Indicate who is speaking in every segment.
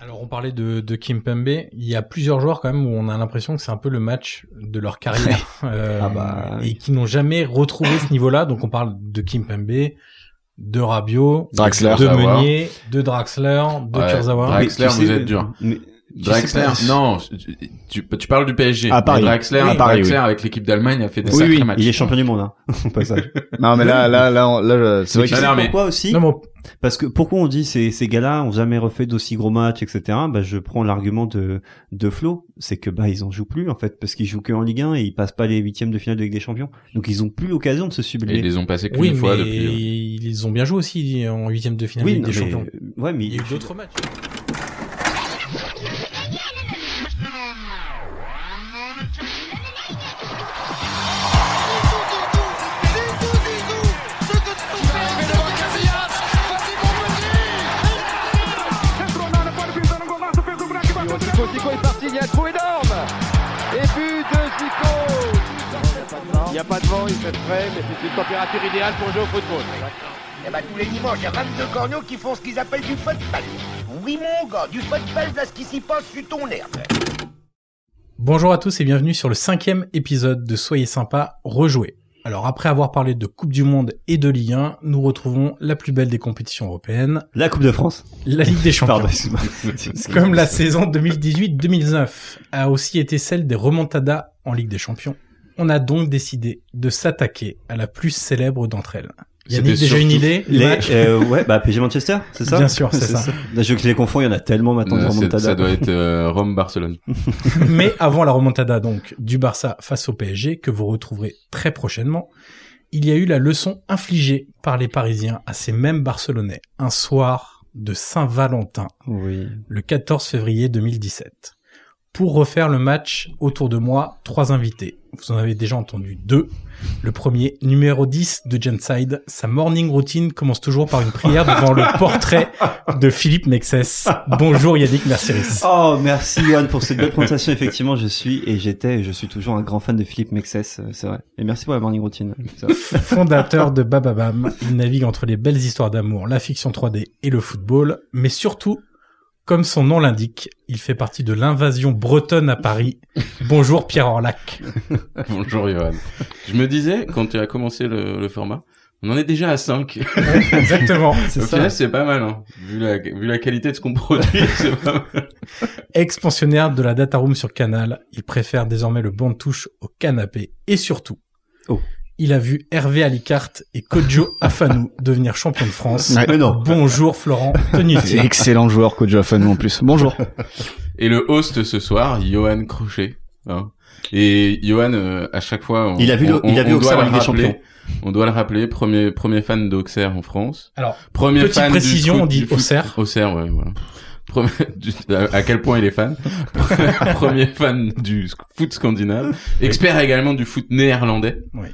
Speaker 1: Alors on parlait de, de Kim Pembe, il y a plusieurs joueurs quand même où on a l'impression que c'est un peu le match de leur carrière euh,
Speaker 2: Ah bah,
Speaker 1: et qui n'ont jamais retrouvé ce niveau-là. Donc on parle de Kim Pembe, de Rabiot,
Speaker 3: Draxler,
Speaker 1: de
Speaker 3: Kurzawa.
Speaker 1: Meunier, de Draxler, de
Speaker 3: Ouais,
Speaker 1: Kurzawa.
Speaker 3: Drax- Draxler,
Speaker 2: Mais tu
Speaker 3: vous
Speaker 2: sais,
Speaker 3: êtes dur.
Speaker 2: mais-
Speaker 3: Draxler,
Speaker 2: Je sais pas.
Speaker 3: non, tu, tu- tu parles du PSG.
Speaker 2: À Paris.
Speaker 3: Mais Draxler,
Speaker 2: Oui. À Paris,
Speaker 3: Draxler
Speaker 2: oui.
Speaker 3: avec l'équipe d'Allemagne a fait des
Speaker 2: Oui,
Speaker 3: sacrés
Speaker 2: oui,
Speaker 3: matchs.
Speaker 2: il est champion du monde, hein, au passage.
Speaker 4: Non, mais là, là, là, on- là, je- c'est
Speaker 3: Mais
Speaker 4: vrai
Speaker 3: tu
Speaker 4: que
Speaker 2: Tu sais
Speaker 3: non, mais-
Speaker 2: pourquoi aussi
Speaker 1: Non, mais on-
Speaker 2: Parce que pourquoi on dit ces, ces gars-là ont jamais refait d'aussi gros matchs, etc. Bah, je prends l'argument de, de Flo, c'est que bah ils en jouent plus en fait, parce qu'ils jouent que en Ligue 1 et ils passent pas les huitièmes de finale de Ligue des Champions. Donc ils ont plus l'occasion de se
Speaker 3: Et ils
Speaker 2: sublimer.
Speaker 3: les ont passés qu'une
Speaker 1: oui, mais
Speaker 3: fois depuis. euh,
Speaker 1: ils ont bien joué aussi en huitième de finale
Speaker 2: Oui,
Speaker 1: Ligue
Speaker 2: non,
Speaker 1: des
Speaker 2: mais-
Speaker 1: champions.
Speaker 2: ouais, mais
Speaker 1: Il y a eu d'autres matchs.
Speaker 5: Zico, Zico est parti, il y a un trou énorme Et but de Zico Il n'y a pas de vent, il fait frais, mais c'est une température idéale pour jouer au football.
Speaker 6: Eh ben tous les dimanches, il y a 22 corneaux qui font ce qu'ils appellent du football. Oui mon gars, du football, là ce qui s'y passe sur ton herbe.
Speaker 1: Bonjour à tous et bienvenue sur le cinquième épisode de Soyez sympa, rejouez. Alors après avoir parlé de Coupe du Monde et de Ligue 1, nous retrouvons la plus belle des compétitions européennes,
Speaker 2: la Coupe de France.
Speaker 1: la Ligue des Champions.
Speaker 2: Pardon. excuse-moi.
Speaker 1: Comme la saison 2018-2019 a aussi été celle des remontadas en Ligue des Champions, on a donc décidé de s'attaquer à la plus célèbre d'entre elles. Yannick,
Speaker 3: C'était
Speaker 1: déjà une
Speaker 3: surtout-
Speaker 1: idée du
Speaker 2: Les,
Speaker 1: match
Speaker 2: euh, ouais, bah PG Manchester, c'est ça
Speaker 1: Bien sûr, c'est ça.
Speaker 2: Là, je les confonds, il y en a tellement maintenant de
Speaker 3: Non, c'est-
Speaker 2: remontada.
Speaker 3: ça doit être euh, Rome-Barcelone.
Speaker 1: Mais avant la remontada donc du Barça face au PSG que vous retrouverez très prochainement, il y a eu la leçon infligée par les Parisiens à ces mêmes Barcelonais un soir de Saint-Valentin,
Speaker 2: Oui.
Speaker 1: le 14 février 2017. Pour refaire le match autour de moi, trois invités. Vous en avez déjà entendu deux. Le premier, numéro 10 de Genside. Sa morning routine commence toujours par une prière devant le portrait de Philippe Mexès. Bonjour Yannick Merceris.
Speaker 2: Oh, merci Johan pour cette belle présentation. Effectivement, je suis et j'étais, et je suis toujours un grand fan de Philippe Mexès, euh, c'est vrai. Et merci pour la morning routine. Ça va.
Speaker 1: Fondateur de Bababam, il navigue entre les belles histoires d'amour, la fiction 3D et le football, mais surtout, comme son nom l'indique, il fait partie de l'invasion bretonne à Paris. Bonjour Pierre Orlac.
Speaker 3: Bonjour Johan. Je me disais, quand tu as commencé le, le format, on en est déjà à 5.
Speaker 1: Exactement.
Speaker 3: Au final, c'est pas mal. Hein. Vu, la, vu la qualité de ce qu'on produit, c'est pas mal.
Speaker 1: Ex-pensionnaire de la Data Room sur Canal, il préfère désormais le banc de touche au canapé et surtout,
Speaker 2: Oh.
Speaker 1: il a vu Hervé Alicarte et Kojo Afanou devenir champion de France.
Speaker 4: Ouais. euh,
Speaker 2: Mais non.
Speaker 1: Bonjour Florent Tenuti.
Speaker 4: Excellent joueur, coach Jaffan, en plus. Bonjour.
Speaker 3: Et le host ce soir, Johan Crochet. hein. Et Johan, euh, à chaque fois, on,
Speaker 2: Il a vu le-
Speaker 3: on-
Speaker 2: il a vu
Speaker 3: on
Speaker 2: Auxerre en
Speaker 3: doit le
Speaker 2: Ligue des
Speaker 3: rappeler.
Speaker 2: Champions.
Speaker 3: On doit le rappeler, premier premier fan d'Auxerre en France.
Speaker 1: Alors,
Speaker 3: Premier
Speaker 1: petite
Speaker 3: fan du
Speaker 1: précision,
Speaker 3: foot-
Speaker 1: on dit
Speaker 3: du foot-
Speaker 1: Auxerre.
Speaker 3: Auxerre, ouais, voilà. Premier- du- à à quel point il est fan. Premier fan du sc- foot scandinave. Expert également du foot néerlandais.
Speaker 1: Oui.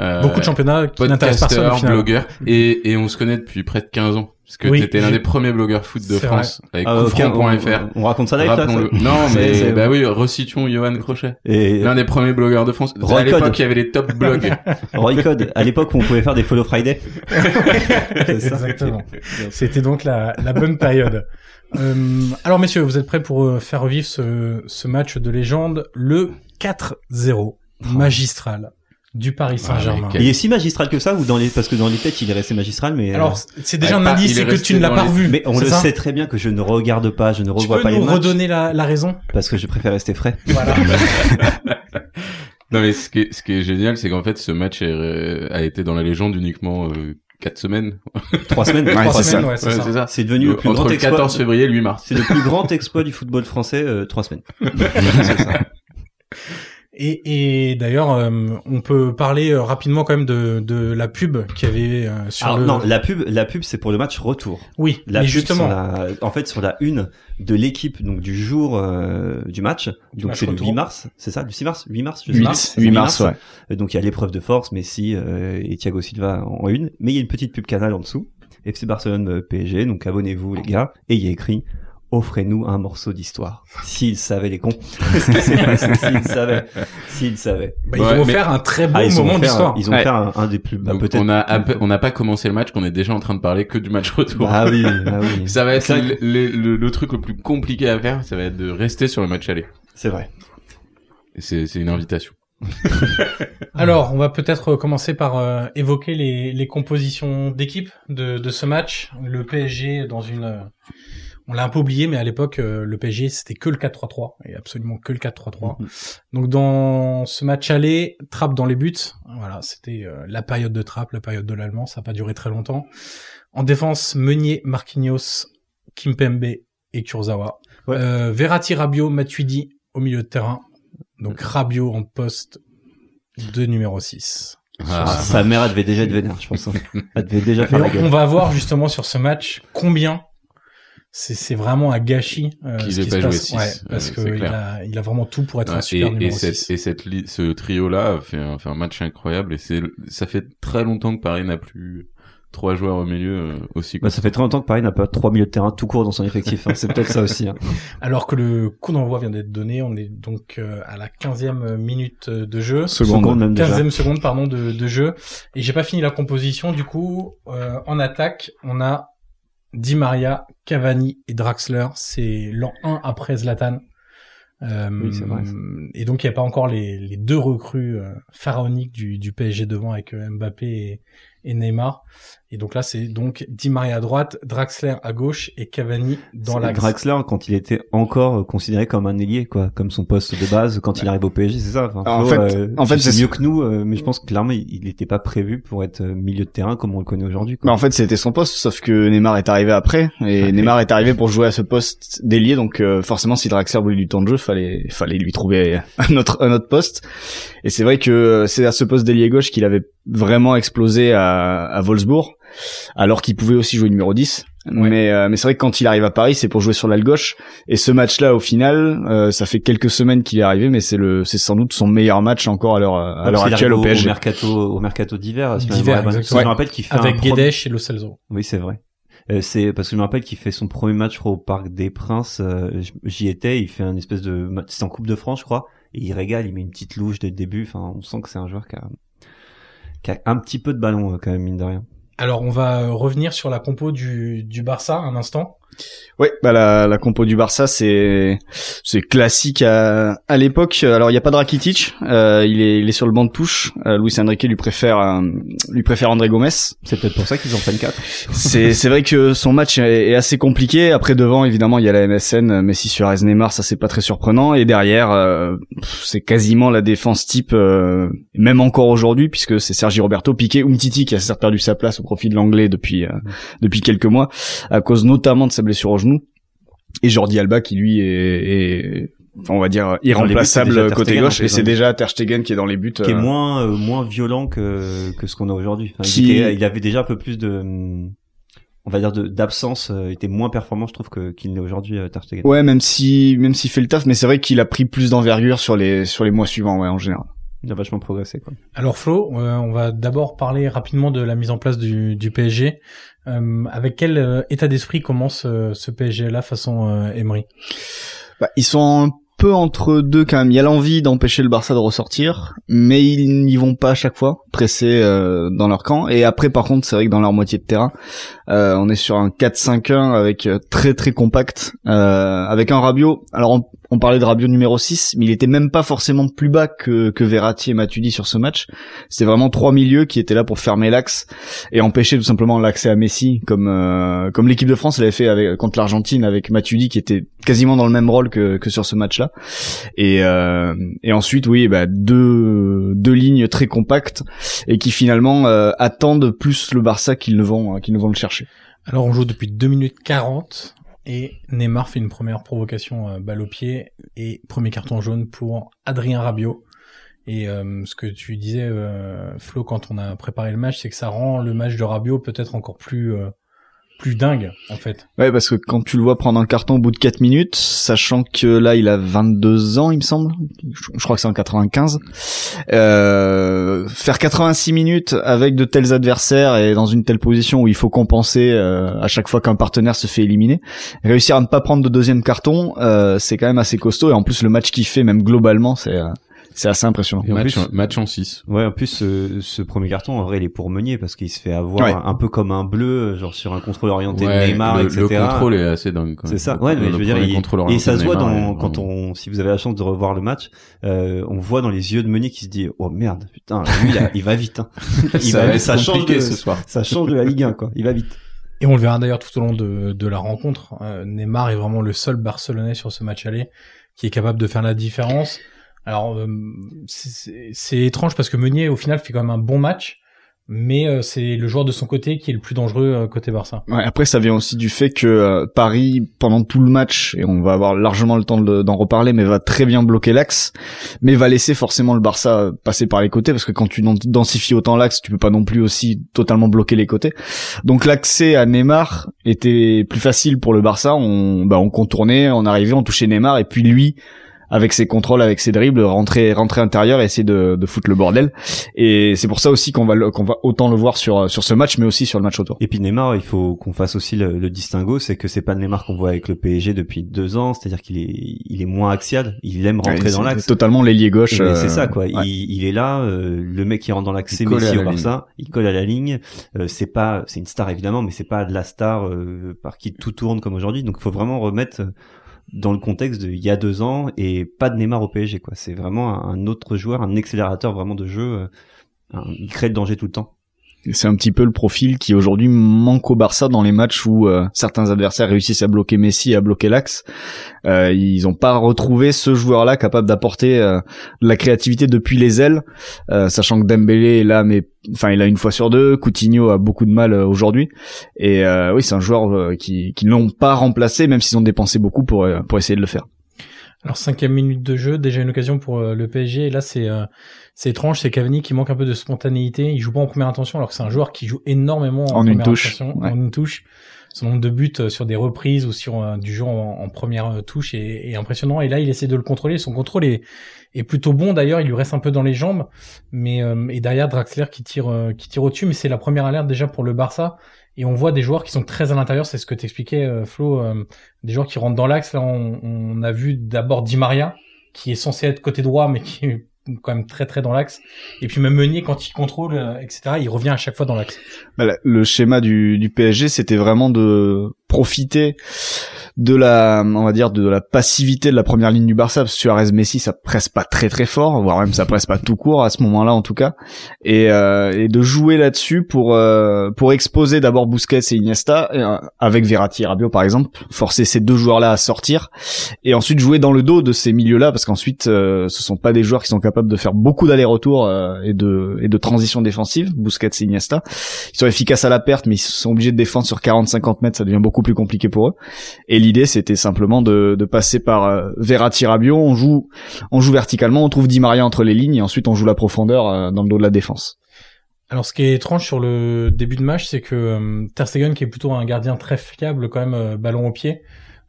Speaker 3: Euh,
Speaker 1: beaucoup de championnats qui n'intéressent personne au
Speaker 3: podcasteur,
Speaker 1: final. Mm-hmm.
Speaker 3: blogueur, et, et on se connaît depuis près de 15 ans. Parce que
Speaker 1: Oui,
Speaker 3: t'étais l'un
Speaker 1: je-
Speaker 3: des premiers blogueurs foot de
Speaker 1: C'est
Speaker 3: France, avec
Speaker 2: Ah, ok, on,
Speaker 3: coupfranc.fr.
Speaker 2: on raconte ça live, là,
Speaker 3: Rappelons-le.
Speaker 2: ça
Speaker 3: Non,
Speaker 2: C'est-
Speaker 3: mais,
Speaker 2: c'est-
Speaker 3: bah oui, recitons Johan Crochet.
Speaker 2: Et
Speaker 3: L'un des premiers blogueurs de France.
Speaker 2: Roy
Speaker 3: à l'époque,
Speaker 2: Code.
Speaker 3: il y avait les top blogs.
Speaker 2: Roy Code, à l'époque où on pouvait faire des Follow Friday. C'est ça.
Speaker 1: Exactement. C'était donc la, la bonne période. Euh, alors messieurs, vous êtes prêts pour euh, faire revivre ce, ce match de légende, le 4-0 magistral du Paris Saint-Germain.
Speaker 3: Ah, mais
Speaker 2: Il est si magistral que ça ou dans les parce que dans les têtes il est resté magistral mais euh,
Speaker 1: alors c'est déjà
Speaker 3: Ah,
Speaker 1: un
Speaker 3: pas- il
Speaker 1: indice,
Speaker 3: est
Speaker 1: c'est que
Speaker 3: resté
Speaker 1: tu ne l'as
Speaker 3: dans
Speaker 1: pas
Speaker 3: les-
Speaker 1: revu.
Speaker 2: mais on
Speaker 1: c'est
Speaker 2: le
Speaker 1: ça
Speaker 2: sait très bien que je ne regarde pas, je ne
Speaker 1: Tu
Speaker 2: revois
Speaker 1: peux
Speaker 2: pas les
Speaker 1: nous
Speaker 2: matchs
Speaker 1: redonner la, la raison
Speaker 2: parce que je préfère rester frais.
Speaker 1: Voilà.
Speaker 3: non, mais ce qui est, ce qui est génial, c'est qu'en fait, ce match est, euh, a été dans la légende uniquement euh, 4 semaines.
Speaker 2: Trois semaines,
Speaker 4: Ouais,
Speaker 2: trois
Speaker 1: Trois
Speaker 4: c'est
Speaker 2: semaines.
Speaker 1: semaines, ouais, c'est
Speaker 3: Ouais,
Speaker 1: ça.
Speaker 2: C'est devenu le
Speaker 3: Euh,
Speaker 2: plus
Speaker 3: Entre
Speaker 2: grand
Speaker 3: le
Speaker 2: exploit.
Speaker 3: 14 février et le 8 mars.
Speaker 2: C'est le plus grand exploit du football français, euh, trois semaines.
Speaker 1: Et, et d'ailleurs, euh, on peut parler euh, rapidement quand même de, de la pub qui avait euh, sur
Speaker 2: Alors
Speaker 1: le.
Speaker 2: non, la pub, la pub, c'est pour le match retour.
Speaker 1: oui,
Speaker 2: La
Speaker 1: mais
Speaker 2: pub
Speaker 1: justement.
Speaker 2: sur la- en fait, sur la une de l'équipe, donc du jour euh, du match. donc
Speaker 1: match
Speaker 2: c'est le
Speaker 1: retour.
Speaker 2: 8 mars, c'est ça, le 6 mars, 8 mars, je sais
Speaker 4: 8,
Speaker 2: pas.
Speaker 4: 8 mars, ouais.
Speaker 2: Euh, Donc il y a l'épreuve de force, Messi euh, et Thiago Silva en une. euh, Mais offrez-nous un morceau d'histoire. S'ils savaient les cons, ce qui s'est passé, s'ils savaient, s'ils savaient.
Speaker 1: Bah, ils
Speaker 3: Ouais,
Speaker 1: ont
Speaker 3: mais-
Speaker 1: offert un très beau
Speaker 2: Ah, ils ont
Speaker 1: moment
Speaker 2: fait un,
Speaker 1: d'histoire.
Speaker 2: ils ont
Speaker 4: Ouais.
Speaker 2: fait un, un des plus, bah,
Speaker 3: Donc,
Speaker 2: peut-être.
Speaker 3: on a à pe- on n'a pas commencé le match qu'on est déjà en train de parler que du match retour.
Speaker 2: Ah oui, ah oui.
Speaker 3: ça va être
Speaker 2: C'est-
Speaker 3: le, le- le- le truc le plus compliqué à faire, ça va être de rester sur le match aller.
Speaker 2: C'est vrai.
Speaker 3: Et C'est c'est une invitation.
Speaker 1: Alors, on va peut-être commencer par euh, évoquer les, les compositions d'équipe de, de ce match. Le PSG dans une, euh, on l'a un peu oublié, mais à l'époque, euh, le PSG c'était que le 4-3-3 et absolument que le 4-3-3. Donc dans ce match aller, Trapp dans les buts. Voilà, c'était euh, la période de Trapp, la période de l'allemand. Ça n'a pas duré très longtemps. En défense, Meunier, Marquinhos, Kimpembe et Kurzawa.
Speaker 2: Ouais.
Speaker 1: Euh, Verratti, Rabiot, Matuidi au milieu de terrain. Donc Rabiot en poste de numéro 6.
Speaker 3: Ah.
Speaker 2: Sa mère, elle devait déjà être vénère, je pense. hein. Elle devait déjà
Speaker 1: Mais
Speaker 2: faire la
Speaker 1: on, on
Speaker 2: gueule.
Speaker 1: va voir justement sur ce match combien c'est c'est vraiment un gâchis euh,
Speaker 3: Qu'il
Speaker 1: ce
Speaker 3: ait
Speaker 1: qui
Speaker 3: pas
Speaker 1: se
Speaker 3: joué
Speaker 1: passe.
Speaker 3: six,
Speaker 1: Ouais,
Speaker 3: euh,
Speaker 1: parce
Speaker 3: c'est
Speaker 1: que il
Speaker 3: clair.
Speaker 1: a, il a vraiment tout pour être
Speaker 3: Ouais,
Speaker 1: un super
Speaker 3: et, et
Speaker 1: numéro
Speaker 3: cette-
Speaker 1: 6.
Speaker 3: et cette li- ce trio-là fait un, fait un match incroyable et c'est ça fait très longtemps que Paris n'a plus trois joueurs au milieu euh, aussi.
Speaker 2: Bah, ça fait très longtemps que Paris n'a pas trois milieux de terrain tout court dans son effectif. hein. C'est peut-être ça aussi. hein.
Speaker 1: Alors que le coup d'envoi vient d'être donné, on est donc euh, à la 15e minute de jeu.
Speaker 2: Seconde même déjà.
Speaker 1: 15e seconde pardon de, de jeu et j'ai pas fini la composition du coup euh, en attaque on a Di Maria, Cavani et Draxler c'est l'an 1 après Zlatan Euh,
Speaker 2: Oui, c'est vrai.
Speaker 1: et donc il n'y a pas encore les, les deux recrues euh, pharaoniques du, du PSG devant avec euh, Mbappé et, et Neymar et donc là c'est donc Di Maria à droite Draxler à gauche et Cavani dans
Speaker 2: C'est
Speaker 1: la
Speaker 2: Draxler quand il était encore euh, considéré comme un ailier quoi, comme son poste de base quand il arrive au PSG, c'est ça. Enfin,
Speaker 4: Alors, en
Speaker 2: Flo,
Speaker 4: fait-
Speaker 2: euh,
Speaker 4: en fait,
Speaker 2: tu sais
Speaker 4: c'est-
Speaker 2: mieux que nous, euh, mais je pense que clairement il il n'était pas prévu pour être euh, milieu de terrain comme on le connaît aujourd'hui. quoi.
Speaker 4: Bah en fait c'était son poste sauf que Neymar est arrivé après et
Speaker 2: Ouais.
Speaker 4: Neymar est arrivé pour jouer à ce poste d'ailier donc euh, forcément si Draxler voulait du temps de jeu fallait fallait lui trouver un autre un autre poste et c'est vrai que euh, c'est à ce poste d'ailier gauche qu'il avait vraiment explosé à, à Wolfsburg alors qu'il pouvait aussi jouer numéro 10 mais euh, mais c'est vrai que quand il arrive à Paris c'est pour jouer sur l'aile gauche et ce match là au final euh, ça fait quelques semaines qu'il est arrivé mais c'est le c'est sans doute son meilleur match encore à l'heure à
Speaker 2: Ah, parce
Speaker 4: l'heure
Speaker 2: qu'il
Speaker 4: actuelle
Speaker 2: arrive
Speaker 4: au PSG
Speaker 2: Au mercato, au mercato d'hiver. bah, si je me
Speaker 1: D'hiver,
Speaker 2: rappelle.
Speaker 1: exactement.
Speaker 2: Je me rappelle qu'il fait
Speaker 1: avec
Speaker 2: un pro-
Speaker 1: Guedes et Lo Celso
Speaker 2: Oui, c'est vrai. Euh, c'est parce que je me rappelle qu'il fait son premier match je crois, au Parc des Princes. euh, j- J'y étais. Il fait un espèce de, ma- c'est en Coupe de France, je crois. Et il régale. Il met une petite louche dès le début. Enfin, on sent que c'est un joueur qui a, qui a un petit peu de ballon euh, quand même mine de rien.
Speaker 1: alors on va euh, revenir sur la compo du, du Barça un instant
Speaker 4: Ouais, bah la, la compo du Barça c'est c'est classique à, à l'époque. Alors il y a pas de Rakitic, euh, il est il est sur le banc de touche. Euh, Luis Enrique lui préfère euh, lui préfère André Gomes.
Speaker 2: C'est peut-être pour ça qu'ils en prennent quatre.
Speaker 4: C'est c'est vrai que son match est, est assez compliqué. Après devant évidemment il y a la MSN, euh, Messi, Suarez, Neymar, ça c'est pas très surprenant. Et derrière euh, pff, c'est quasiment la défense type, euh, même encore aujourd'hui puisque c'est Sergi Roberto, Piqué, Umtiti qui a certes perdu sa place au profit de l'anglais depuis euh, depuis quelques mois à cause notamment de sa blessure au genou et Jordi Alba qui lui est, est, on va dire
Speaker 2: Dans les buts, c'est déjà
Speaker 4: irremplaçable
Speaker 2: Ter
Speaker 4: côté
Speaker 2: Stegen, en
Speaker 4: gauche
Speaker 2: plus,
Speaker 4: et
Speaker 2: hein.
Speaker 4: c'est déjà Ter Stegen qui est dans les buts
Speaker 2: qui est
Speaker 4: euh,
Speaker 2: moins euh, moins violent que que ce qu'on a aujourd'hui. Enfin,
Speaker 4: Qui-
Speaker 2: il, était- il avait déjà un peu plus de hum, on va dire de d'absence, euh, il était moins performant je trouve que qu'il n'est aujourd'hui euh, Ter Stegen.
Speaker 4: ouais même si même s'il fait le taf mais c'est vrai qu'il a pris plus d'envergure sur les sur les mois suivants ouais en général
Speaker 2: Il a vachement progressé quoi.
Speaker 1: Alors Flo, euh, on va d'abord parler rapidement de la mise en place du, du PSG. Euh, avec quel euh, état d'esprit commence euh, ce PSG là façon euh, Emery
Speaker 4: Bah, ils sont un peu entre deux quand même. Il y a l'envie d'empêcher le Barça de ressortir, mais ils n'y vont pas à chaque fois, pressés euh, dans leur camp. Et après, par contre, c'est vrai que dans leur moitié de terrain, euh, on est sur un 4-5-1 avec euh, très très compact, euh, avec un Rabiot. Alors on, on parlait de Rabiot numéro 6, mais il était même pas forcément plus bas que, que Verratti et Matuidi sur ce match. C'était vraiment trois milieux qui étaient là pour fermer l'axe et empêcher tout simplement l'accès à Messi, comme euh, comme l'équipe de France l'avait fait avec, contre l'Argentine avec Matuidi qui était quasiment dans le même rôle que, que sur ce match-là. Et, euh, et ensuite, oui, bah, deux deux lignes très compactes et qui finalement euh, attendent plus le Barça qu'ils ne vont qu'ils ne vont le chercher.
Speaker 1: Alors on joue depuis 2 minutes 40 et Neymar fait une première provocation euh, balle au pied et premier carton jaune pour Adrien Rabiot. Et euh, ce que tu disais euh, Flo quand on a préparé le match, c'est que ça rend le match de Rabiot peut-être encore plus euh, plus dingue, en fait.
Speaker 4: Ouais, parce que quand tu le vois prendre un carton au bout de 4 minutes, sachant que là il a 22 ans, il me semble, je, je crois que c'est en 95, euh, faire 86 minutes avec de tels adversaires et dans une telle position où il faut compenser euh, à chaque fois qu'un partenaire se fait éliminer, réussir à ne pas prendre de deuxième carton, euh, c'est quand même assez costaud et en plus le match qu'il fait, même globalement, c'est euh, c'est assez impressionnant.
Speaker 2: Et en
Speaker 3: match,
Speaker 2: plus-
Speaker 3: en- match en 6.
Speaker 2: Ouais, en plus, ce, ce premier carton, en vrai, il est pour Meunier parce qu'il se fait avoir
Speaker 4: Ouais.
Speaker 2: un, un peu comme un bleu, genre sur un contrôle orienté
Speaker 3: Ouais,
Speaker 2: de Neymar,
Speaker 3: le,
Speaker 2: etc.
Speaker 3: le contrôle est assez dingue. quand
Speaker 2: C'est
Speaker 3: même.
Speaker 2: ça.
Speaker 3: Le-
Speaker 2: Ouais, mais
Speaker 3: le
Speaker 2: je veux dire,
Speaker 3: premier
Speaker 2: il-
Speaker 3: contrôle
Speaker 2: et
Speaker 3: orienté
Speaker 2: ça
Speaker 3: de
Speaker 2: se voit
Speaker 3: Neymar
Speaker 2: dans,
Speaker 3: est
Speaker 2: quand
Speaker 3: vraiment-
Speaker 2: on, si vous avez la chance de revoir le match, euh, on voit dans les yeux de Meunier qui se dit, oh merde, putain, lui, il, a- il va vite, hein. Il
Speaker 3: ça
Speaker 2: va-
Speaker 3: va être
Speaker 2: ça change
Speaker 3: compliqué
Speaker 2: de-
Speaker 3: ce soir.
Speaker 2: Ça change de la Ligue 1, quoi. Il va vite.
Speaker 1: Et on le verra d'ailleurs tout au long de, de la rencontre. Euh, Neymar est vraiment le seul Barcelonais sur ce match aller qui est capable de faire la différence. Alors euh, c'est- c'est c'est étrange parce que Meunier au final fait quand même un bon match, mais euh, c'est le joueur de son côté qui est le plus dangereux euh, côté Barça.
Speaker 4: Ouais, après, ça vient aussi du fait que euh, Paris, pendant tout le match, et on va avoir largement le temps de- d'en reparler, mais va très bien bloquer l'axe, mais va laisser forcément le Barça passer par les côtés, parce que quand tu non- densifies autant l'axe, tu peux pas non plus aussi totalement bloquer les côtés. Donc l'accès à Neymar était plus facile pour le Barça, on, bah, on contournait, on arrivait, on touchait Neymar, et puis lui avec ses contrôles, avec ses dribbles, rentrer, rentrer intérieur et essayer de, de foutre le bordel. Et c'est pour ça aussi qu'on va, le- qu'on va autant le voir sur, sur ce match, mais aussi sur le match autour.
Speaker 2: Et puis Neymar, il faut qu'on fasse aussi le, le distinguo, c'est que c'est pas le Neymar qu'on voit avec le PSG depuis deux ans, c'est-à-dire qu'il est, il est moins axial, il aime rentrer
Speaker 4: Ouais,
Speaker 2: dans
Speaker 4: c'est
Speaker 2: l'axe.
Speaker 4: Totalement l'ailier gauche.
Speaker 2: Mais
Speaker 4: euh,
Speaker 2: C'est ça quoi.
Speaker 4: ouais.
Speaker 2: Il, il est là, euh, le mec qui rentre dans l'axe,
Speaker 3: Il
Speaker 2: c'est
Speaker 3: colle à
Speaker 2: Messi
Speaker 3: la
Speaker 2: au Barça, il colle à la ligne. Euh, c'est pas, c'est une star évidemment, mais c'est pas de la star euh, par qui tout tourne comme aujourd'hui. Donc faut vraiment remettre dans le contexte de il y a deux ans et pas de Neymar au PSG quoi. C'est vraiment un, un autre joueur, un accélérateur vraiment de jeu. euh, un- il crée le danger tout le temps.
Speaker 4: C'est un petit peu le profil qui aujourd'hui manque au Barça dans les matchs où euh, certains adversaires réussissent à bloquer Messi, à bloquer l'axe. Euh, ils ont pas retrouvé ce joueur-là capable d'apporter euh, de la créativité depuis les ailes, euh, sachant que Dembélé est là, mais enfin il a une fois sur deux. Coutinho a beaucoup de mal euh, aujourd'hui. Et euh, oui, c'est un joueur euh, qui qui n'ont pas remplacé, même s'ils ont dépensé beaucoup pour euh, pour essayer de le faire.
Speaker 1: Alors cinquième minute de jeu, déjà une occasion pour euh, le PSG. Et là c'est euh, c'est étrange, c'est Cavani qui manque un peu de spontanéité. Il joue pas en première intention alors que c'est un joueur qui joue énormément en,
Speaker 4: En une
Speaker 1: première
Speaker 4: touche,
Speaker 1: intention,
Speaker 4: ouais.
Speaker 1: en une touche. Son nombre de buts euh, sur des reprises ou sur euh, du jeu en, en première euh, touche est, est impressionnant. Et là il essaie de le contrôler. Son contrôle est est plutôt bon d'ailleurs. Il lui reste un peu dans les jambes, mais euh, et derrière Draxler qui tire euh, qui tire au dessus. Mais c'est la première alerte déjà pour le Barça. Et on voit des joueurs qui sont très à l'intérieur. C'est ce que t'expliquais euh, Flo. euh, des joueurs qui rentrent dans l'axe. Là, on, on a vu d'abord Di Maria, qui est censé être côté droit, mais qui est quand même très très dans l'axe. Et puis même Meunier, quand il contrôle, euh, etc., il revient à chaque fois dans l'axe.
Speaker 4: Voilà, le schéma du, du PSG, c'était vraiment de profiter de la, on va dire, de la passivité de la première ligne du Barça. Parce que Suarez, Messi, ça presse pas très très fort, voire même ça presse pas tout court à ce moment-là en tout cas, et, euh, et de jouer là-dessus pour euh, pour exposer d'abord Busquets et Iniesta et, euh, avec Verratti, et Rabiot par exemple, forcer ces deux joueurs-là à sortir, et ensuite jouer dans le dos de ces milieux-là parce qu'ensuite euh, ce sont pas des joueurs qui sont capables de faire beaucoup d'allers-retours euh, et de et de transitions défensives, Busquets et Iniesta ils sont efficaces à la perte, mais ils sont obligés de défendre sur 40-50 mètres, ça devient beaucoup plus compliqué pour eux. Et l'idée, c'était simplement de, de passer par euh, Verratti Rabiot, on joue, on joue verticalement, on trouve Di Maria entre les lignes, et ensuite on joue la profondeur euh, dans le dos de la défense.
Speaker 1: Alors, ce qui est étrange sur le début de match, c'est que euh, Ter Stegen, qui est plutôt un gardien très fiable quand même, euh, ballon au pied,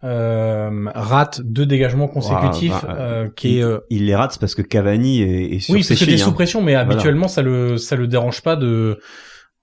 Speaker 1: euh, rate deux dégagements consécutifs,
Speaker 2: Ouah, bah,
Speaker 1: euh, qui est euh,
Speaker 2: Il les rate c'est parce que Cavani est, est sur
Speaker 1: oui,
Speaker 2: ses
Speaker 1: parce que t'es
Speaker 2: chevilles.
Speaker 1: sous
Speaker 2: hein.
Speaker 1: pression, mais habituellement ça le ça le dérange pas de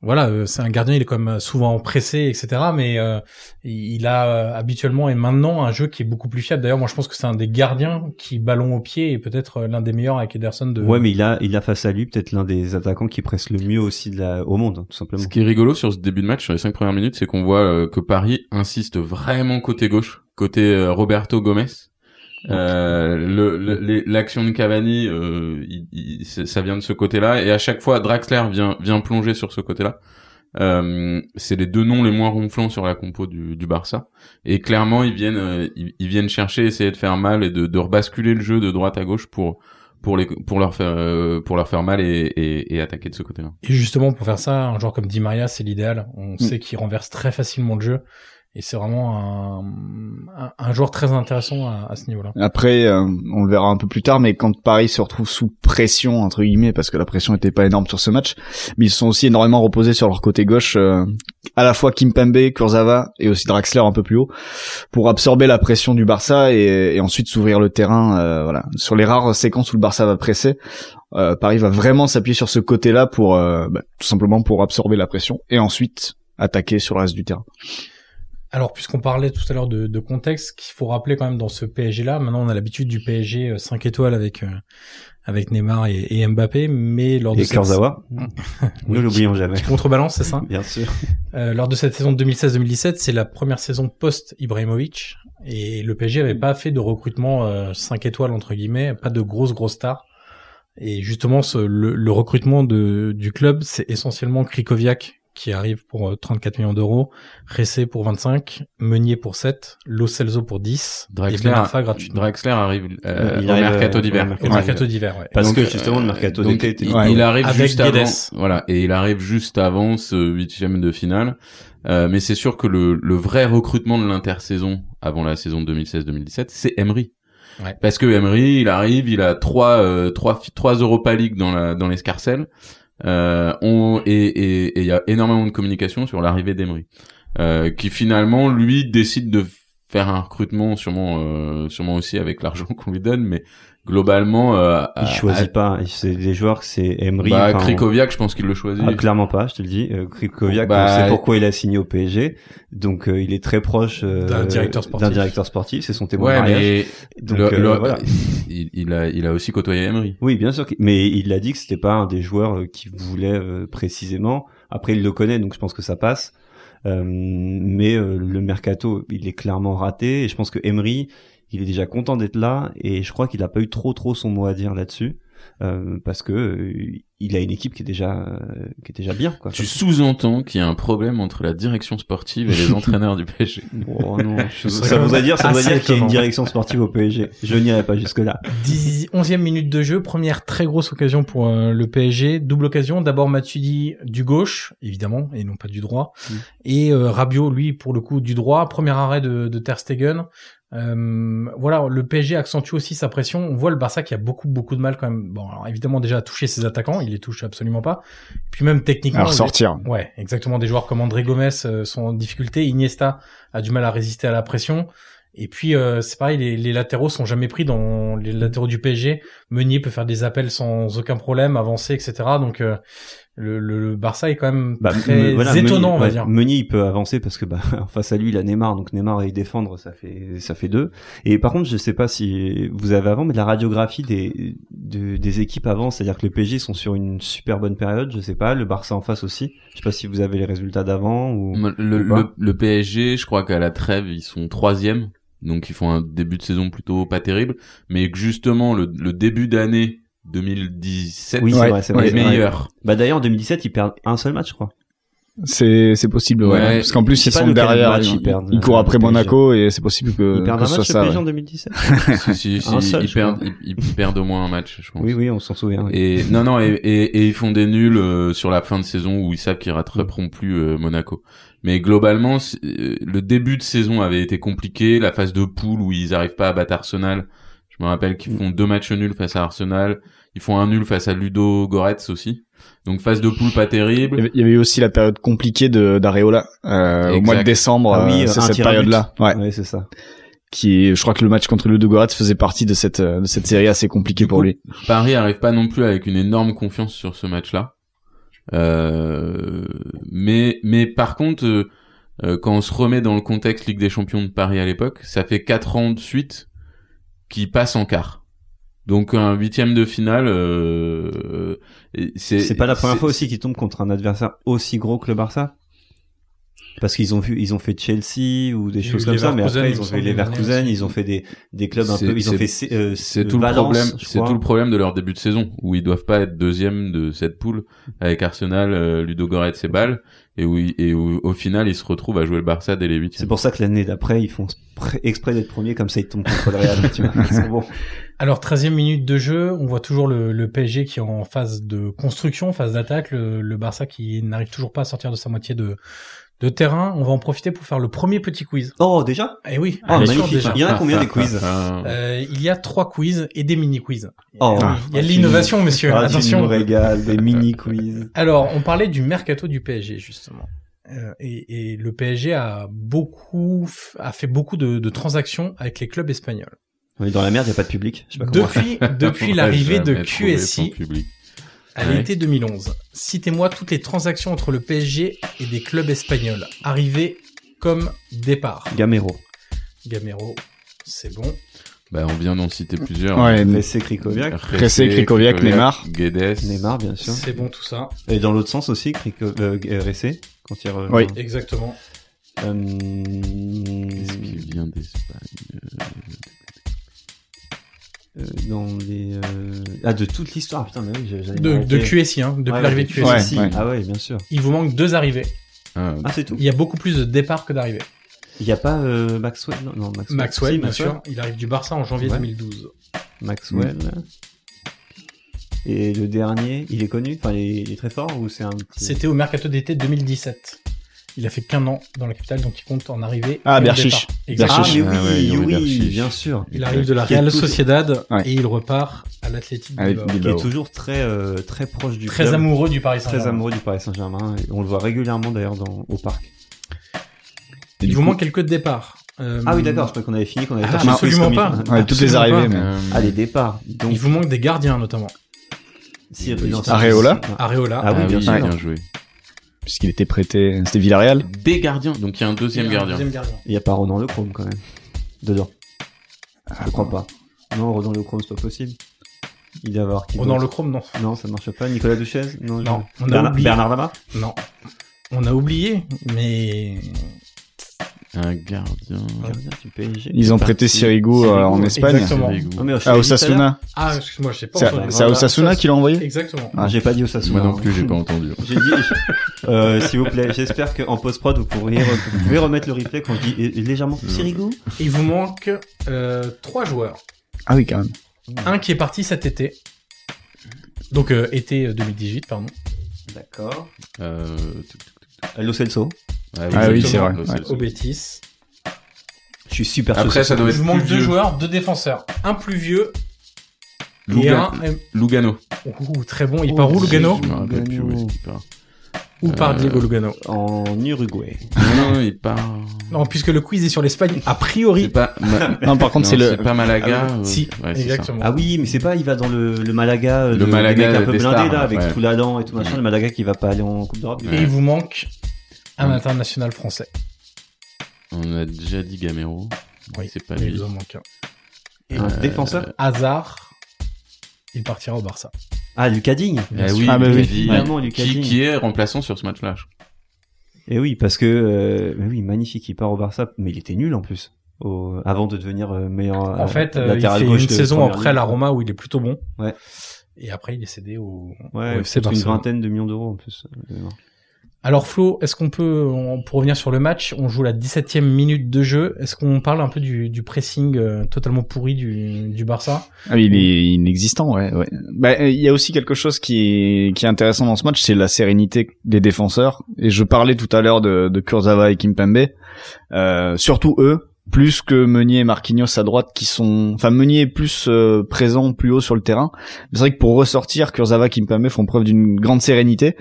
Speaker 1: voilà, euh, c'est un gardien, il est comme souvent pressé, etc. Mais euh, il a euh, habituellement et maintenant un jeu qui est beaucoup plus fiable. D'ailleurs, moi je pense que c'est un des gardiens qui ballon au pied est peut-être euh, l'un des meilleurs avec Ederson de.
Speaker 2: Ouais, mais il a, il a face à lui peut-être l'un des attaquants qui presse le mieux aussi de la, au monde, hein, tout simplement.
Speaker 3: Ce qui est rigolo sur ce début de match, sur les cinq premières minutes, c'est qu'on voit euh, que Paris insiste vraiment côté gauche, côté euh, Roberto Gomez. Euh, le- le- les- L'action de Cavani, euh, il- il- c'est- ça vient de ce côté-là, et à chaque fois Draxler vient vient plonger sur ce côté-là. Euh, c'est les deux noms les moins ronflants sur la compo du, du Barça, et clairement ils viennent euh, ils, ils viennent chercher, essayer de faire mal et de, de rebasculer le jeu de droite à gauche pour pour les pour leur faire euh, pour leur faire mal et, et, et attaquer de ce côté-là.
Speaker 2: Mm.
Speaker 1: Et justement pour faire ça, un joueur comme Di Maria, c'est l'idéal. On sait qu'il renverse très facilement le jeu. Et c'est vraiment un, un, un joueur très intéressant à, à ce niveau-là.
Speaker 4: Après, euh, on le verra un peu plus tard, mais quand Paris se retrouve sous pression, entre guillemets, parce que la pression n'était pas énorme sur ce match, mais ils se sont aussi énormément reposés sur leur côté gauche, euh, à la fois Kimpembe, Kurzawa et aussi Draxler un peu plus haut, pour absorber la pression du Barça et, et ensuite s'ouvrir le terrain. euh, voilà, Sur les rares séquences où le Barça va presser, euh, Paris va vraiment s'appuyer sur ce côté-là pour euh, bah, tout simplement pour absorber la pression et ensuite attaquer sur le reste du terrain.
Speaker 1: Alors, puisqu'on parlait tout à l'heure de, de contexte, qu'il faut rappeler quand même dans ce PSG-là, maintenant on a l'habitude du PSG 5 étoiles avec euh, avec Neymar et, et Mbappé, mais lors de
Speaker 2: Et
Speaker 1: cette-
Speaker 2: Kurzawa,
Speaker 1: Oui,
Speaker 2: ne l'oublions jamais.
Speaker 1: qui contrebalance, c'est ça
Speaker 2: Bien sûr.
Speaker 1: Euh, lors de cette saison 2016-2017, c'est la première saison post-Ibrahimovic et le PSG avait pas fait de recrutement 5 étoiles entre guillemets, pas de grosses grosses stars. Et justement, ce- le, le recrutement de, du club, c'est essentiellement Krikoviak qui arrive pour euh, 34 millions d'euros, Ressé pour 25, Meunier pour 7, Lo Celso pour 10, et
Speaker 3: Draxler,
Speaker 1: Benarfa gratuitement.
Speaker 3: Drexler arrive euh,
Speaker 2: Il
Speaker 3: au
Speaker 2: arrive,
Speaker 3: mercato
Speaker 2: euh,
Speaker 3: d'hiver.
Speaker 2: au mercato
Speaker 1: Au
Speaker 2: Ouais.
Speaker 1: mercato d'hiver, ouais.
Speaker 2: Parce
Speaker 3: Donc,
Speaker 2: que justement, le mercato
Speaker 3: euh, donc,
Speaker 2: d'été était
Speaker 3: il,
Speaker 2: pas
Speaker 3: il
Speaker 2: bon.
Speaker 3: arrive
Speaker 1: Avec
Speaker 3: juste avant,
Speaker 1: Guedes.
Speaker 3: voilà, et il arrive juste avant ce huitième de finale. Euh, mais c'est sûr que le, le vrai recrutement de l'intersaison avant la saison 2016-2017, c'est Emery.
Speaker 1: Ouais.
Speaker 3: Parce que Emery, il arrive, il a trois euh, trois fi- trois Europa League dans la dans l'escarcelle. Euh, on et et et il y a énormément de communication sur l'arrivée d'Emery, euh, qui finalement lui décide de faire un recrutement sûrement euh, sûrement aussi avec l'argent qu'on lui donne, mais globalement euh,
Speaker 2: Il
Speaker 3: à- à-
Speaker 2: choisit pas. C'est des joueurs que c'est Emery.
Speaker 3: bah,
Speaker 2: enfin,
Speaker 3: Krikoviak, je pense qu'il le choisit.
Speaker 2: Ah, clairement pas, je te le dis. Euh, Krikoviak,
Speaker 3: Bah,
Speaker 2: on sait pourquoi il a signé au PSG. Donc, euh, il est très proche euh,
Speaker 1: D'un directeur sportif.
Speaker 2: d'un directeur sportif. C'est son témoin de
Speaker 3: ouais,
Speaker 2: mariage.
Speaker 3: mais
Speaker 2: Donc,
Speaker 3: le-
Speaker 2: euh,
Speaker 3: le-
Speaker 2: voilà.
Speaker 3: il, il a, il a aussi côtoyé Emery.
Speaker 2: Oui, bien sûr. qu'il- Mais il a dit que c'était pas un des joueurs euh, qu'il voulait euh, précisément. Après, il le connaît, donc je pense que ça passe. Euh, mais euh, le mercato, il est clairement raté. Et je pense que Emery, il est déjà content d'être là. Et je crois qu'il a pas eu trop, trop son mot à dire là-dessus. Euh, parce que euh, il a une équipe qui est déjà, euh, qui est déjà bien, quoi.
Speaker 3: Tu sous-entends qu'il y a un problème entre la direction sportive et les entraîneurs du PSG.
Speaker 2: Oh, non, je-
Speaker 1: serait
Speaker 2: ça
Speaker 1: quand
Speaker 2: voudrait
Speaker 1: même
Speaker 2: dire, ça voudrait
Speaker 1: assez
Speaker 2: dire qu'il y a une
Speaker 1: étonnant.
Speaker 2: direction sportive au PSG. Je n'irai pas jusque là.
Speaker 1: 10 11e minute de jeu, première très grosse occasion pour euh, le PSG, double occasion, d'abord Matuidi du gauche, évidemment, et non pas du droit,
Speaker 2: Mm.
Speaker 1: et euh, Rabiot, lui, pour le coup, du droit, premier arrêt de, de Ter Stegen. Euh, voilà, le PSG accentue aussi sa pression, on voit le Barça qui a beaucoup, beaucoup de mal quand même, bon, alors évidemment déjà à toucher ses attaquants, il les touche absolument pas, puis même techniquement...
Speaker 4: À
Speaker 1: les-
Speaker 4: ressortir.
Speaker 1: Ouais, exactement. Des joueurs comme André Gomes euh, sont en difficulté. Iniesta a du mal à résister à la pression. Et puis euh, c'est pareil, les, les latéraux sont jamais pris dans les latéraux du PSG. Meunier peut faire des appels sans aucun problème, avancer, etc. Donc euh, le, le- le Barça est quand même
Speaker 2: Bah,
Speaker 1: très
Speaker 2: me- voilà,
Speaker 1: étonnant,
Speaker 2: Meunier-
Speaker 1: on va
Speaker 2: ouais,
Speaker 1: dire.
Speaker 2: Meunier, il peut avancer parce que bah, face à lui, il a Neymar, donc Neymar va y défendre, ça fait ça fait deux. Et par contre, je sais pas si vous avez avant, mais la radiographie des de- des équipes avant, c'est-à-dire que le PSG sont sur une super bonne période, je sais pas, le Barça en face aussi. Je sais pas si vous avez les résultats d'avant ou.
Speaker 3: Le, le-
Speaker 2: Ou pas.
Speaker 3: le PSG, je crois qu'à la trêve, ils sont troisième. Donc ils font un début de saison plutôt pas terrible. Mais que justement, le, le début d'année 2017
Speaker 2: Oui,
Speaker 3: est
Speaker 2: c'est
Speaker 4: Ouais,
Speaker 2: vrai, c'est vrai.
Speaker 4: ouais,
Speaker 2: c'est vrai.
Speaker 3: meilleur.
Speaker 2: Bah d'ailleurs, en 2017, ils perdent un seul match, je crois.
Speaker 4: C'est c'est possible. Ouais.
Speaker 3: Ouais.
Speaker 4: Parce qu'en plus
Speaker 2: sais
Speaker 4: ils
Speaker 2: pas
Speaker 4: sont
Speaker 2: lequel
Speaker 4: derrière.
Speaker 2: match
Speaker 4: Ils,
Speaker 2: ils perdent,
Speaker 4: ils courent
Speaker 2: euh,
Speaker 4: après
Speaker 2: le PSG.
Speaker 4: Monaco et c'est possible que,
Speaker 2: Ils perdent
Speaker 4: Euh, que
Speaker 2: un
Speaker 4: ce
Speaker 2: match
Speaker 4: soit
Speaker 2: le
Speaker 4: ça.
Speaker 2: PSG en
Speaker 4: ouais.
Speaker 2: 2017.
Speaker 3: si, si, si,
Speaker 2: Un seul,
Speaker 3: ils,
Speaker 2: je
Speaker 3: perdent, ils, ils perdent au moins un match, je pense.
Speaker 2: Oui, oui, on s'en souvient. oui.
Speaker 3: Et non, non, et, et, et ils font des nuls euh, sur la fin de saison où ils savent qu'ils rattraperont plus euh, Monaco. Mais globalement, c'est- euh, le début de saison avait été compliqué. La phase de poule où ils arrivent pas à battre Arsenal. Je me rappelle qu'ils font deux matchs nuls face à Arsenal. Ils font un nul face à Ludo Goretz aussi. Donc phase de poule pas
Speaker 4: Il y
Speaker 3: terrible.
Speaker 4: avait- il y avait eu aussi la période compliquée de d'Areola euh, au
Speaker 3: Exact.
Speaker 4: mois de décembre.
Speaker 2: Ah oui,
Speaker 4: euh,
Speaker 2: euh,
Speaker 4: c'est
Speaker 2: un
Speaker 4: cette
Speaker 2: tir à but.
Speaker 4: période-là. Ouais.
Speaker 2: Ouais, c'est ça.
Speaker 4: Qui, je crois que le match contre le Goretz faisait partie de cette euh, de cette série assez compliquée
Speaker 3: Du
Speaker 4: pour
Speaker 3: coup,
Speaker 4: lui.
Speaker 3: Paris arrive pas non plus avec une énorme confiance sur ce match-là. Euh, mais mais par contre, euh, euh, quand on se remet dans le contexte Ligue des Champions de Paris à l'époque, ça fait quatre ans de suite qui passent en quart. Donc un huitième de finale, euh, euh, et
Speaker 2: C'est pas la première
Speaker 3: c'est-
Speaker 2: fois aussi qu'ils tombent contre un adversaire aussi gros que le Barça. Parce qu'ils ont vu, ils ont fait Chelsea ou des
Speaker 1: Il y a
Speaker 2: choses
Speaker 1: eu
Speaker 2: comme ça, mais
Speaker 1: Leverkusen,
Speaker 2: après
Speaker 1: il
Speaker 2: ils ont
Speaker 1: me
Speaker 2: fait
Speaker 1: semble, l'année
Speaker 2: Leverkusen,
Speaker 1: dernière
Speaker 2: ils ont fait des, des clubs un
Speaker 3: C'est-
Speaker 2: peu, ils ont
Speaker 3: c'est-
Speaker 2: fait, euh,
Speaker 3: C'est
Speaker 2: euh,
Speaker 3: tout
Speaker 2: Valence,
Speaker 3: le problème.
Speaker 2: je
Speaker 3: C'est
Speaker 2: crois.
Speaker 3: tout le problème de leur début de saison où ils doivent pas être deuxième de cette poule avec Arsenal, euh, Ludo Goretz et Bâle et où, il- et où, au final ils se retrouvent à jouer le Barça dès les
Speaker 2: C'est
Speaker 3: huitièmes.
Speaker 2: pour ça que l'année d'après, ils font pr- exprès d'être premiers, comme ça ils tombent contre le Real, tu vois. Ils sont bons.
Speaker 1: Alors, 13e minute de jeu, on voit toujours le, le PSG qui est en phase de construction, phase d'attaque, le, le Barça qui n'arrive toujours pas à sortir de sa moitié de, de terrain. On va en profiter pour faire le premier petit quiz.
Speaker 2: Oh, déjà?
Speaker 1: Eh oui,
Speaker 2: Ah,
Speaker 1: bien sûr,
Speaker 2: magnifique.
Speaker 1: déjà.
Speaker 2: Il y en a combien des quiz
Speaker 3: Ah, ah, ah.
Speaker 1: Euh, il y a trois quiz et des mini-quiz.
Speaker 2: Oh.
Speaker 1: Euh, il y a de l'innovation, monsieur.
Speaker 2: Ah, tu nous
Speaker 1: Attention.
Speaker 2: régales, des mini-quiz.
Speaker 1: Alors, on parlait du mercato du PSG justement. Euh, et, et le PSG a beaucoup f- a fait beaucoup de, de transactions avec les clubs espagnols.
Speaker 2: On est dans la merde, y a pas de public. Je sais pas comment.
Speaker 1: Depuis depuis
Speaker 3: On
Speaker 1: l'arrivée
Speaker 3: va
Speaker 1: de
Speaker 3: ah. jamais trouver son
Speaker 1: QSI
Speaker 3: public.
Speaker 1: à
Speaker 3: Ouais.
Speaker 1: l'été 2011, citez-moi toutes les transactions entre le PSG et des clubs espagnols, arrivées comme départ.
Speaker 2: Gamero.
Speaker 1: Gamero, c'est bon.
Speaker 3: Bah, on vient d'en citer plusieurs.
Speaker 4: Ouais, mais
Speaker 2: Messi, Krikoviak.
Speaker 3: Ressé,
Speaker 4: Krikoviak, Neymar.
Speaker 3: Guedes.
Speaker 2: Neymar, bien sûr.
Speaker 1: C'est bon tout ça.
Speaker 2: Et dans l'autre sens aussi, Crico, euh, Ressé, quand il euh, re-
Speaker 4: Oui.
Speaker 1: Exactement.
Speaker 3: Qu'est-ce qui
Speaker 2: Euh,
Speaker 3: vient d'Espagne
Speaker 2: euh, dans les, euh, ah, de toute l'histoire, putain, mais oui, j'avais
Speaker 1: De, de QSI, hein, depuis l'arrivée de QSI.
Speaker 4: Ouais.
Speaker 2: Ah ouais, bien sûr.
Speaker 1: Il vous manque deux arrivées.
Speaker 3: Ah,
Speaker 2: Ah, c'est tout.
Speaker 1: Il y a beaucoup plus de départs que d'arrivées.
Speaker 2: Il y a pas, euh, Maxwell, non, non, Maxwell.
Speaker 1: Maxwell,
Speaker 2: Si,
Speaker 1: bien sûr. Il arrive du Barça en janvier
Speaker 2: Ouais.
Speaker 1: 2012.
Speaker 2: Maxwell.
Speaker 1: Mm.
Speaker 2: Et le dernier, il est connu, enfin, il est, il est très fort ou c'est un petit.
Speaker 1: C'était au mercato d'été 2017. Il a fait qu'un an dans la capitale, donc il compte en arrivée.
Speaker 4: Ah,
Speaker 1: et au
Speaker 4: Berchiche.
Speaker 1: départ. Exactement.
Speaker 2: Ah, mais oui,
Speaker 3: Ah ouais, il
Speaker 2: oui,
Speaker 3: y aurait Berchiche.
Speaker 2: bien sûr.
Speaker 1: Il arrive de la Real
Speaker 2: Qui est tout-
Speaker 1: Sociedad
Speaker 4: Ouais.
Speaker 1: et il repart à l'Athletic
Speaker 4: Avec
Speaker 1: Bilbao.
Speaker 2: Qui est
Speaker 4: Bilbao.
Speaker 2: toujours très, euh, très proche du
Speaker 1: Très
Speaker 2: club,
Speaker 1: amoureux du Paris
Speaker 2: Très
Speaker 1: Saint-Germain.
Speaker 2: amoureux du Paris Saint-Germain. et On le voit régulièrement d'ailleurs dans- au parc.
Speaker 4: Et
Speaker 1: Il
Speaker 4: du
Speaker 1: vous
Speaker 4: coup-
Speaker 1: manque quelques départs. Euh,
Speaker 2: Ah oui, d'accord, je crois qu'on avait fini, qu'on avait
Speaker 1: Ah,
Speaker 2: torché le quiz
Speaker 1: absolument
Speaker 2: comme il
Speaker 1: pas.
Speaker 2: faut.
Speaker 4: Ouais, toutes les
Speaker 1: Absolument
Speaker 4: arrivées,
Speaker 1: pas.
Speaker 4: mais.
Speaker 2: Ah, les départs. Donc,
Speaker 1: Il vous manque des gardiens, notamment.
Speaker 2: si,
Speaker 3: Oui.
Speaker 2: non,
Speaker 4: Areola
Speaker 2: c'est-
Speaker 1: Areola.
Speaker 2: Ah oui, bien sûr.
Speaker 3: bien joué.
Speaker 4: Puisqu'il était prêté, c'était Villarreal.
Speaker 3: Des gardiens, donc il y a un deuxième gardien.
Speaker 1: Deuxième gardien.
Speaker 2: Il n'y a pas Ronan Le Chrome quand même. Dedans.
Speaker 4: Ah,
Speaker 2: je crois pas. Non, Ronan Le Chrome, c'est pas possible. Il doit y avoir qui
Speaker 1: Ronan
Speaker 2: d'autre
Speaker 1: Le Chrome, Oh, non.
Speaker 2: Non, ça marche pas. Nicolas Duchesne Non.
Speaker 1: Non,
Speaker 2: je-
Speaker 1: on a
Speaker 2: Bernard,
Speaker 1: oublié.
Speaker 2: Bernard Lama
Speaker 1: Non. On a oublié, mais
Speaker 3: Un gardien.
Speaker 2: Gardien du PSG.
Speaker 4: Ils ont prêté Sirigu euh, en Espagne.
Speaker 1: Exactement.
Speaker 2: Oh, mais je
Speaker 4: À
Speaker 2: l'ai dit tout l'heure.
Speaker 4: Osasuna.
Speaker 1: Ah, excuse-moi, je sais pas
Speaker 4: C'est
Speaker 1: entendu.
Speaker 4: à- c'est à Osasuna qu'il l'a envoyé
Speaker 1: Exactement.
Speaker 2: Ah, j'ai pas dit Osasuna.
Speaker 3: Moi non plus, j'ai pas entendu.
Speaker 2: J'ai dit, euh, s'il vous plaît, j'espère qu'en post-prod, vous, pourriez, vous pouvez remettre le replay quand je dis eh, légèrement Sirigu.
Speaker 1: Il vous manque euh, trois joueurs.
Speaker 4: Ah oui, quand même.
Speaker 1: Un qui est parti cet été. Donc euh, été 2018, pardon.
Speaker 2: D'accord.
Speaker 3: Euh... tuk, tuk, tuk.
Speaker 2: Lo Celso.
Speaker 4: Ah oui, c'est
Speaker 3: exactement.
Speaker 4: vrai,
Speaker 3: Ouais,
Speaker 1: Au Bétis.
Speaker 2: Je suis super
Speaker 3: Après, ça doit
Speaker 1: Il
Speaker 3: être
Speaker 1: vous manque
Speaker 3: plus
Speaker 1: deux
Speaker 3: vieux.
Speaker 1: joueurs, deux défenseurs. Un plus vieux et
Speaker 3: Lugan-
Speaker 1: un... euh,
Speaker 3: Lugano.
Speaker 1: ouh, très bon. Il part où, Lugano
Speaker 3: Je me rappelle plus où est-ce qu'il part.
Speaker 1: Ou par
Speaker 3: Euh,
Speaker 1: Diego Lugano
Speaker 2: en Uruguay.
Speaker 3: Non, non, il part.
Speaker 1: Non, puisque le quiz est sur l'Espagne, a
Speaker 3: C'est
Speaker 1: priori.
Speaker 3: pas. Ma-
Speaker 4: Non, par contre,
Speaker 3: non,
Speaker 4: c'est le.
Speaker 3: pas Malaga. euh,
Speaker 1: Ah Si,
Speaker 3: ouais, c'est ça.
Speaker 1: exactement.
Speaker 2: Ah oui, mais c'est pas, il va dans le, le Malaga, euh,
Speaker 3: Le
Speaker 2: de- des
Speaker 3: Malaga
Speaker 2: mecs un peu
Speaker 3: des
Speaker 2: blindé
Speaker 3: stars,
Speaker 2: là, avec
Speaker 3: ouais.
Speaker 2: tout l'Adam et tout machin,
Speaker 3: Mm.
Speaker 2: le Malaga qui va pas aller en Coupe d'Europe.
Speaker 1: Et
Speaker 3: Ouais.
Speaker 1: il vous manque un
Speaker 3: Ouais.
Speaker 1: international français.
Speaker 3: On a déjà dit Gamero.
Speaker 1: Oui,
Speaker 3: C'est pas
Speaker 1: mais il
Speaker 3: lui.
Speaker 1: vous en manque un.
Speaker 2: Un
Speaker 3: Euh,
Speaker 2: défenseur
Speaker 1: Hazard, il partira au Barça.
Speaker 2: Ah, Lucas Digne.
Speaker 1: Bien
Speaker 3: Eh
Speaker 1: sûr.
Speaker 3: oui,
Speaker 4: Ah, bah oui.
Speaker 3: Lucas Digne.
Speaker 2: Évidemment, Lucas
Speaker 3: qui,
Speaker 2: Digne.
Speaker 3: qui est remplaçant sur ce match-là. je crois.
Speaker 2: Et Eh oui, parce que euh, mais oui, magnifique, il part au Barça, mais il était nul en plus. au- avant de devenir euh, meilleur euh,
Speaker 1: En fait, euh, il
Speaker 2: latéral
Speaker 1: fait une
Speaker 2: gauche de
Speaker 1: saison
Speaker 2: première
Speaker 1: après à la
Speaker 2: ligue.
Speaker 1: Roma où il est plutôt bon.
Speaker 2: Ouais.
Speaker 1: Et après, il est cédé au, au
Speaker 2: Ouais,
Speaker 1: FC
Speaker 2: c'est une
Speaker 1: Barcelone.
Speaker 2: vingtaine de millions d'euros en plus. euh,
Speaker 1: Alors Flo, est-ce qu'on peut, on- pour revenir sur le match, on joue la 17e minute de jeu. Est-ce qu'on parle un peu du, du pressing euh, totalement pourri du, du Barça
Speaker 4: Ah, il est inexistant, ouais. ouais. Bah, euh, il y a aussi quelque chose qui est, qui est intéressant dans ce match, c'est la sérénité des défenseurs. Et je parlais tout à l'heure de, de Kurzawa et Kimpembe, euh, surtout eux, plus que Meunier et Marquinhos à droite, qui sont, enfin Meunier est plus euh, présent, plus haut sur le terrain. Mais C'est vrai que pour ressortir, Kurzawa et Kimpembe font preuve d'une grande sérénité.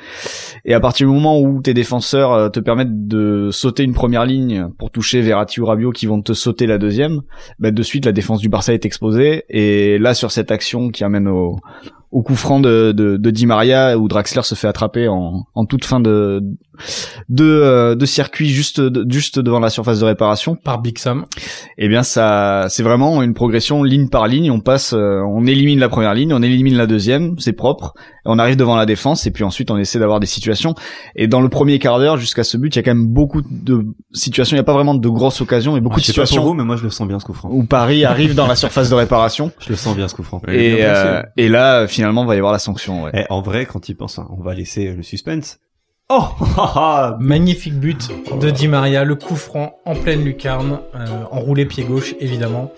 Speaker 4: Et à partir du moment où tes défenseurs euh, te permettent de sauter une première ligne pour toucher Verratti ou Rabiot, qui vont te sauter la deuxième bah, de suite la défense du Barça est exposée et là sur cette action qui amène au, au coup franc de, de, de Di Maria où Draxler se fait attraper en, en toute fin de de, euh, de circuit juste de- juste devant la surface de réparation
Speaker 1: par Big Sam
Speaker 4: eh bien ça c'est vraiment une progression ligne par ligne on passe euh, on élimine la première ligne on élimine la deuxième c'est propre on arrive devant la défense et puis ensuite on essaie d'avoir des situations et dans le premier quart d'heure jusqu'à ce but il y a quand même beaucoup de situations il n'y a pas vraiment de grosses occasions et beaucoup
Speaker 2: je
Speaker 4: de
Speaker 2: sais pas pour
Speaker 4: situations
Speaker 2: vous, mais moi je le sens bien ce coup franc.
Speaker 4: où Paris arrive dans la surface de réparation
Speaker 2: Je le sens bien ce coup franc.
Speaker 3: Ouais,
Speaker 4: et,
Speaker 3: bien placé.
Speaker 4: euh, et là, finalement, va y avoir la sanction. Ouais.
Speaker 2: Eh, en vrai, quand il pense, hein, on va laisser le suspense. Oh ah, ah,
Speaker 1: Magnifique but de Di Maria, le coup franc en pleine lucarne, euh, enroulé pied gauche évidemment.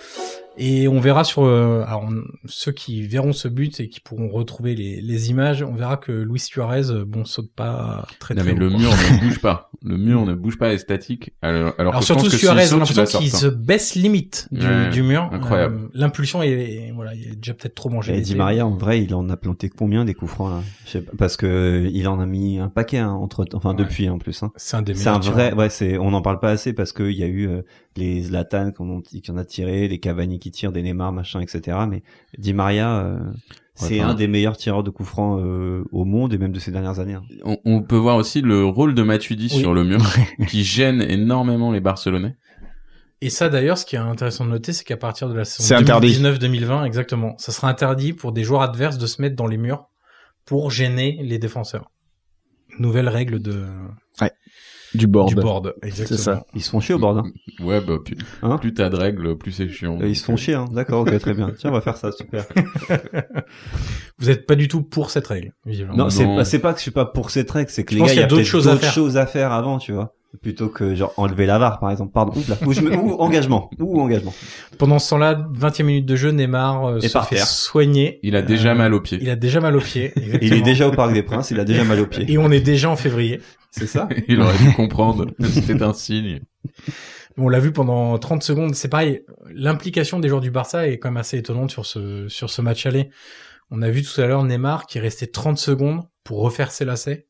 Speaker 1: Et on verra sur euh, alors, on- ceux qui verront ce but et qui pourront retrouver les, les images, on verra que Luis Suarez euh, bon saute pas très
Speaker 3: Non
Speaker 1: très
Speaker 3: mais le
Speaker 1: haut, quoi.
Speaker 3: mur ne bouge pas. Le mur ne bouge pas, est statique. Alors, alors,
Speaker 1: Alors,
Speaker 3: que je
Speaker 1: surtout
Speaker 3: pense que
Speaker 1: Suarez,
Speaker 3: s'il
Speaker 1: j'ai
Speaker 3: saute, il va
Speaker 1: l'impression qu'il se
Speaker 3: sortir.
Speaker 1: baisse limite du,
Speaker 3: Ouais,
Speaker 1: du mur.
Speaker 3: incroyable.
Speaker 1: Euh, L'impulsion est, est- voilà, il a déjà peut-être trop mangé.
Speaker 2: Et
Speaker 1: l'été.
Speaker 2: Di Maria, en vrai, il en a planté combien des coups francs là Je sais pas, Parce que euh, il en a mis un paquet hein, entre, enfin
Speaker 1: Ouais.
Speaker 2: depuis en plus. Hein.
Speaker 1: C'est un des
Speaker 2: C'est un
Speaker 1: meilleurs.
Speaker 2: vrai,
Speaker 1: tireurs.
Speaker 2: ouais, c'est, on n'en parle pas assez parce qu'il y a eu euh, les Zlatan qu'on en- qui en a tiré, les Cavani qui tirent, des Neymar, machin, etc. Mais Di Maria, euh, c'est
Speaker 3: enfin.
Speaker 2: un des meilleurs tireurs de coups francs euh, au monde et même de ces dernières années. hein.
Speaker 3: On, on peut voir aussi le rôle de Matuidi
Speaker 1: Oui.
Speaker 3: sur le mur, qui gêne énormément les Barcelonais.
Speaker 1: Et ça d'ailleurs, ce qui est intéressant de noter, c'est qu'à partir de la saison
Speaker 4: C'est interdit.
Speaker 1: 2019-2020, exactement, ça sera interdit pour des joueurs adverses de se mettre dans les murs pour gêner les défenseurs. Nouvelle règle de
Speaker 4: Du board.
Speaker 1: du board, exactement.
Speaker 4: ça.
Speaker 2: Ils se font chier au bord. Hein.
Speaker 3: Ouais, bah, plus,
Speaker 2: Hein
Speaker 3: plus t'as de règles, plus c'est chiant.
Speaker 2: Euh, Ils se font chier, hein. d'accord, ok, très bien. Tiens, on va faire ça, super.
Speaker 1: Vous êtes pas du tout pour cette règle, visiblement.
Speaker 2: Non, c'est
Speaker 3: non.
Speaker 2: pas, c'est pas que je suis pas pour cette règle, c'est que
Speaker 1: Je
Speaker 2: les
Speaker 1: pense
Speaker 2: gars,
Speaker 1: qu'il y
Speaker 2: il y
Speaker 1: a
Speaker 2: a
Speaker 1: d'autres
Speaker 2: peut-être
Speaker 1: choses à
Speaker 2: d'autres
Speaker 1: faire.
Speaker 2: choses à faire avant, tu vois, plutôt que genre enlever la VAR, par exemple. Pardon. Oups, là. Ou, je me- ou engagement. Ou engagement.
Speaker 1: Pendant ce temps-là, 20e minute de jeu, Neymar euh,
Speaker 2: Et
Speaker 1: se
Speaker 2: par
Speaker 1: fait
Speaker 2: terre.
Speaker 1: soigner.
Speaker 3: Il a déjà
Speaker 1: Euh,
Speaker 3: mal aux pieds.
Speaker 1: Il a déjà mal aux pieds.
Speaker 2: Il est
Speaker 1: exactement.
Speaker 2: déjà au Parc des Princes, il a déjà mal aux pieds.
Speaker 1: Et on est déjà en février.
Speaker 2: C'est ça
Speaker 3: Il aurait dû comprendre. C'était un signe.
Speaker 1: On l'a vu pendant 30 secondes. C'est pareil. L'implication des joueurs du Barça est quand même assez étonnante sur ce, sur ce match aller. On a vu tout à l'heure Neymar qui restait 30 secondes pour refaire ses lacets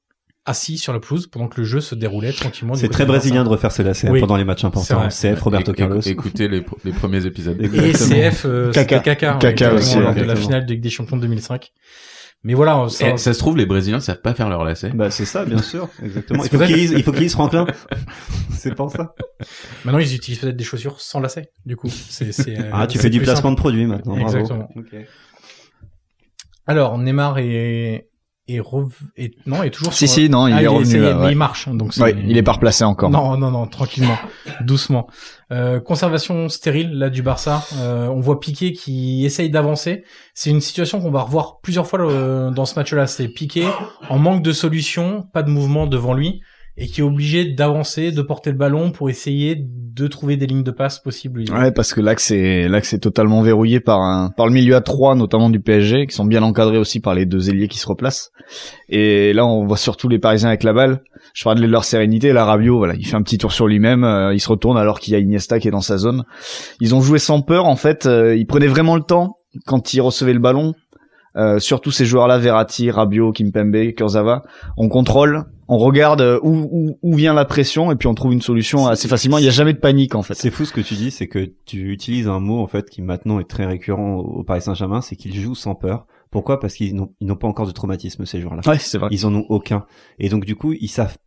Speaker 1: assis sur la pelouse pendant que le jeu se déroulait tranquillement. du
Speaker 2: C'est
Speaker 1: côté
Speaker 2: très
Speaker 1: du Barça.
Speaker 2: brésilien de refaire ses lacets
Speaker 1: Oui.
Speaker 2: pendant les matchs
Speaker 1: C'est vrai.
Speaker 2: importants. CF Roberto
Speaker 3: Éc-
Speaker 2: Carlos.
Speaker 3: éc- Écoutez les, pr- les premiers épisodes.
Speaker 1: Et
Speaker 2: Exactement.
Speaker 1: CF, euh,
Speaker 4: Caca.
Speaker 1: c'était Caca. ouais,
Speaker 4: Caca
Speaker 1: exactement,
Speaker 4: aussi,
Speaker 1: lors
Speaker 2: ouais.
Speaker 1: de la
Speaker 2: Exactement.
Speaker 1: finale de Ligue des Champions 2005. Mais voilà, euh, ça-
Speaker 3: Eh, ça se trouve, les Brésiliens savent pas faire leur lacet.
Speaker 2: Bah c'est ça, bien sûr. Exactement.
Speaker 1: C'est
Speaker 2: Il faut
Speaker 1: pour ça
Speaker 2: qu'il
Speaker 1: que-
Speaker 2: lise, il faut qu'il lise Franklin. c'est pour ça.
Speaker 1: maintenant ils utilisent peut-être des chaussures sans lacets, du coup. C'est, c'est, euh,
Speaker 2: Ah, tu
Speaker 1: c'est
Speaker 2: fais du
Speaker 1: plus
Speaker 2: placement
Speaker 1: simple.
Speaker 2: de produit maintenant. bravo.
Speaker 1: Exactement. Alors, Neymar est, est, rev- est- non, est toujours
Speaker 4: Si,
Speaker 1: sur-
Speaker 4: si, non, il
Speaker 1: Ah,
Speaker 4: est revenu
Speaker 1: ça y est,
Speaker 4: là,
Speaker 1: mais
Speaker 4: ouais.
Speaker 1: il marche, hein, donc c'est-
Speaker 4: Ouais, il est pas replacé encore.
Speaker 1: Non, non, non, tranquillement, doucement. Euh, conservation stérile là du Barça. Euh, on voit Piqué qui essaye d'avancer. C'est une situation qu'on va revoir plusieurs fois euh, dans ce match-là. C'est Piqué en manque de solution, pas de mouvement devant lui, et qui est obligé d'avancer, de porter le ballon pour essayer de trouver des lignes de passe possibles.
Speaker 4: Ouais, parce que là que c'est là que c'est totalement verrouillé par un par le milieu à 3 notamment du PSG qui sont bien encadrés aussi par les deux ailiers qui se replacent. Et là on voit surtout les Parisiens avec la balle. Je parlais de leur sérénité, la Rabiot, voilà, il fait un petit tour sur lui-même, euh, il se retourne alors qu'il y a Iniesta qui est dans sa zone. Ils ont joué sans peur en fait, euh, ils prenaient vraiment le temps quand ils recevaient le ballon. Euh, surtout ces joueurs-là, Verratti, Rabiot, Kimpembe, Kurzawa, on contrôle, on regarde euh, où, où, où vient la pression et puis on trouve une solution assez facilement. Il n'y a jamais de panique en fait.
Speaker 2: C'est fou ce que tu dis, c'est que tu utilises un mot en fait qui maintenant est très récurrent au au Paris Saint-Germain, c'est qu'ils jouent sans peur. Pourquoi Parce qu'ils n'ont ils n'ont pas encore de traumatisme ces joueurs-là.
Speaker 4: Ouais, c'est vrai.
Speaker 2: Ils en ont aucun. Et donc du coup, ils savent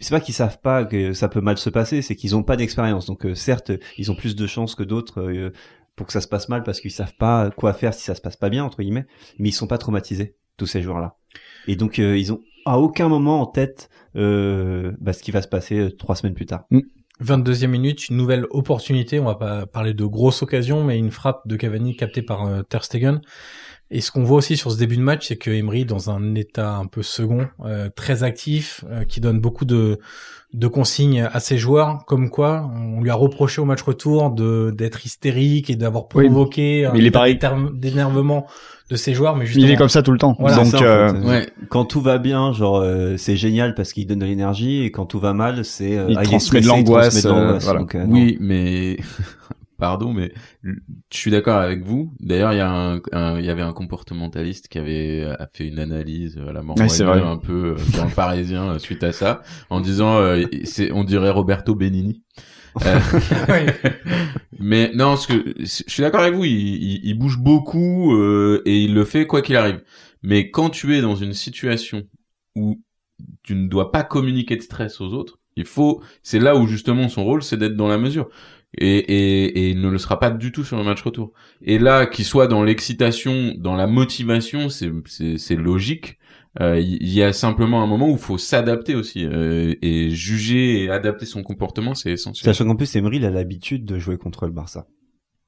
Speaker 2: c'est pas qu'ils savent pas que ça peut mal se passer, c'est qu'ils ont pas d'expérience. Donc euh, certes, ils ont plus de chances que d'autres euh, pour que ça se passe mal parce qu'ils savent pas quoi faire si ça se passe pas bien entre guillemets, mais ils sont pas traumatisés tous ces joueurs-là. Et donc euh, ils ont à aucun moment en tête euh, bah, ce qui va se passer euh, trois semaines plus tard.
Speaker 1: 22e minute, une nouvelle opportunité. On va pas parler de grosse occasion, mais une frappe de Cavani captée par euh, Ter Stegen. Et ce qu'on voit aussi sur ce début de match, c'est que Emery, dans un état un peu second, euh, très actif, euh, qui donne beaucoup de, de consignes à ses joueurs, comme quoi on lui a reproché au match retour de d'être hystérique et d'avoir
Speaker 4: Oui,
Speaker 1: provoqué un
Speaker 4: mais il est
Speaker 1: état
Speaker 4: pareil.
Speaker 1: d'éter- d'énervement de ses joueurs. Mais justement,
Speaker 4: Il est comme ça tout le temps.
Speaker 1: Voilà.
Speaker 4: Donc,
Speaker 2: C'est ça, en
Speaker 4: euh,
Speaker 2: fait.
Speaker 3: Ouais.
Speaker 2: quand tout va bien, genre euh, c'est génial parce qu'il donne de l'énergie, et quand tout va mal, c'est euh,
Speaker 4: Il
Speaker 2: ah, est
Speaker 4: transmet
Speaker 2: stressé,
Speaker 4: de
Speaker 2: il
Speaker 4: l'angoisse,
Speaker 2: transmet de l'angoisse.
Speaker 4: euh, voilà.
Speaker 2: Donc, euh, non.
Speaker 3: Oui, mais pardon, mais je suis d'accord avec vous. D'ailleurs, il y a un, un- il y avait un comportementaliste qui avait euh, fait une analyse à la mort
Speaker 4: Ouais, c'est vrai.
Speaker 3: un peu euh, dans le Parisien euh, suite à ça, en disant, euh, c'est, on dirait Roberto Benini. Euh,
Speaker 1: Ouais.
Speaker 3: mais non, ce que je suis d'accord avec vous, il, il- il bouge beaucoup euh, et il le fait quoi qu'il arrive. Mais quand tu es dans une situation où tu ne dois pas communiquer de stress aux autres, il faut, c'est là où justement son rôle, c'est d'être dans la mesure. Et, et, et il ne le sera pas du tout sur le match retour. Et là, qu'il soit dans l'excitation, dans la motivation, c'est c'est- c'est logique. Euh, Il il y a simplement un moment où il faut s'adapter aussi euh, et juger et adapter son comportement, c'est essentiel.
Speaker 2: Sachant qu'en plus, Emery il a l'habitude de jouer contre le Barça.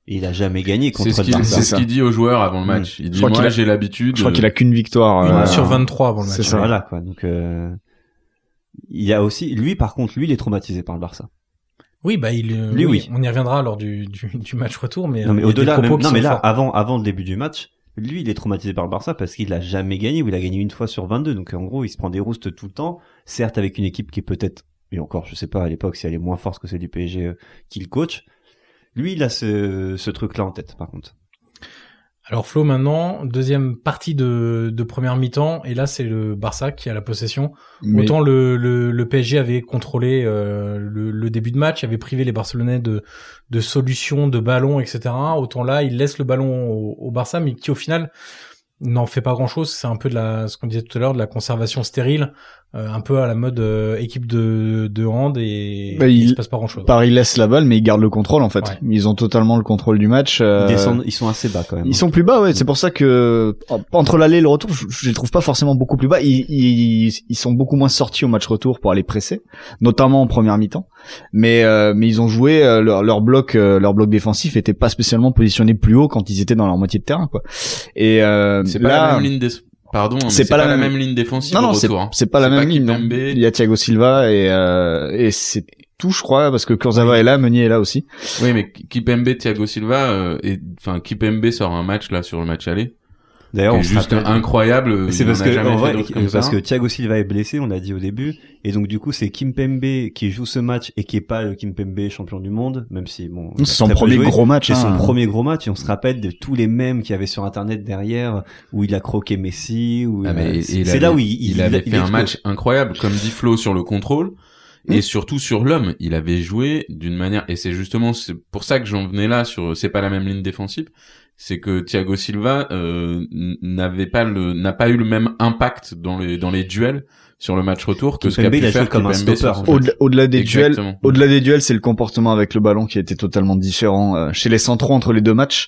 Speaker 2: Et il a jamais gagné contre
Speaker 3: C'est ce
Speaker 2: le
Speaker 3: qu'il
Speaker 2: Barça.
Speaker 3: c'est ce qu'il dit aux joueurs avant le match. Il dit
Speaker 4: Mm. crois qu'il
Speaker 3: moi
Speaker 4: a-
Speaker 3: j'ai l'habitude.
Speaker 4: je crois qu'il a qu'une victoire.
Speaker 1: Une
Speaker 4: euh,
Speaker 1: sur 23 avant le
Speaker 4: C'est
Speaker 1: match.
Speaker 4: ça.
Speaker 2: Voilà quoi. Donc euh, il y a aussi, lui par contre, lui il est traumatisé par le Barça.
Speaker 1: Oui, bah il, euh,
Speaker 2: Lui,
Speaker 1: oui,
Speaker 2: oui.
Speaker 1: on y reviendra lors du, du, du match retour, mais,
Speaker 2: Non mais
Speaker 1: euh, il y a des
Speaker 2: au-delà,
Speaker 1: propos
Speaker 2: même-
Speaker 1: qui
Speaker 2: non
Speaker 1: sont
Speaker 2: mais là,
Speaker 1: forts.
Speaker 2: avant, avant le début du match, lui il est traumatisé par le Barça parce qu'il a jamais gagné ou il a gagné une fois sur 22, donc en gros il se prend des roustes tout le temps. Certes avec une équipe qui est peut-être, et encore je sais pas à l'époque si elle est moins forte que celle du PSG euh, qu'il coach. Lui il a ce, ce truc là en tête par contre.
Speaker 1: Alors Flo maintenant, deuxième partie de, de première mi-temps, et là c'est le Barça qui a la possession.
Speaker 4: Mais-
Speaker 1: Autant le, le, le PSG avait contrôlé euh, le, le début de match, avait privé les Barcelonais de, de solutions, de ballons, etc. Autant là, il laisse le ballon au, au Barça, mais qui au final n'en fait pas grand-chose. C'est un peu de la, ce qu'on disait tout à l'heure, de la conservation stérile, euh, un peu à la mode euh, équipe de, de hand, et
Speaker 4: Bah,
Speaker 1: il,
Speaker 4: il-
Speaker 1: se passe pas grand-chose.
Speaker 4: Paris laisse la balle, mais ils gardent le contrôle en fait.
Speaker 1: Ouais.
Speaker 4: Ils ont totalement le contrôle du match. euh,
Speaker 2: Ils descendent, ils sont assez bas quand même. hein.
Speaker 4: Ils sont plus bas, ouais. C'est pour ça que en- entre l'aller et le retour, je, je les trouve pas forcément beaucoup plus bas. Ils, ils, ils sont beaucoup moins sortis au match retour pour aller presser, notamment en première mi-temps. Mais euh, mais ils ont joué euh, leur, leur bloc euh, leur bloc défensif était pas spécialement positionné plus haut quand ils étaient dans leur moitié de terrain, quoi. Et euh,
Speaker 3: C'est pas la
Speaker 4: là,
Speaker 3: même ligne des... Pardon, hein, mais
Speaker 4: c'est
Speaker 3: c'est
Speaker 4: pas
Speaker 3: pas,
Speaker 4: la
Speaker 3: la
Speaker 4: même-
Speaker 3: même ligne défensive
Speaker 4: non non,
Speaker 3: au
Speaker 4: c'est
Speaker 3: retour. hein.
Speaker 4: c'est pas la même ligne. non.
Speaker 3: Kipembe.
Speaker 4: Il y a Thiago Silva et euh, et c'est tout, je crois, parce que Kurzawa est là, Meunier est là aussi.
Speaker 3: Oui, mais Kipembe, Thiago Silva, euh, et enfin Kipembe sort un match là sur le match aller,
Speaker 2: D'ailleurs
Speaker 3: qui est
Speaker 2: on se
Speaker 3: juste
Speaker 2: rappelle-
Speaker 3: incroyable.
Speaker 2: C'est
Speaker 3: il
Speaker 2: parce
Speaker 3: en a
Speaker 2: que
Speaker 3: jamais
Speaker 2: en
Speaker 3: fait
Speaker 2: vrai,
Speaker 3: d'autres comme
Speaker 2: parce
Speaker 3: ça.
Speaker 2: que Thiago Silva est blessé, on l'a dit au début, et donc du coup c'est Kimpembe qui joue ce match et qui est pas le Kimpembe champion du monde, même si bon. il a
Speaker 4: C'est son
Speaker 2: très peu
Speaker 4: premier
Speaker 2: joué.
Speaker 4: gros match.
Speaker 2: C'est
Speaker 4: hein.
Speaker 2: son premier gros match et on se rappelle de tous les mèmes qu'il y avait sur internet derrière où il a croqué Messi ou
Speaker 3: Ah, mais il- il
Speaker 2: Euh, c'est
Speaker 3: avait-
Speaker 2: là où il,
Speaker 3: il avait fait un
Speaker 2: explose.
Speaker 3: match incroyable, comme dit Flo sur le contrôle et surtout sur l'homme. Il avait joué d'une manière et c'est justement c'est pour ça que j'en venais là sur c'est pas la même ligne défensive. C'est que Thiago Silva euh, n- n'avait pas le n'a pas eu le même impact dans les dans les duels sur le match retour que ce qu'a
Speaker 2: Kimpembe,
Speaker 3: pu
Speaker 2: il a joué
Speaker 3: faire
Speaker 2: comme un
Speaker 3: Kimpembe sur
Speaker 2: stopper,
Speaker 3: son
Speaker 2: en
Speaker 3: match.
Speaker 4: Au-delà- Au-delà des duels,
Speaker 3: Exactement.
Speaker 4: Au-delà des duels, c'est le comportement avec le ballon qui était totalement différent euh, chez les centraux entre les deux matchs,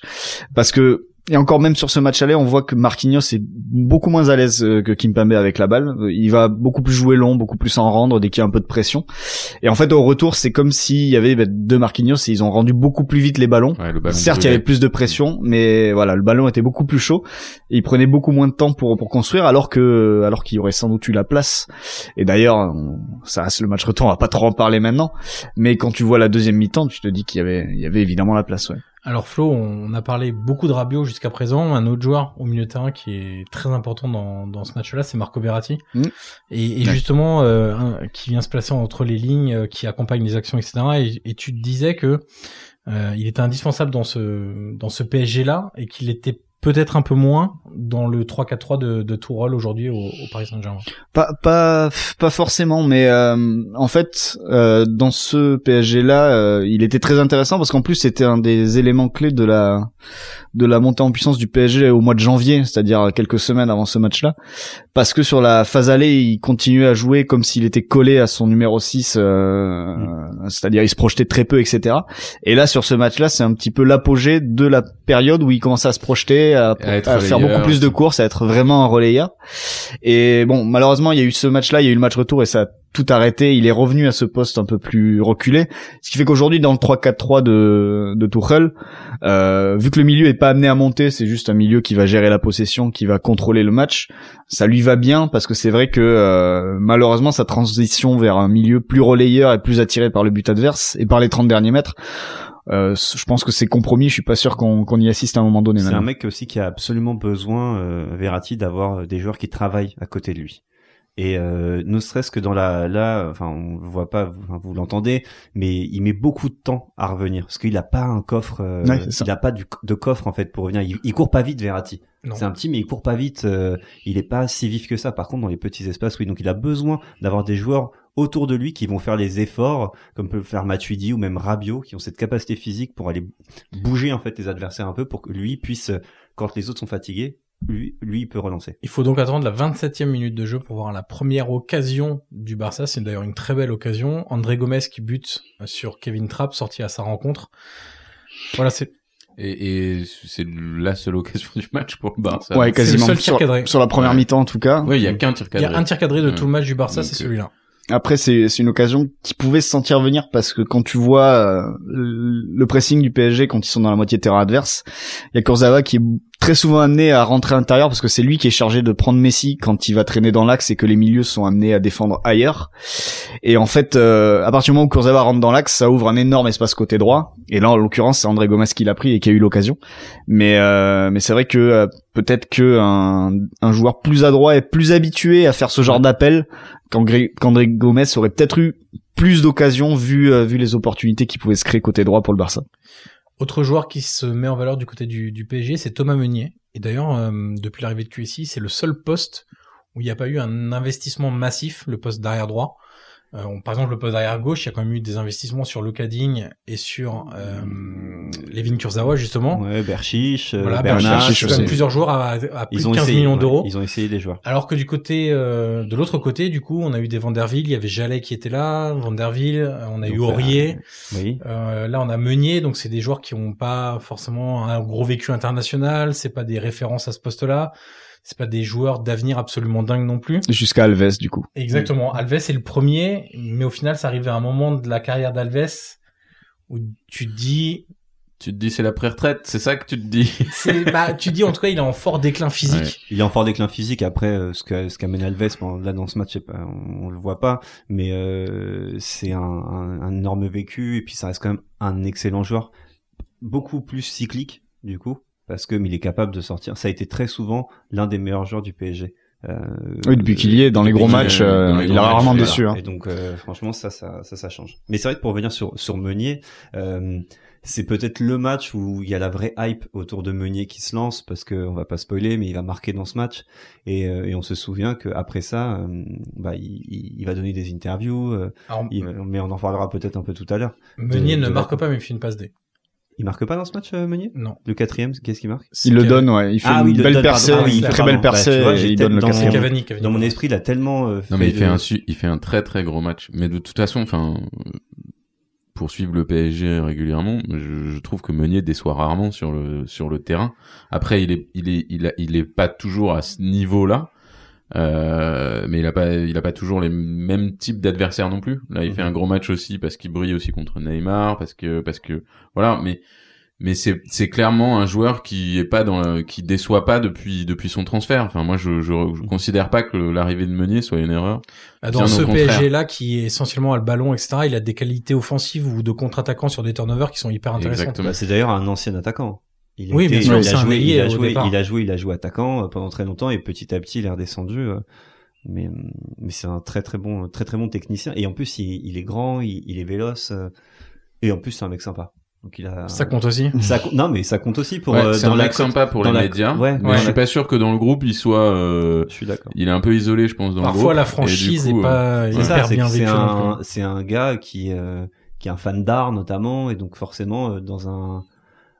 Speaker 4: parce que et encore même sur ce match aller, on voit que Marquinhos est beaucoup moins à l'aise euh, que Kimpembe avec la balle. Euh, Il va beaucoup plus jouer long, beaucoup plus en rendre dès qu'il y a un peu de pression. Et en fait, au retour, c'est comme s'il y avait bah, deux Marquinhos et ils ont rendu beaucoup plus vite les ballons.
Speaker 3: Ouais, le ballon
Speaker 4: Certes, il y
Speaker 3: brûlé.
Speaker 4: avait plus de pression, mais voilà, le ballon était beaucoup plus chaud. Et il prenait beaucoup moins de temps pour pour construire, alors que alors qu'il y aurait sans doute eu la place. Et d'ailleurs, on- ça reste le match retour, on va pas trop en parler maintenant. Mais quand tu vois la deuxième mi-temps, tu te dis qu'il y avait il y avait évidemment la place. Ouais.
Speaker 1: Alors Flo, on a parlé beaucoup de Rabiot jusqu'à présent. Un autre joueur au milieu de terrain qui est très important dans, dans ce match-là, c'est Marco Verratti.
Speaker 4: Mm.
Speaker 1: Et, et justement, euh, un- qui vient se placer entre les lignes, euh, qui accompagne les actions, etc. Et, et tu te disais que euh, il était indispensable dans ce dans ce PSG-là et qu'il était peut-être un peu moins dans le 3-4-3 de, de Tourol aujourd'hui au, au Paris Saint-Germain.
Speaker 4: Pas pas pas forcément, mais euh, en fait, euh, dans ce PSG là, euh, il était très intéressant parce qu'en plus c'était un des éléments clés de la de la montée en puissance du PSG au mois de janvier, c'est-à-dire quelques semaines avant ce match-là, parce que sur la phase allée, il continuait à jouer comme s'il était collé à son numéro 6, euh,
Speaker 3: Mm.
Speaker 4: c'est-à-dire il se projetait très peu, etc. Et là, sur ce match-là, c'est un petit peu l'apogée de la période où il commençait à se projeter, à,
Speaker 3: À être
Speaker 4: à faire
Speaker 3: relayeur.
Speaker 4: beaucoup plus de courses, à être vraiment un relayeur. Et bon, malheureusement, il y a eu ce match-là, il y a eu le match retour et ça a tout arrêté. Il est revenu à ce poste un peu plus reculé, ce qui fait qu'aujourd'hui, dans le 3-4-3 de, de Tuchel, euh, vu que le milieu est pas amené à monter, c'est juste un milieu qui va gérer la possession, qui va contrôler le match. Ça lui va bien parce que c'est vrai que euh, malheureusement sa transition vers un milieu plus relayeur et plus attiré par le but adverse et par les 30 derniers mètres, euh, c- je pense que c'est compromis. Je suis pas sûr qu'on qu'on y assiste à un moment donné.
Speaker 2: C'est
Speaker 4: maintenant.
Speaker 2: un mec aussi qui a absolument besoin, euh, Verratti, d'avoir des joueurs qui travaillent à côté de lui. Et euh, ne serait-ce que dans la, là, enfin, on le voit pas, vous, enfin, vous l'entendez, mais il met beaucoup de temps à revenir parce qu'il a pas un coffre, euh,
Speaker 4: Ouais, c'est ça.
Speaker 2: il a pas du, de coffre en fait pour revenir. Il, il court pas vite, Verratti.
Speaker 1: Non.
Speaker 2: C'est un petit, mais il court pas vite. euh, il est pas si vif que ça. Par contre, dans les petits espaces, oui. Donc, il a besoin d'avoir des joueurs autour de lui qui vont faire les efforts, comme peut le faire Matuidi ou même Rabiot, qui ont cette capacité physique pour aller bouger en fait les adversaires un peu pour que lui puisse, euh, quand les autres sont fatigués, lui, lui il peut relancer.
Speaker 1: Il faut donc attendre la 27e minute de jeu pour voir la première occasion du Barça. C'est d'ailleurs une très belle occasion. André Gomez qui bute euh, sur Kevin Trapp, sorti à sa rencontre. Voilà, c'est
Speaker 3: Et, et c'est la seule occasion du match pour le Barça.
Speaker 4: ouais,
Speaker 1: c'est le
Speaker 4: quasiment
Speaker 1: seul tir
Speaker 4: sur,
Speaker 1: cadré.
Speaker 4: sur la première
Speaker 3: Ouais.
Speaker 4: mi-temps en tout cas.
Speaker 3: Oui, il y a qu'un tir
Speaker 1: Il y
Speaker 3: cadré.
Speaker 1: a un tir cadré de
Speaker 3: Ouais.
Speaker 1: tout le match du Barça,
Speaker 3: Donc,
Speaker 1: c'est
Speaker 3: euh,
Speaker 1: celui-là.
Speaker 4: Après, c'est c'est une occasion qui pouvait se sentir venir parce que quand tu vois euh, le pressing du PSG quand ils sont dans la moitié de terrain adverse, il y a Kurzawa qui est très souvent amené à rentrer à l'intérieur parce que c'est lui qui est chargé de prendre Messi quand il va traîner dans l'axe et que les milieux sont amenés à défendre ailleurs. Et en fait, euh, à partir du moment où Kurzawa rentre dans l'axe, ça ouvre un énorme espace côté droit. Et là, en l'occurrence, c'est André Gomes qui l'a pris et qui a eu l'occasion. Mais euh, mais c'est vrai que euh, peut-être que un, un joueur plus adroit et plus habitué à faire ce genre d'appel qu'André qu'André Gomes aurait peut-être eu plus d'occasions vu euh, vu les opportunités qui pouvaient se créer côté droit pour le Barça.
Speaker 1: Autre joueur qui se met en valeur du côté du, du PSG, c'est Thomas Meunier. Et d'ailleurs, euh, depuis l'arrivée de QSI, c'est le seul poste où il n'y a pas eu un investissement massif, le poste d'arrière droit. Euh, on- par exemple, le poste d'arrière gauche, il y a quand même eu des investissements sur Lucading et sur euh, Levin Kurzawa, justement.
Speaker 2: Ouais, Berchiche, euh,
Speaker 1: voilà,
Speaker 2: Bernard,
Speaker 1: Berchiche,
Speaker 4: je
Speaker 1: Ah, quand même
Speaker 4: sais.
Speaker 1: plusieurs joueurs à, à plus
Speaker 2: ils
Speaker 1: de
Speaker 2: ont
Speaker 1: 15
Speaker 2: essayé,
Speaker 1: millions
Speaker 2: ouais,
Speaker 1: d'euros.
Speaker 2: Ils ont essayé des joueurs.
Speaker 1: Alors que du côté, euh, de l'autre côté, du coup, on a eu des Vanderville, il y avait Jallet qui était là, Vanderville, euh, on a
Speaker 2: Donc,
Speaker 1: eu Aurier,
Speaker 2: Oui.
Speaker 1: euh, là on a Meunier, donc c'est des joueurs qui n'ont pas forcément un gros vécu international, c'est pas des références à ce poste-là, c'est pas des joueurs d'avenir absolument dingues non plus.
Speaker 4: Jusqu'à Alves du coup.
Speaker 1: Exactement,
Speaker 2: Mm.
Speaker 1: Alves est le premier, mais au final, ça arrive à un moment de la carrière d'Alves où tu te dis,
Speaker 3: Tu te dis c'est la pré-retraite, c'est ça que tu te dis.
Speaker 1: c'est, bah, tu te dis en tout cas, il est en fort déclin physique.
Speaker 2: Il est en fort déclin physique. Après, euh, ce que ce qu'amène Alves, bon, là dans ce match, je sais pas, on, on le voit pas, mais euh, c'est un, un- un énorme vécu et puis ça reste quand même un excellent joueur, beaucoup plus cyclique du coup, parce que mais il est capable de sortir. Ça a été très souvent l'un des meilleurs joueurs du PSG. Euh,
Speaker 4: Oui, depuis qu'il y est dans les gros
Speaker 3: Depuis qu'il est
Speaker 4: matchs,
Speaker 3: dans
Speaker 4: euh,
Speaker 3: les
Speaker 4: il est
Speaker 3: grands matchs,
Speaker 4: rarement
Speaker 3: il est là.
Speaker 4: déçu. hein.
Speaker 2: Et donc, euh, franchement, ça, ça, ça, ça change. Mais c'est vrai que pour revenir sur, sur Meunier, euh, c'est peut-être le match où il y a la vraie hype autour de Meunier qui se lance, parce que on va pas spoiler, mais il va marquer dans ce match. Et, euh, et on se souvient qu'après ça, euh, bah, il, il- il va donner des interviews, euh,
Speaker 1: Alors,
Speaker 2: il- mais on en parlera peut-être un peu tout à l'heure.
Speaker 1: Meunier
Speaker 2: de-
Speaker 1: ne
Speaker 2: de
Speaker 1: marque
Speaker 2: la-
Speaker 1: pas, mais il fait une passe D.
Speaker 2: Il marque pas dans ce match, euh, Meunier
Speaker 1: Non.
Speaker 2: Le quatrième, qu'est-ce qu'il marque
Speaker 1: C'est
Speaker 4: Il le
Speaker 1: Cavani.
Speaker 4: donne, ouais. Il fait
Speaker 2: Ah oui, il
Speaker 4: une
Speaker 2: le
Speaker 4: belle
Speaker 2: donne,
Speaker 4: percée,
Speaker 1: pardon. Ah oui,
Speaker 4: une très
Speaker 1: pardon.
Speaker 4: belle
Speaker 2: Bah,
Speaker 4: percée,
Speaker 2: tu vois,
Speaker 4: et il
Speaker 2: j'étais
Speaker 4: donne le
Speaker 2: dans mon-
Speaker 1: C'est
Speaker 4: quatrième.
Speaker 1: Cavani, Cavani.
Speaker 2: Dans mon esprit, il a tellement... euh,
Speaker 3: Non mais il
Speaker 2: de-
Speaker 3: fait un su- il fait un très très gros match. Mais de toute façon, enfin poursuivre le PSG régulièrement, je, je trouve que Meunier déçoit rarement sur le sur le terrain. Après il est il est il a- il est pas toujours à ce niveau-là. Euh, mais il a pas il a pas toujours les mêmes types d'adversaires non plus. Là, il
Speaker 2: Mhm.
Speaker 3: fait un gros match aussi parce qu'il brille aussi contre Neymar parce que parce que voilà, mais mais c'est c'est clairement un joueur qui est pas dans la- qui déçoit pas depuis depuis son transfert. Enfin moi je je, je considère pas que l'arrivée de Meunier soit une erreur.
Speaker 1: Bah, Dans
Speaker 3: Bien
Speaker 1: ce
Speaker 3: au contraire.
Speaker 1: PSG là qui est essentiellement à le ballon, etc., il a des qualités offensives ou de contre-attaquant sur des turnovers qui sont hyper intéressantes.
Speaker 3: Exactement.
Speaker 2: Bah, c'est d'ailleurs un ancien attaquant. Il
Speaker 1: Oui,
Speaker 2: était-
Speaker 1: bien sûr,
Speaker 2: il
Speaker 1: c'est
Speaker 2: a
Speaker 1: un
Speaker 2: joué,
Speaker 1: ailier
Speaker 2: il a
Speaker 1: au
Speaker 2: joué,
Speaker 1: départ.
Speaker 2: il a joué, il a joué attaquant euh, pendant très longtemps et petit à petit il est redescendu. euh, Mais, mais c'est un très très bon, très très bon technicien. Et en plus, il, il est grand, il, il est véloce. euh, Et en plus, c'est un mec sympa. Donc il a.
Speaker 1: Ça compte aussi.
Speaker 2: Ça co- non, mais ça compte aussi pour
Speaker 3: Ouais,
Speaker 2: euh,
Speaker 3: c'est
Speaker 2: dans
Speaker 3: un
Speaker 2: la.
Speaker 3: mec sympa pour
Speaker 2: dans
Speaker 3: les
Speaker 2: la-
Speaker 3: médias.
Speaker 2: ouais,
Speaker 3: mais
Speaker 2: ouais.
Speaker 3: je suis pas sûr que dans le groupe il soit. euh,
Speaker 2: Je suis d'accord.
Speaker 3: il est un peu isolé, je pense, dans
Speaker 1: Parfois
Speaker 3: le
Speaker 1: la
Speaker 3: groupe. Et du
Speaker 1: franchise
Speaker 3: coup, euh,
Speaker 1: est pas
Speaker 2: euh, C'est ça,
Speaker 1: hyper
Speaker 2: c'est que
Speaker 1: bien
Speaker 2: c'est
Speaker 1: vécue. non
Speaker 2: un,
Speaker 1: plus.
Speaker 2: c'est un gars qui, euh, qui est un fan d'art notamment, et donc forcément euh, dans un.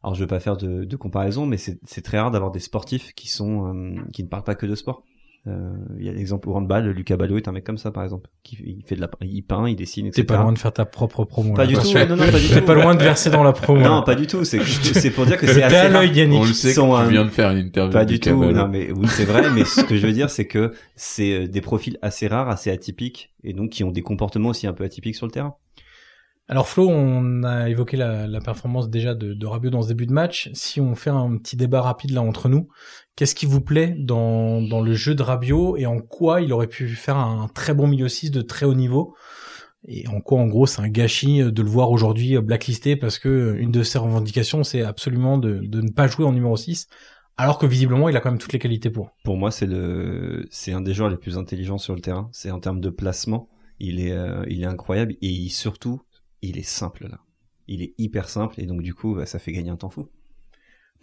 Speaker 2: Alors je vais pas faire de, de comparaison, mais c'est c'est très rare d'avoir des sportifs qui sont euh, qui ne parlent pas que de sport. Euh, Il y a l'exemple au handball, Lucas Ballot est un mec comme ça par exemple, qui il fait de la, il peint, il dessine, etc.
Speaker 1: T'es pas loin de faire ta propre promo.
Speaker 2: Pas
Speaker 1: là,
Speaker 2: du tout,
Speaker 1: parce que
Speaker 2: ouais, non, non, pas du
Speaker 1: T'es
Speaker 2: tout.
Speaker 1: pas loin de verser dans la promo.
Speaker 2: Non,
Speaker 1: là.
Speaker 2: pas du tout. C'est c'est pour dire que c'est assez
Speaker 1: T'as
Speaker 2: rare.
Speaker 1: l'œil Yannick.
Speaker 3: On le sait,
Speaker 2: Ils sont
Speaker 3: que
Speaker 2: un-
Speaker 3: tu viens de faire une interview.
Speaker 2: Pas
Speaker 3: de
Speaker 2: du tout.
Speaker 3: Cavallo.
Speaker 2: Non, mais oui, c'est vrai. Mais ce que je veux dire, c'est que c'est euh, des profils assez rares, assez atypiques, et donc qui ont des comportements aussi un peu atypiques sur le terrain.
Speaker 1: Alors Flo, on a évoqué la, la performance déjà de, de Rabiot dans ce début de match. Si on fait un petit débat rapide là entre nous, qu'est-ce qui vous plaît dans, dans le jeu de Rabiot et en quoi il aurait pu faire un très bon milieu 6 de très haut niveau et en quoi en gros c'est un gâchis de le voir aujourd'hui blacklisté parce que une de ses revendications c'est absolument de, de ne pas jouer en numéro 6 alors que visiblement il a quand même toutes les qualités pour.
Speaker 2: pour moi, c'est le, c'est un des joueurs les plus intelligents sur le terrain. C'est en termes de placement, il est, euh, il est incroyable et il- surtout, il est simple là. Il est hyper simple et donc du coup, bah, ça fait gagner un temps fou.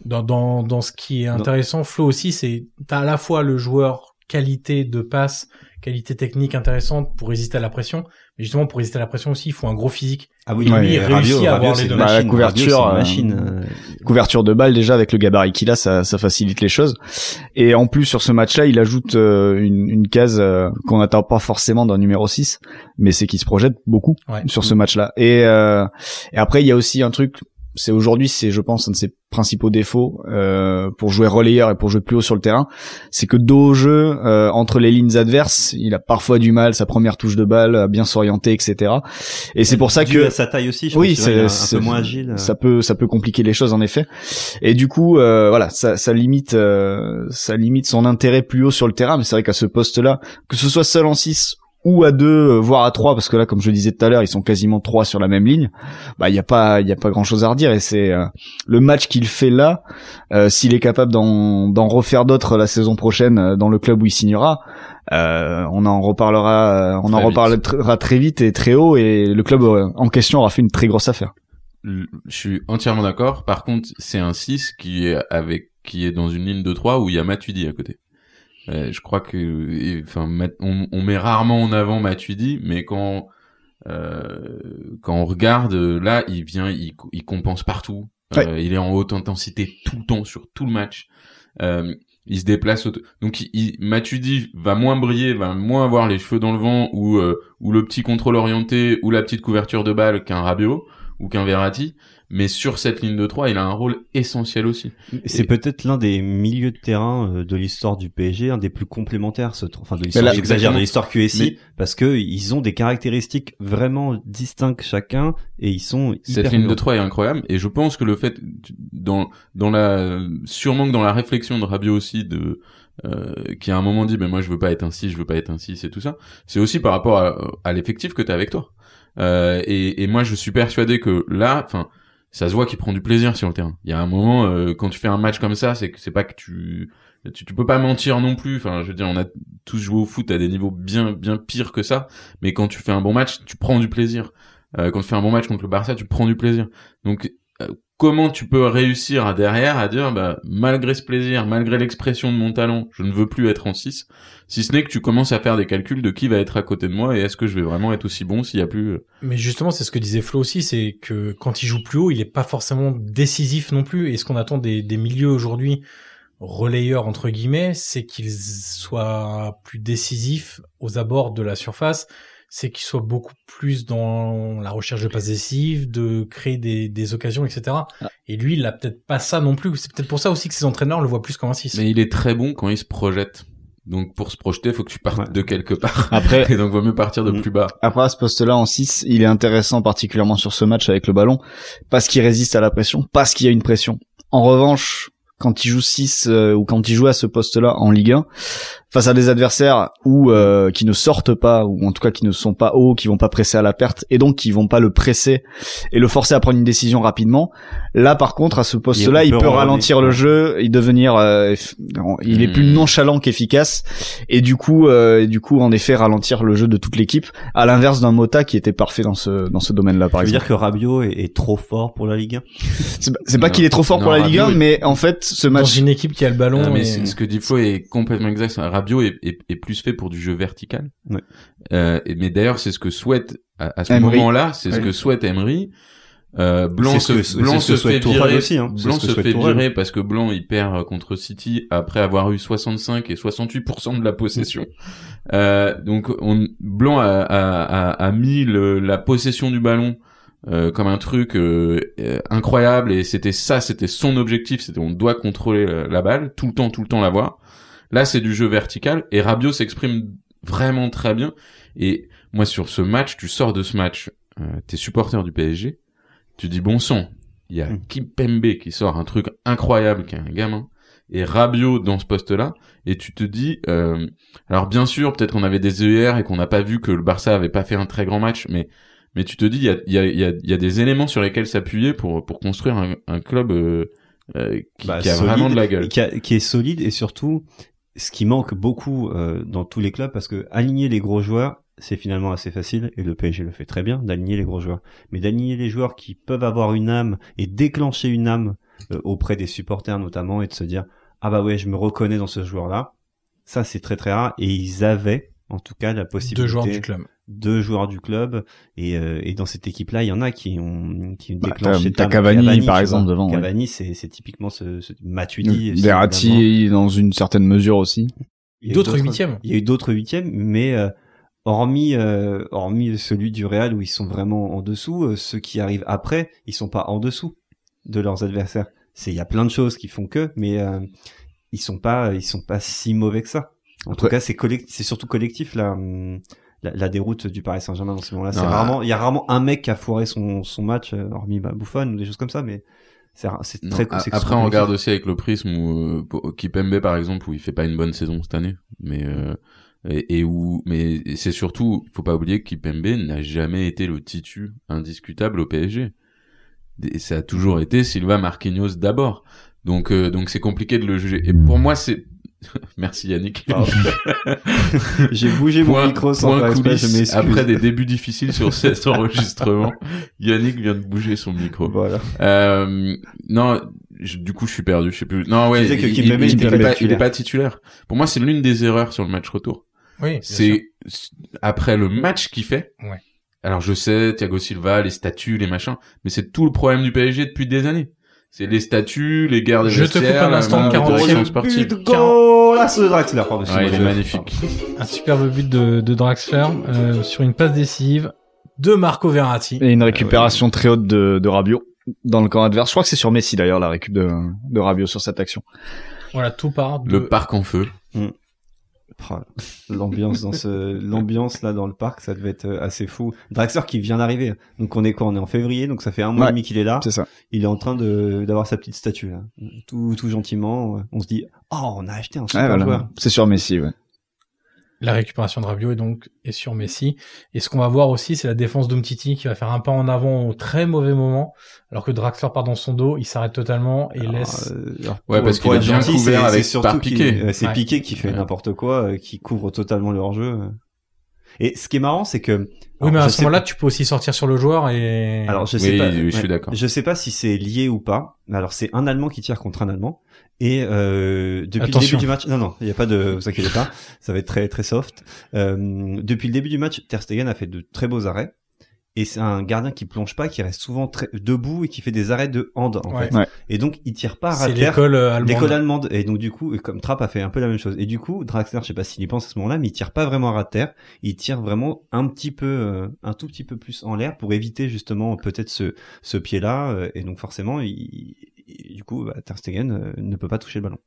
Speaker 1: dans, dans, dans ce qui est
Speaker 2: Non.
Speaker 1: intéressant, Flo aussi, c'est t'as à la fois le joueur qualité de passe, qualité technique intéressante pour résister à la pression, mais justement pour résister à la pression aussi, il faut un gros physique.
Speaker 2: Ah
Speaker 1: oui, lui, il
Speaker 2: mais
Speaker 1: réussit à avoir les
Speaker 2: c'est
Speaker 1: deux.
Speaker 2: une
Speaker 1: Bah,
Speaker 4: la
Speaker 2: machine.
Speaker 4: couverture,
Speaker 2: Radio, c'est une machine. euh,
Speaker 4: couverture de balle déjà avec le gabarit qu'il a ça, ça facilite les choses et en plus sur ce match là il ajoute euh, une, une case euh, qu'on n'attend pas forcément d'un numéro 6 mais c'est qu'il se projette beaucoup
Speaker 1: Ouais.
Speaker 4: sur ce match là et, euh, et après il y a aussi un truc c'est aujourd'hui, c'est je pense un de ses principaux défauts euh, pour jouer relayeur et pour jouer plus haut sur le terrain, c'est que dos au jeu, euh, entre les lignes adverses, il a parfois du mal sa première touche de balle à bien s'orienter, etc. Et c'est pour ça
Speaker 2: Dû
Speaker 4: que
Speaker 2: à sa taille aussi, je
Speaker 4: Oui,
Speaker 2: pense, il est un-
Speaker 4: c'est-
Speaker 2: un peu moins agile. euh,
Speaker 4: ça peut ça peut compliquer les choses en effet et du coup euh, voilà ça, ça limite euh, ça limite son intérêt plus haut sur le terrain mais c'est vrai qu'à ce poste là que ce soit seul en 6 ou à 2 voire à 3 parce que là comme je le disais tout à l'heure ils sont quasiment trois sur la même ligne bah il y a pas il y a pas grand chose à redire et c'est euh, le match qu'il fait là euh, s'il est capable d'en d'en refaire d'autres la saison prochaine euh, dans le club où il signera euh, on en reparlera euh, on
Speaker 3: Très
Speaker 4: en
Speaker 3: vite.
Speaker 4: reparlera très vite et très haut et le club euh, en question aura fait une très grosse affaire
Speaker 3: L- je suis entièrement d'accord. Par contre, c'est un 6 qui est avec qui est dans une ligne de 3 où il y a Matuidi à côté. Euh, je crois que et- enfin Mat- on, on met rarement en avant Matuidi, mais quand euh, quand on regarde euh, là, il vient, il, co- il compense partout. Euh, il est en haute intensité tout le temps sur tout le match. Euh, il se déplace. au- Donc il, il- Matuidi va moins briller, va moins avoir les cheveux dans le vent ou euh, ou le petit contrôle orienté ou la petite couverture de balle qu'un Rabiot ou qu'un Verratti, mais sur cette ligne de 3, il a un rôle essentiel aussi.
Speaker 2: C'est
Speaker 3: Et-
Speaker 2: peut-être l'un des milieux de terrain euh, de l'histoire du PSG, un des plus complémentaires, ce tr- enfin de
Speaker 4: là-
Speaker 2: l'histoire, j'exagère, de l'histoire QSI,
Speaker 3: Mais-
Speaker 2: parce que ils ont des caractéristiques vraiment distinctes chacun et ils sont
Speaker 3: Cette
Speaker 2: hyper
Speaker 3: ligne de
Speaker 2: complémentaires.
Speaker 3: 3 est incroyable et je pense que le fait dans dans la sûrement que dans la réflexion de Rabiot aussi de euh, qui à un moment dit mais moi je veux pas être ainsi, je veux pas être ainsi, c'est tout ça. C'est aussi par rapport à, à l'effectif que t'as avec toi. Euh, et, et moi je suis persuadé que là, enfin ça se voit qu'il prend du plaisir sur le terrain. Il y a un moment euh, quand tu fais un match comme ça, c'est que c'est pas que tu, tu tu peux pas mentir non plus. Enfin je veux dire on a tous joué au foot à des niveaux bien bien pires que ça, mais quand tu fais un bon match, tu prends du plaisir. Euh, quand tu fais un bon match contre le Barça, tu prends du plaisir. Donc euh, comment tu peux réussir à derrière à dire bah malgré ce plaisir, malgré l'expression de mon talent, je ne veux plus être en 6 si ce n'est que tu commences à faire des calculs de qui va être à côté de moi et est-ce que je vais vraiment être aussi bon s'il y a plus euh,
Speaker 1: Mais justement, c'est ce que disait Flo aussi, c'est que quand il joue plus haut, il est pas forcément décisif non plus. Et ce qu'on attend des, des milieux aujourd'hui, relayeurs entre guillemets, c'est qu'ils soient plus décisifs aux abords de la surface, c'est qu'ils soient beaucoup plus dans la recherche de passes décisives, de créer des, des occasions, etc. Et lui, il a peut-être pas ça non plus. C'est peut-être pour ça aussi que ses entraîneurs le voient plus comme un 6.
Speaker 3: mais il est très bon quand il se projette. Donc pour se projeter, faut que tu partes
Speaker 2: Ouais.
Speaker 3: de quelque part.
Speaker 4: Après,
Speaker 3: Et donc vaut mieux partir de
Speaker 2: Mm.
Speaker 3: plus bas.
Speaker 4: après à ce poste-là en 6, il est intéressant particulièrement sur ce match avec le ballon parce qu'il résiste à la pression, parce qu'il y a une pression. En revanche, quand il joue 6 euh, ou quand il joue à ce poste-là en Ligue 1 face à des adversaires ou euh, qui ne sortent pas ou en tout cas qui ne sont pas hauts, qui vont pas presser à la perte et donc qui vont pas le presser et le forcer à prendre une décision rapidement. Là par contre, à ce poste-là,
Speaker 2: Il
Speaker 4: il
Speaker 2: peut
Speaker 4: peut
Speaker 2: rendre-
Speaker 4: ralentir le jeu et devenir euh, eff- il est plus
Speaker 3: Hmm.
Speaker 4: nonchalant qu'efficace et du coup euh, et du coup en effet ralentir le jeu de toute l'équipe à l'inverse d'un Mota qui était parfait dans ce dans ce domaine-là par
Speaker 2: Tu veux
Speaker 4: exemple.
Speaker 2: dire que Rabiot est, est trop fort pour la Ligue 1
Speaker 4: C'est pas- C'est pas
Speaker 3: Non.
Speaker 4: qu'il est trop fort
Speaker 3: Non,
Speaker 4: pour la Ligue 1
Speaker 3: Rabiot est-
Speaker 4: mais en fait ce
Speaker 1: Dans
Speaker 4: match
Speaker 1: une équipe qui a le ballon,
Speaker 3: Ah, mais
Speaker 1: et-
Speaker 3: c'est- ce que dit Flo est complètement exact. Rabiot est, est, est plus fait pour du jeu vertical.
Speaker 2: Ouais.
Speaker 3: Euh, et- mais d'ailleurs, c'est ce que souhaite à, à ce
Speaker 4: Emery.
Speaker 3: moment-là, c'est ce
Speaker 4: Oui.
Speaker 3: que souhaite Emery. Euh, Blanc
Speaker 2: C'est
Speaker 3: se,
Speaker 2: ce que-
Speaker 3: Blanc
Speaker 2: c'est ce que
Speaker 3: se fait
Speaker 2: souhaite Tourelle
Speaker 3: virer.
Speaker 2: aussi, hein. C'est
Speaker 3: Blanc
Speaker 2: ce que
Speaker 3: se
Speaker 2: souhaite
Speaker 3: fait
Speaker 2: Tourelle.
Speaker 3: virer parce que Blanc il perd euh, contre City après avoir eu 65 et 68 de la possession. Euh, donc on, Blanc a, a, a, a mis le- la possession du ballon euh, comme un truc euh, euh, incroyable et c'était ça, c'était son objectif, c'était on doit contrôler la, la balle tout le temps, tout le temps la voir. Là c'est du jeu vertical et Rabiot s'exprime vraiment très bien et moi sur ce match, tu sors de ce match, euh, t'es supporter du PSG, tu dis bon sang, il y a
Speaker 2: Mm.
Speaker 3: Kimpembe qui sort un truc incroyable qui est un gamin et Rabiot dans ce poste-là et tu te dis euh, alors bien sûr peut-être qu'on avait des ER et qu'on n'a pas vu que le Barça avait pas fait un très grand match mais mais tu te dis il y a il y a il y a, il y a des éléments sur lesquels s'appuyer pour pour construire un, un club euh, euh, qui,
Speaker 2: Bah,
Speaker 3: qui a
Speaker 2: solide,
Speaker 3: vraiment de la gueule.
Speaker 2: Qui, a- qui est solide et surtout ce qui manque beaucoup euh, dans tous les clubs parce que aligner les gros joueurs c'est finalement assez facile et le PSG le fait très bien d'aligner les gros joueurs mais d'aligner les joueurs qui peuvent avoir une âme et déclencher une âme euh, auprès des supporters notamment et de se dire ah bah ouais je me reconnais dans ce joueur là ça c'est très très rare et ils avaient en tout cas la possibilité
Speaker 1: deux joueurs du club.
Speaker 2: deux joueurs du club et, euh, et dans cette équipe là il y en a qui ont qui
Speaker 4: Bah,
Speaker 2: déclenchent
Speaker 4: t'as-
Speaker 2: cette
Speaker 4: t'as
Speaker 2: arme.
Speaker 4: Cavani,
Speaker 2: tu
Speaker 4: par
Speaker 2: vois.
Speaker 4: exemple, devant, ouais.
Speaker 2: Cavani c'est c'est typiquement ce, ce Matuidi aussi, évidemment.
Speaker 4: Verratti dans une certaine mesure aussi.
Speaker 2: Il y a eu
Speaker 1: D'autres huitièmes.
Speaker 2: il y a eu d'autres huitièmes mais euh, hormis euh, hormis celui du Real où ils sont vraiment en dessous euh, ceux qui arrivent après ils sont pas en dessous de leurs adversaires. C'est il y a plein de choses qui font que, mais euh, ils sont pas ils sont pas si mauvais que ça. En tout
Speaker 4: Ouais.
Speaker 2: cas, c'est collect- c'est surtout collectif là. hum, La, la déroute du Paris Saint-Germain dans ce moment-là, c'est
Speaker 3: Non,
Speaker 2: rarement, il y a rarement un mec qui a foiré son, son match, euh, hormis bah, Buffon ou des choses comme ça, mais c'est ra- c'est
Speaker 3: Non,
Speaker 2: très.
Speaker 3: a-
Speaker 2: c'est
Speaker 3: après,
Speaker 2: surtout
Speaker 3: on regarde
Speaker 2: collectif.
Speaker 3: aussi avec le prisme où euh, pour- Kipembe, par exemple, où il fait pas une bonne saison cette année, mais euh, et, et où, mais c'est surtout, faut pas oublier que Kipembe n'a jamais été le titu indiscutable au PSG. Et ça a toujours été Silva Marquinhos d'abord. Donc, euh, donc c'est compliqué de le juger. Et pour moi, c'est Merci Yannick.
Speaker 2: J'ai bougé mon
Speaker 3: Point-
Speaker 2: micro sans
Speaker 3: point
Speaker 2: faire exprès, je
Speaker 3: coulisses.
Speaker 2: m'excuse.
Speaker 3: Après des débuts difficiles sur cet enregistrement, Yannick vient de bouger son micro.
Speaker 2: Voilà.
Speaker 3: Euh, non, je- du coup, je suis perdu. Je sais plus. Non, ouais,
Speaker 2: disais que
Speaker 3: il,
Speaker 2: Kim
Speaker 3: il-
Speaker 2: Pembe
Speaker 3: il-
Speaker 2: était
Speaker 3: il est pas,
Speaker 2: titulaire.
Speaker 3: il est pas titulaire. Pour moi, c'est l'une des erreurs sur le match retour.
Speaker 1: Oui, bien sûr.
Speaker 3: C'est après le match qu'il fait.
Speaker 1: Ouais.
Speaker 3: Alors, je sais, Thiago Silva, les statuts, les machins, mais c'est tout le problème du PSG depuis des années. C'est les statuts, les guerres des
Speaker 1: Je te coupe
Speaker 3: vestiaires,
Speaker 1: un
Speaker 3: la
Speaker 1: instant,
Speaker 3: manque de
Speaker 1: 40.
Speaker 3: direction
Speaker 1: Le
Speaker 3: sportive.
Speaker 2: Goal à oh, ce Draxler, pardon.
Speaker 3: Ouais, il est magnifique.
Speaker 1: Un superbe but de, de Draxler euh, sur une passe décisive de Marco Verratti.
Speaker 4: Et une récupération très haute de, de Rabiot dans le camp adverse. Je crois que c'est sur Messi d'ailleurs la récup de, de Rabiot sur cette action.
Speaker 1: Voilà, tout part de...
Speaker 3: Le parc en feu.
Speaker 2: Oh, L'ambiance dans ce, l'ambiance là dans le parc, ça devait être euh, assez fou. Draxler qui vient d'arriver. Donc on est quoi On est en février, donc ça fait un mois
Speaker 4: Ouais.
Speaker 2: et demi qu'il est là.
Speaker 4: C'est ça.
Speaker 2: Il est en train de d'avoir sa petite statue là, tout tout gentiment. euh, On se dit, oh, on a acheté un super
Speaker 4: Ouais, voilà.
Speaker 2: joueur.
Speaker 4: C'est sur Messi. Ouais.
Speaker 1: La récupération de Rabiot est donc est sur Messi. Et ce qu'on va voir aussi, c'est la défense d'Umtiti qui va faire un pas en avant au très mauvais moment, alors que Draxler part dans son dos, il s'arrête totalement et
Speaker 2: Alors,
Speaker 1: laisse.
Speaker 2: euh, alors,
Speaker 3: Ouais, parce
Speaker 2: pour
Speaker 3: qu'il
Speaker 2: être
Speaker 3: est bien
Speaker 2: gentil,
Speaker 3: couvert
Speaker 2: c'est-
Speaker 3: avec-
Speaker 2: c'est surtout
Speaker 3: par
Speaker 2: qu'il-
Speaker 3: Piqué.
Speaker 2: euh, C'est
Speaker 1: Ouais.
Speaker 2: Piqué qui fait
Speaker 3: Ouais.
Speaker 2: n'importe quoi, euh, qui couvre totalement le hors-jeu. euh. Et ce qui est marrant, c'est que.
Speaker 1: oui,
Speaker 2: alors,
Speaker 1: mais
Speaker 2: je
Speaker 1: à ce
Speaker 2: sais
Speaker 1: moment-là, tu peux aussi sortir sur le joueur et.
Speaker 2: Alors je sais
Speaker 3: Oui,
Speaker 2: pas.
Speaker 3: oui, je suis
Speaker 2: ouais.
Speaker 3: d'accord.
Speaker 2: Je sais pas si c'est lié ou pas. Mais alors c'est un Allemand qui tire contre un Allemand et euh, depuis le
Speaker 1: Attention.
Speaker 2: début du match, non non, il y a pas de, vous inquiétez pas, ça va être très très soft. Euh, depuis le début du match, Ter Stegen a fait de très beaux arrêts. Et c'est un gardien qui plonge pas, qui reste souvent très, debout et qui fait des arrêts de hand en
Speaker 1: Ouais.
Speaker 2: fait.
Speaker 4: Ouais.
Speaker 2: Et donc il tire pas à ras
Speaker 1: c'est
Speaker 2: de terre.
Speaker 1: l'école euh, allemande.
Speaker 2: L'école allemande. Et donc, du coup, et comme Trapp a fait un peu la même chose. Et du coup, Draxler, je sais pas s'il y pense à ce moment-là, mais il tire pas vraiment à ras de terre. Il tire vraiment un petit peu, euh, un tout petit peu plus en l'air pour éviter justement peut-être ce, ce pied-là. euh, Et donc, forcément, il, il- du coup, bah, Ter Stegen euh, ne peut pas toucher le ballon.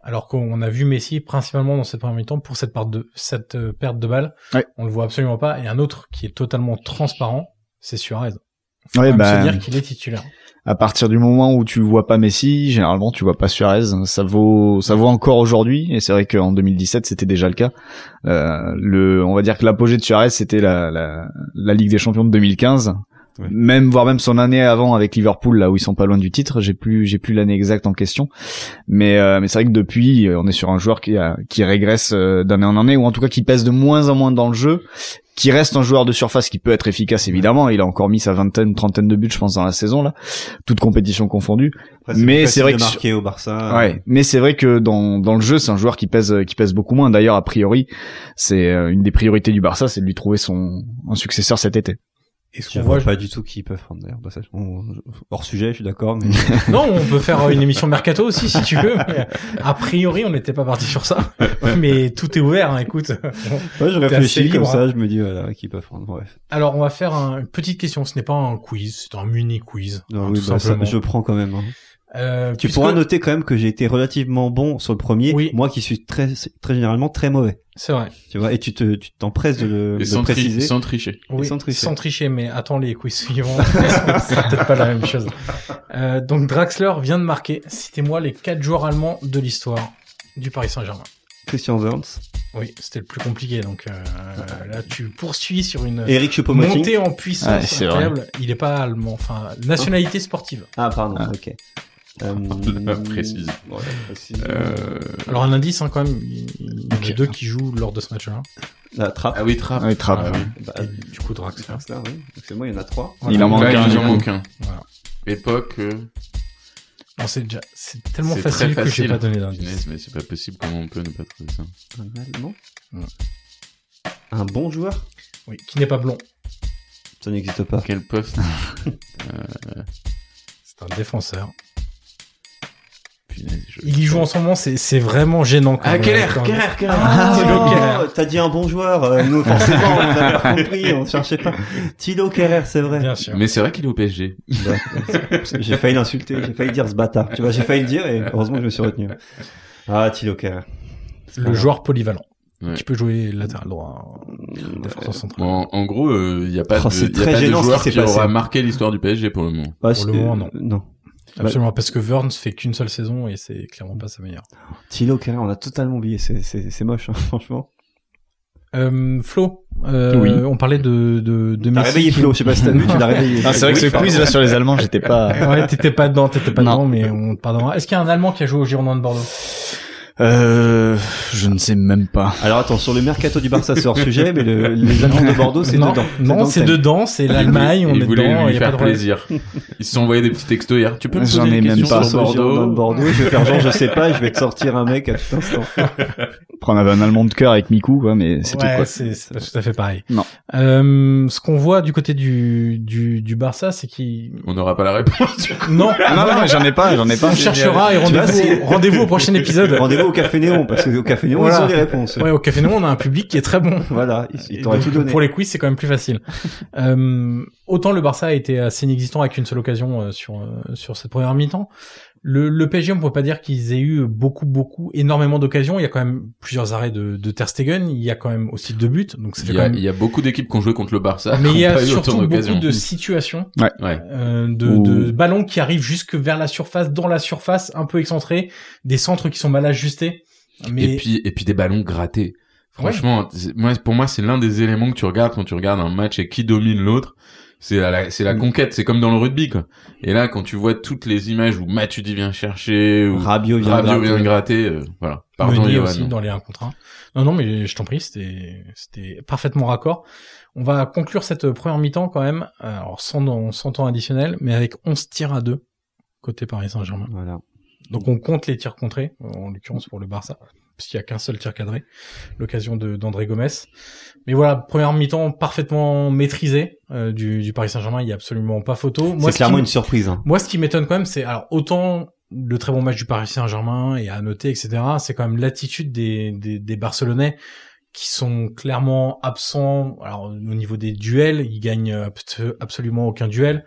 Speaker 1: Alors qu'on a vu Messi principalement dans cette première mi-temps pour cette, part de, cette euh, perte de balle.
Speaker 4: Ouais.
Speaker 1: On le voit absolument pas. Et un autre qui est totalement transparent, c'est Suarez. Faut
Speaker 2: Eh
Speaker 4: Ouais,
Speaker 1: quand même
Speaker 2: ben,
Speaker 4: bah,
Speaker 1: se dire qu'il est titulaire.
Speaker 4: À partir du moment où tu vois pas Messi, généralement tu vois pas Suarez. Ça vaut, ça vaut encore aujourd'hui. Et c'est vrai qu'en 2017 c'était déjà le cas. Euh, le, on va dire que l'apogée de Suarez c'était la, la, la Ligue des Champions de 2015.
Speaker 2: Ouais.
Speaker 4: Même voire même son année avant avec Liverpool là où ils sont pas loin du titre. J'ai plus, j'ai plus l'année exacte en question. Mais euh, mais c'est vrai que depuis euh, on est sur un joueur qui a, qui régresse euh, d'année en année ou en tout cas qui pèse de moins en moins dans le jeu qui reste un joueur de surface qui peut être efficace évidemment, il a encore mis sa vingtaine, trentaine de buts je pense dans la saison là, toute compétition confondue.
Speaker 2: Après, plus
Speaker 4: Mais c'est
Speaker 2: facile
Speaker 4: vrai
Speaker 2: de
Speaker 4: que
Speaker 2: marquer au Barça.
Speaker 4: Ah Ouais, mais c'est vrai que dans dans le jeu, c'est un joueur qui pèse qui pèse beaucoup moins d'ailleurs a priori, c'est euh, une des priorités du Barça, c'est de lui trouver son un successeur cet été.
Speaker 1: Et ce
Speaker 2: Je
Speaker 1: qu'on
Speaker 2: vois
Speaker 1: voit,
Speaker 2: pas du tout qui ils peuvent prendre d'ailleurs. Bah, ça, on- hors sujet, je suis d'accord, mais
Speaker 1: Non, on peut faire une émission mercato aussi si tu veux. mais a priori, on n'était pas parti sur ça, mais tout est ouvert. hein, écoute.
Speaker 2: ouais, je
Speaker 1: assez
Speaker 2: réfléchis comme
Speaker 1: libre, hein.
Speaker 2: ça, je me dis voilà, qui ils peuvent prendre. Bref,
Speaker 1: Alors, on va faire un- une petite question. Ce n'est pas un quiz, c'est un mini quiz.
Speaker 2: Non,
Speaker 1: hein,
Speaker 2: oui,
Speaker 1: tout
Speaker 2: bah, ça,
Speaker 1: simplement.
Speaker 2: je prends quand même. hein.
Speaker 1: Euh,
Speaker 2: Tu
Speaker 1: puisque-
Speaker 2: pourras noter quand même que j'ai été relativement bon sur le premier,
Speaker 1: Oui.
Speaker 2: moi qui suis très, très généralement très mauvais.
Speaker 1: C'est vrai.
Speaker 2: Tu vois, et tu te, tu t'empresses de le de
Speaker 3: Et sans,
Speaker 2: le
Speaker 3: tri-
Speaker 2: préciser.
Speaker 3: sans tricher.
Speaker 1: Oui,
Speaker 2: sans tricher.
Speaker 1: mais attends les quiz suivants. c'est peut-être pas la même chose. Euh, donc, Draxler vient de marquer. Citez-moi les quatre joueurs allemands de l'histoire du Paris Saint-Germain.
Speaker 2: Christian Wurz,
Speaker 1: Oui, c'était le plus compliqué. Donc, euh, là, tu poursuis sur une
Speaker 2: Eric Choupo-Moting.
Speaker 1: montée en puissance
Speaker 4: Ouais, c'est vrai.
Speaker 1: incroyable. Il est pas allemand. Enfin, nationalité sportive.
Speaker 2: Ah, pardon, ok. Euh,
Speaker 3: l'a précisé.
Speaker 2: ouais, précise.
Speaker 3: Euh,
Speaker 1: Alors un indice hein, quand même, il il y en a
Speaker 4: Ok.
Speaker 1: deux qui jouent lors de ce match-là.
Speaker 2: La trappe.
Speaker 3: Ah oui, Trapp.
Speaker 4: Ouais, Trapp.
Speaker 3: Ah oui.
Speaker 2: Bah,
Speaker 1: Et Du coup, Draxler.
Speaker 2: Draxler, oui. Donc c'est moi, il y en a trois.
Speaker 1: Voilà.
Speaker 4: Il en manque
Speaker 3: Là,
Speaker 4: un.
Speaker 3: il
Speaker 4: du
Speaker 3: en
Speaker 4: coup.
Speaker 3: manque un.
Speaker 1: Voilà.
Speaker 3: Époque. euh,
Speaker 1: Bon, c'est déjà, c'est tellement
Speaker 3: C'est
Speaker 1: facile,
Speaker 3: très
Speaker 1: que j'ai
Speaker 3: facile.
Speaker 1: pas donné d'indice.
Speaker 3: Punaise, mais c'est pas possible, comment on peut ne pas trouver ça
Speaker 2: Un allemand.
Speaker 1: Ouais.
Speaker 2: Un bon joueur.
Speaker 1: Oui, qui n'est pas blond.
Speaker 2: Ça n'existe pas.
Speaker 3: Quel poste
Speaker 1: C'est un défenseur.
Speaker 3: punaise, je-
Speaker 1: Ils y jouent en ce moment, c'est c'est vraiment gênant. quand
Speaker 3: Ah,
Speaker 1: même.
Speaker 3: Keller,
Speaker 1: Quand-
Speaker 3: Keller, Keller.
Speaker 1: Ah, Thilo Kerrer.
Speaker 2: T'as dit un bon joueur, euh, nous forcément on a pas compris, on cherchait pas. Tilo Kerrer, c'est vrai.
Speaker 1: Bien sûr.
Speaker 3: Mais c'est vrai qu'il est au PSG.
Speaker 2: J'ai failli l'insulter, j'ai failli dire ce bâtard. Tu vois, j'ai failli le dire et heureusement que je me suis retenu. Ah, Tilo Kerrer. C'est pas
Speaker 1: Le
Speaker 2: grave.
Speaker 1: joueur polyvalent.
Speaker 3: Ouais.
Speaker 1: Qui peut jouer latéral droit, défenseur central.
Speaker 3: Bon, en, en gros, euh, il n'y a pas
Speaker 2: Oh,
Speaker 3: de,
Speaker 2: c'est
Speaker 3: il y a
Speaker 2: très
Speaker 3: pas de
Speaker 2: gênant ce qui
Speaker 3: joueur
Speaker 2: s'est
Speaker 3: qui,
Speaker 2: passé.
Speaker 3: aura marqué l'histoire du PSG pour le moment.
Speaker 2: Bah,
Speaker 1: Pour le
Speaker 2: c'est-
Speaker 1: moment, non.
Speaker 2: Non.
Speaker 1: Absolument, parce que Verns fait qu'une seule saison et c'est clairement pas sa meilleure.
Speaker 2: Tilo Kerrer, on a totalement oublié. C'est, c'est, c'est moche, hein, franchement.
Speaker 1: Euh, Flo, euh,
Speaker 2: Oui.
Speaker 1: on parlait de, de, de
Speaker 2: T'as
Speaker 1: Messi
Speaker 2: réveillé
Speaker 1: qui-
Speaker 2: Flo, je sais pas si t'as vu, tu l'as réveillé.
Speaker 4: Ah, c'est vrai que ce quiz là sur les Allemands, j'étais pas.
Speaker 1: Ouais, t'étais pas dedans, t'étais pas
Speaker 4: Non.
Speaker 1: dedans, mais on te pardonnera. Est-ce qu'il y a un Allemand qui a joué au Girondin de Bordeaux
Speaker 4: Euh, je ne sais même pas.
Speaker 2: Alors attends, sur le mercato du Barça, c'est hors sujet, mais le, les Allemands de Bordeaux, c'est
Speaker 1: non,
Speaker 2: dedans. dans
Speaker 1: Non,
Speaker 2: le
Speaker 1: c'est
Speaker 2: thème.
Speaker 1: dedans, c'est l'Allemagne, on
Speaker 3: Ils
Speaker 1: est
Speaker 3: voulaient
Speaker 1: dedans, il
Speaker 3: lui
Speaker 1: y a pas
Speaker 3: faire
Speaker 1: de problème.
Speaker 3: plaisir. Ils se sont envoyés des petits textos hier. Tu peux me
Speaker 4: J'en
Speaker 3: poser
Speaker 4: ai
Speaker 3: une
Speaker 4: même
Speaker 3: question
Speaker 4: pas
Speaker 2: Pas
Speaker 3: sur
Speaker 2: sur
Speaker 3: Bordeaux
Speaker 2: Bordeaux. Bordeaux, je vais faire genre, je sais pas, je vais te sortir un mec à tout instant.
Speaker 4: Après, on avait un Allemand de cœur avec Miku, quoi, mais c'est
Speaker 1: Ouais,
Speaker 4: tout, quoi.
Speaker 1: c'est c'est pas tout à fait pareil.
Speaker 4: Non.
Speaker 1: Euh, ce qu'on voit du côté du, du, du Barça, c'est qu'il...
Speaker 3: On n'aura pas la réponse. du coup.
Speaker 1: Non,
Speaker 4: Ah, non, non, mais j'en ai pas, j'en ai pas.
Speaker 1: on cherchera et
Speaker 2: Tu vois,
Speaker 1: rendez-vous
Speaker 2: c'est-
Speaker 1: rendez au prochain épisode.
Speaker 2: Rendez-vous au Café Néon, parce qu'au Café Néon,
Speaker 1: Voilà.
Speaker 2: ils ont les réponses.
Speaker 1: Ouais, au Café Néon, on a un public qui est très bon.
Speaker 2: Voilà, ils,
Speaker 1: Et
Speaker 2: ils t'auraient
Speaker 1: donc,
Speaker 2: tout donné.
Speaker 1: Pour les quiz, c'est quand même plus facile. Euh, autant le Barça a été assez inexistant avec une seule occasion euh, sur euh, sur cette première mi-temps. Le, le PSG, on peut pas dire qu'ils aient eu beaucoup, beaucoup, énormément d'occasions. Il y a quand même plusieurs arrêts de, de Ter Stegen. Il y a quand même aussi deux buts, donc ça fait
Speaker 3: Il y, a,
Speaker 1: quand
Speaker 3: il
Speaker 1: même.
Speaker 3: y a beaucoup d'équipes qui ont joué contre le Barça.
Speaker 1: Mais il y
Speaker 3: qui ont
Speaker 1: a
Speaker 3: pas eu autant
Speaker 1: surtout beaucoup
Speaker 3: d'occasions.
Speaker 1: de situations,
Speaker 3: Ouais.
Speaker 1: euh, de, de ballons qui arrivent jusque vers la surface, dans la surface, un peu excentrés, des centres qui sont mal ajustés. Mais
Speaker 3: Et puis, et puis des ballons grattés. Franchement, c'est- moi, pour moi, c'est l'un des éléments que tu regardes quand tu regardes un match et qui domine l'autre. C'est la, la- c'est la
Speaker 1: Mm.
Speaker 3: conquête. C'est comme dans le rugby, quoi. Et là, quand tu vois toutes les images où Matuidi vient chercher, ou
Speaker 2: Rabiot vient
Speaker 3: Rabiot vient
Speaker 2: gratter.
Speaker 3: gratter, euh, voilà. Pardon,
Speaker 1: Meunier
Speaker 3: Johan.
Speaker 1: aussi dans les 1 contre 1. Non, non, mais je t'en prie, c'était, c'était parfaitement raccord. On va conclure cette première mi-temps quand même, euh, alors sans, sans temps additionnel, mais avec 11 tirs à 2 côté Paris Saint-Germain.
Speaker 2: Voilà.
Speaker 1: Donc on compte les tirs contrés, en l'occurrence pour le Barça, puisqu'il n'y a qu'un seul tir cadré, l'occasion de, d'André Gomes. Mais voilà, première mi-temps parfaitement maîtrisée euh, du, du Paris Saint-Germain, il n'y a absolument pas photo. Moi,
Speaker 2: C'est
Speaker 1: ce qui
Speaker 2: clairement
Speaker 1: me-
Speaker 2: une surprise. hein.
Speaker 1: moi, ce qui m'étonne quand même, c'est alors autant le très bon match du Paris Saint-Germain et à noter, etc. C'est quand même l'attitude des, des, des Barcelonais qui sont clairement absents. Alors au niveau des duels, ils gagnent abs- absolument aucun duel.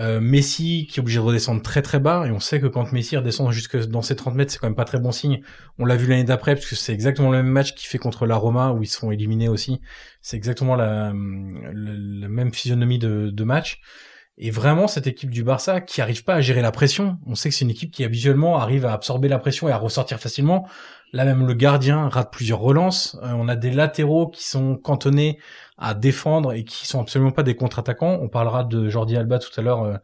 Speaker 1: Euh, Messi qui est obligé de redescendre très très bas et on sait que quand Messi redescend jusque dans ses 30 mètres c'est quand même pas très bon signe on l'a vu l'année d'après parce que c'est exactement le même match qu'il fait contre la Roma où ils se font éliminer aussi c'est exactement la, le- la même physionomie de, de match et vraiment cette équipe du Barça qui arrive pas à gérer la pression on sait que c'est une équipe qui habituellement arrive à absorber la pression et à ressortir facilement là même le gardien rate plusieurs relances Euh, on a des latéraux qui sont cantonnés à défendre et qui sont absolument pas des contre-attaquants. On parlera de Jordi Alba tout à l'heure, euh,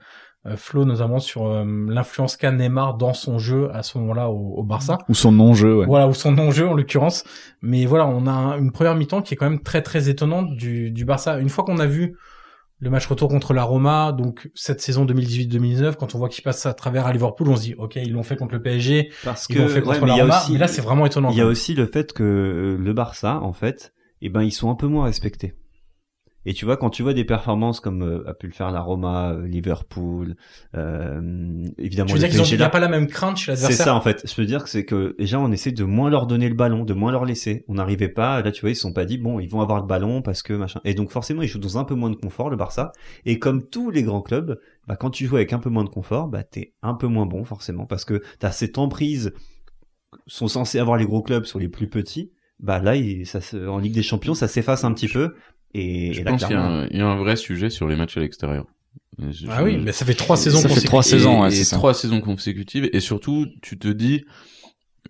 Speaker 1: euh, Flo notamment sur euh, l'influence qu'a Neymar dans son jeu à ce moment-là au, au Barça.
Speaker 4: Ou son non-jeu, ouais.
Speaker 1: Voilà, ou son non-jeu en l'occurrence. Mais voilà, on a un- une première mi-temps qui est quand même très très étonnante du, du Barça. Une fois qu'on a vu le match retour contre la Roma, donc cette saison 2018-2019, quand on voit qu'il passe à travers à Liverpool, on se dit ok, ils l'ont fait contre le PSG,
Speaker 2: Parce
Speaker 1: ils l'ont fait
Speaker 2: ouais,
Speaker 1: contre
Speaker 2: mais
Speaker 1: la
Speaker 2: il y a
Speaker 1: Roma.
Speaker 2: aussi-
Speaker 1: mais là, c'est vraiment étonnant.
Speaker 2: Il y a aussi le fait que euh, le Barça, en fait, eh ben, ils sont un peu moins respectés. Et tu vois, quand tu vois des performances comme euh, a pu le faire la Roma, euh, Liverpool, euh, évidemment,
Speaker 1: Tu veux
Speaker 2: le
Speaker 1: dire qu'ils ont
Speaker 2: PSG
Speaker 1: il y a
Speaker 2: là.
Speaker 1: pas la même crainte chez
Speaker 2: C'est
Speaker 1: l'adversaire
Speaker 2: ça en fait. Je peux dire que c'est que déjà on essaie de moins leur donner le ballon, de moins leur laisser. On n'arrivait pas. Là tu vois ils se sont pas dit bon ils vont avoir le ballon parce que machin. Et donc forcément ils jouent dans un peu moins de confort le Barça. Et comme tous les grands clubs, bah quand tu joues avec un peu moins de confort, bah t'es un peu moins bon forcément parce que t'as cette emprise que sont censés avoir les gros clubs sur les plus petits. Bah là il- ça se- en Ligue des Champions ça s'efface un petit peu. Et,
Speaker 3: Je
Speaker 2: et là,
Speaker 3: pense qu'il y, a
Speaker 2: clairement,
Speaker 3: un- il y a un vrai sujet sur les matchs à l'extérieur. Je-
Speaker 1: Ah oui,
Speaker 3: je-
Speaker 1: mais ça fait trois saisons
Speaker 4: Ça fait
Speaker 1: consécutives.
Speaker 4: trois saisons,
Speaker 3: et-
Speaker 4: ouais,
Speaker 3: et
Speaker 4: c'est ça.
Speaker 3: trois saisons consécutives et surtout tu te dis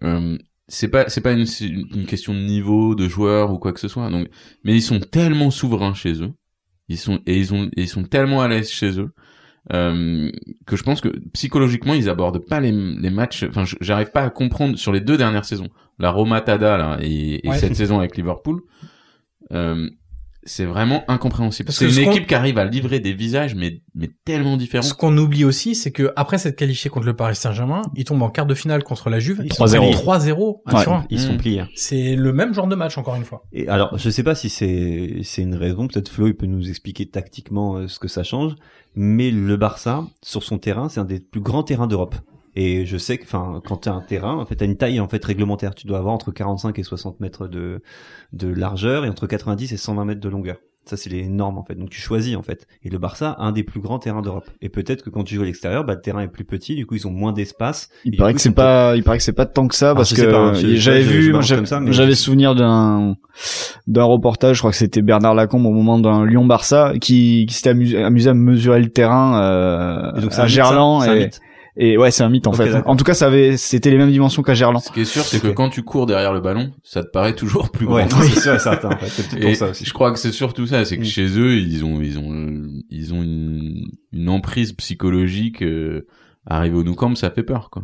Speaker 3: euh, c'est pas c'est pas une, une question de niveau de joueur ou quoi que ce soit donc mais ils sont tellement souverains chez eux ils sont et ils ont et ils sont tellement à l'aise chez eux euh, que je pense que psychologiquement ils abordent pas les, les matchs enfin je- j'arrive pas à comprendre sur les deux dernières saisons la Romatada là et, et
Speaker 1: Ouais.
Speaker 3: cette saison avec Liverpool euh, c'est vraiment incompréhensible
Speaker 1: Parce
Speaker 3: c'est
Speaker 1: que
Speaker 3: une
Speaker 1: ce qu'on-
Speaker 3: équipe qui arrive à livrer des visages mais mais tellement différents
Speaker 1: Ce qu'on oublie aussi, c'est que après s'être qualifié contre le Paris Saint-Germain, ils tombent en quart de finale contre la Juve. Ils sont
Speaker 4: 3-0.
Speaker 1: allés 3-0. à
Speaker 4: Ouais.
Speaker 1: Turin.
Speaker 2: ils sont
Speaker 3: Mm.
Speaker 2: pliés.
Speaker 1: C'est le même genre de match encore une fois.
Speaker 2: Et alors, je sais pas si c'est c'est une raison. Peut-être Flo, il peut nous expliquer tactiquement euh, ce que ça change. Mais le Barça, sur son terrain, c'est un des plus grands terrains d'Europe. Et je sais que, enfin, quand t'as un terrain, en fait, t'as une taille en fait réglementaire. Tu dois avoir entre 45 et 60 mètres de de largeur et entre 90 et 120 mètres de longueur. Ça, c'est les normes en fait. Donc tu choisis en fait. Et le Barça, a un des plus grands terrains d'Europe. Et peut-être que quand tu joues à l'extérieur, bah le terrain est plus petit. Du coup, ils ont moins d'espace. Et
Speaker 4: Il
Speaker 2: du
Speaker 4: paraît
Speaker 2: coup,
Speaker 4: que c'est
Speaker 2: ils sont
Speaker 4: pas, il paraît que c'est pas tant que ça parce
Speaker 2: je
Speaker 4: que
Speaker 2: sais pas, hein, je-
Speaker 4: euh, j'avais
Speaker 2: je- je-
Speaker 4: vu,
Speaker 2: je
Speaker 4: moi,
Speaker 2: balance
Speaker 4: j'avais
Speaker 2: comme ça, mais-
Speaker 4: j'avais souvenir d'un d'un reportage, je crois que c'était Bernard Lacombe au moment d'un Lyon Barça qui, qui s'était amusé, amusé à mesurer le terrain euh,
Speaker 2: Et donc, c'est
Speaker 4: à
Speaker 2: un mythe,
Speaker 4: Gerland
Speaker 2: ça C'est un
Speaker 4: et,
Speaker 2: mythe.
Speaker 4: et ouais c'est un mythe en
Speaker 2: Ok,
Speaker 4: fait.
Speaker 2: d'accord.
Speaker 4: En tout cas ça avait c'était les mêmes dimensions qu'à Gerland.
Speaker 3: Ce qui est sûr, c'est que
Speaker 2: Ok.
Speaker 3: quand tu cours derrière le ballon, ça te paraît toujours plus
Speaker 2: Ouais,
Speaker 3: grand.
Speaker 2: c'est sûr et certain. En fait. C'est peut-être
Speaker 3: Et
Speaker 2: pour ça aussi.
Speaker 3: je crois que c'est surtout ça, c'est que
Speaker 2: Mm.
Speaker 3: chez eux, ils ont, ils ont, ils ont une, une emprise psychologique. Euh, arriver au Nou Camp, ça fait peur, quoi.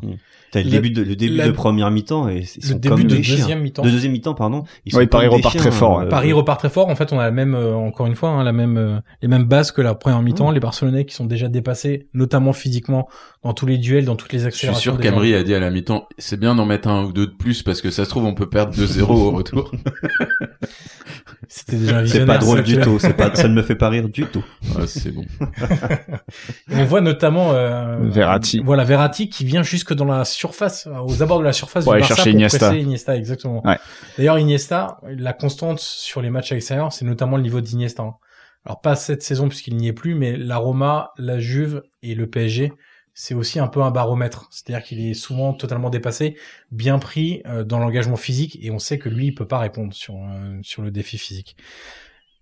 Speaker 2: T'as le
Speaker 1: Le-
Speaker 2: début de, le début
Speaker 1: la-
Speaker 2: de première mi-temps et ils
Speaker 1: Le
Speaker 2: sont
Speaker 1: début
Speaker 2: comme
Speaker 1: de
Speaker 2: des chiens.
Speaker 1: deuxième mi-temps.
Speaker 2: De deuxième mi-temps, pardon. Ils
Speaker 4: Ouais, Paris
Speaker 2: comme des
Speaker 4: repart
Speaker 2: chiens,
Speaker 4: très fort,
Speaker 2: euh,
Speaker 4: ouais.
Speaker 1: Paris repart très fort. En fait, on a la même, euh, encore une fois, hein, la même, euh, les mêmes bases que la première mi-temps. Les Barcelonais qui sont déjà dépassés, notamment physiquement, dans tous les duels, dans toutes les
Speaker 3: Je suis
Speaker 1: accélérations.
Speaker 3: sûr
Speaker 1: des gens.
Speaker 3: qu'Amri a dit à la mi-temps, c'est bien d'en mettre un ou deux de plus parce que ça se trouve, on peut perdre 2-0 au retour.
Speaker 1: C'était déjà un
Speaker 2: C'est
Speaker 1: visionnaire.
Speaker 2: pas drôle
Speaker 1: ça,
Speaker 2: du
Speaker 1: tu vois.
Speaker 2: tout. C'est pas, ça ne me fait pas rire du tout.
Speaker 3: Ah, c'est bon.
Speaker 1: On voit notamment euh,
Speaker 4: Verratti.
Speaker 1: Voilà Verratti qui vient jusque dans la surface, euh, aux abords de la surface
Speaker 4: Pour
Speaker 1: du
Speaker 4: aller
Speaker 1: Barça
Speaker 4: chercher
Speaker 1: pour
Speaker 4: Iniesta.
Speaker 1: presser Iniesta exactement.
Speaker 4: Ouais.
Speaker 1: D'ailleurs Iniesta, la constante sur les matchs à l'extérieur, c'est notamment le niveau d'Iniesta. hein. Alors pas cette saison puisqu'il n'y est plus, mais la Roma, la Juve et le PSG, c'est aussi un peu un baromètre. C'est-à-dire qu'il est souvent totalement dépassé, bien pris euh, dans l'engagement physique et on sait que lui il peut pas répondre sur euh, sur le défi physique.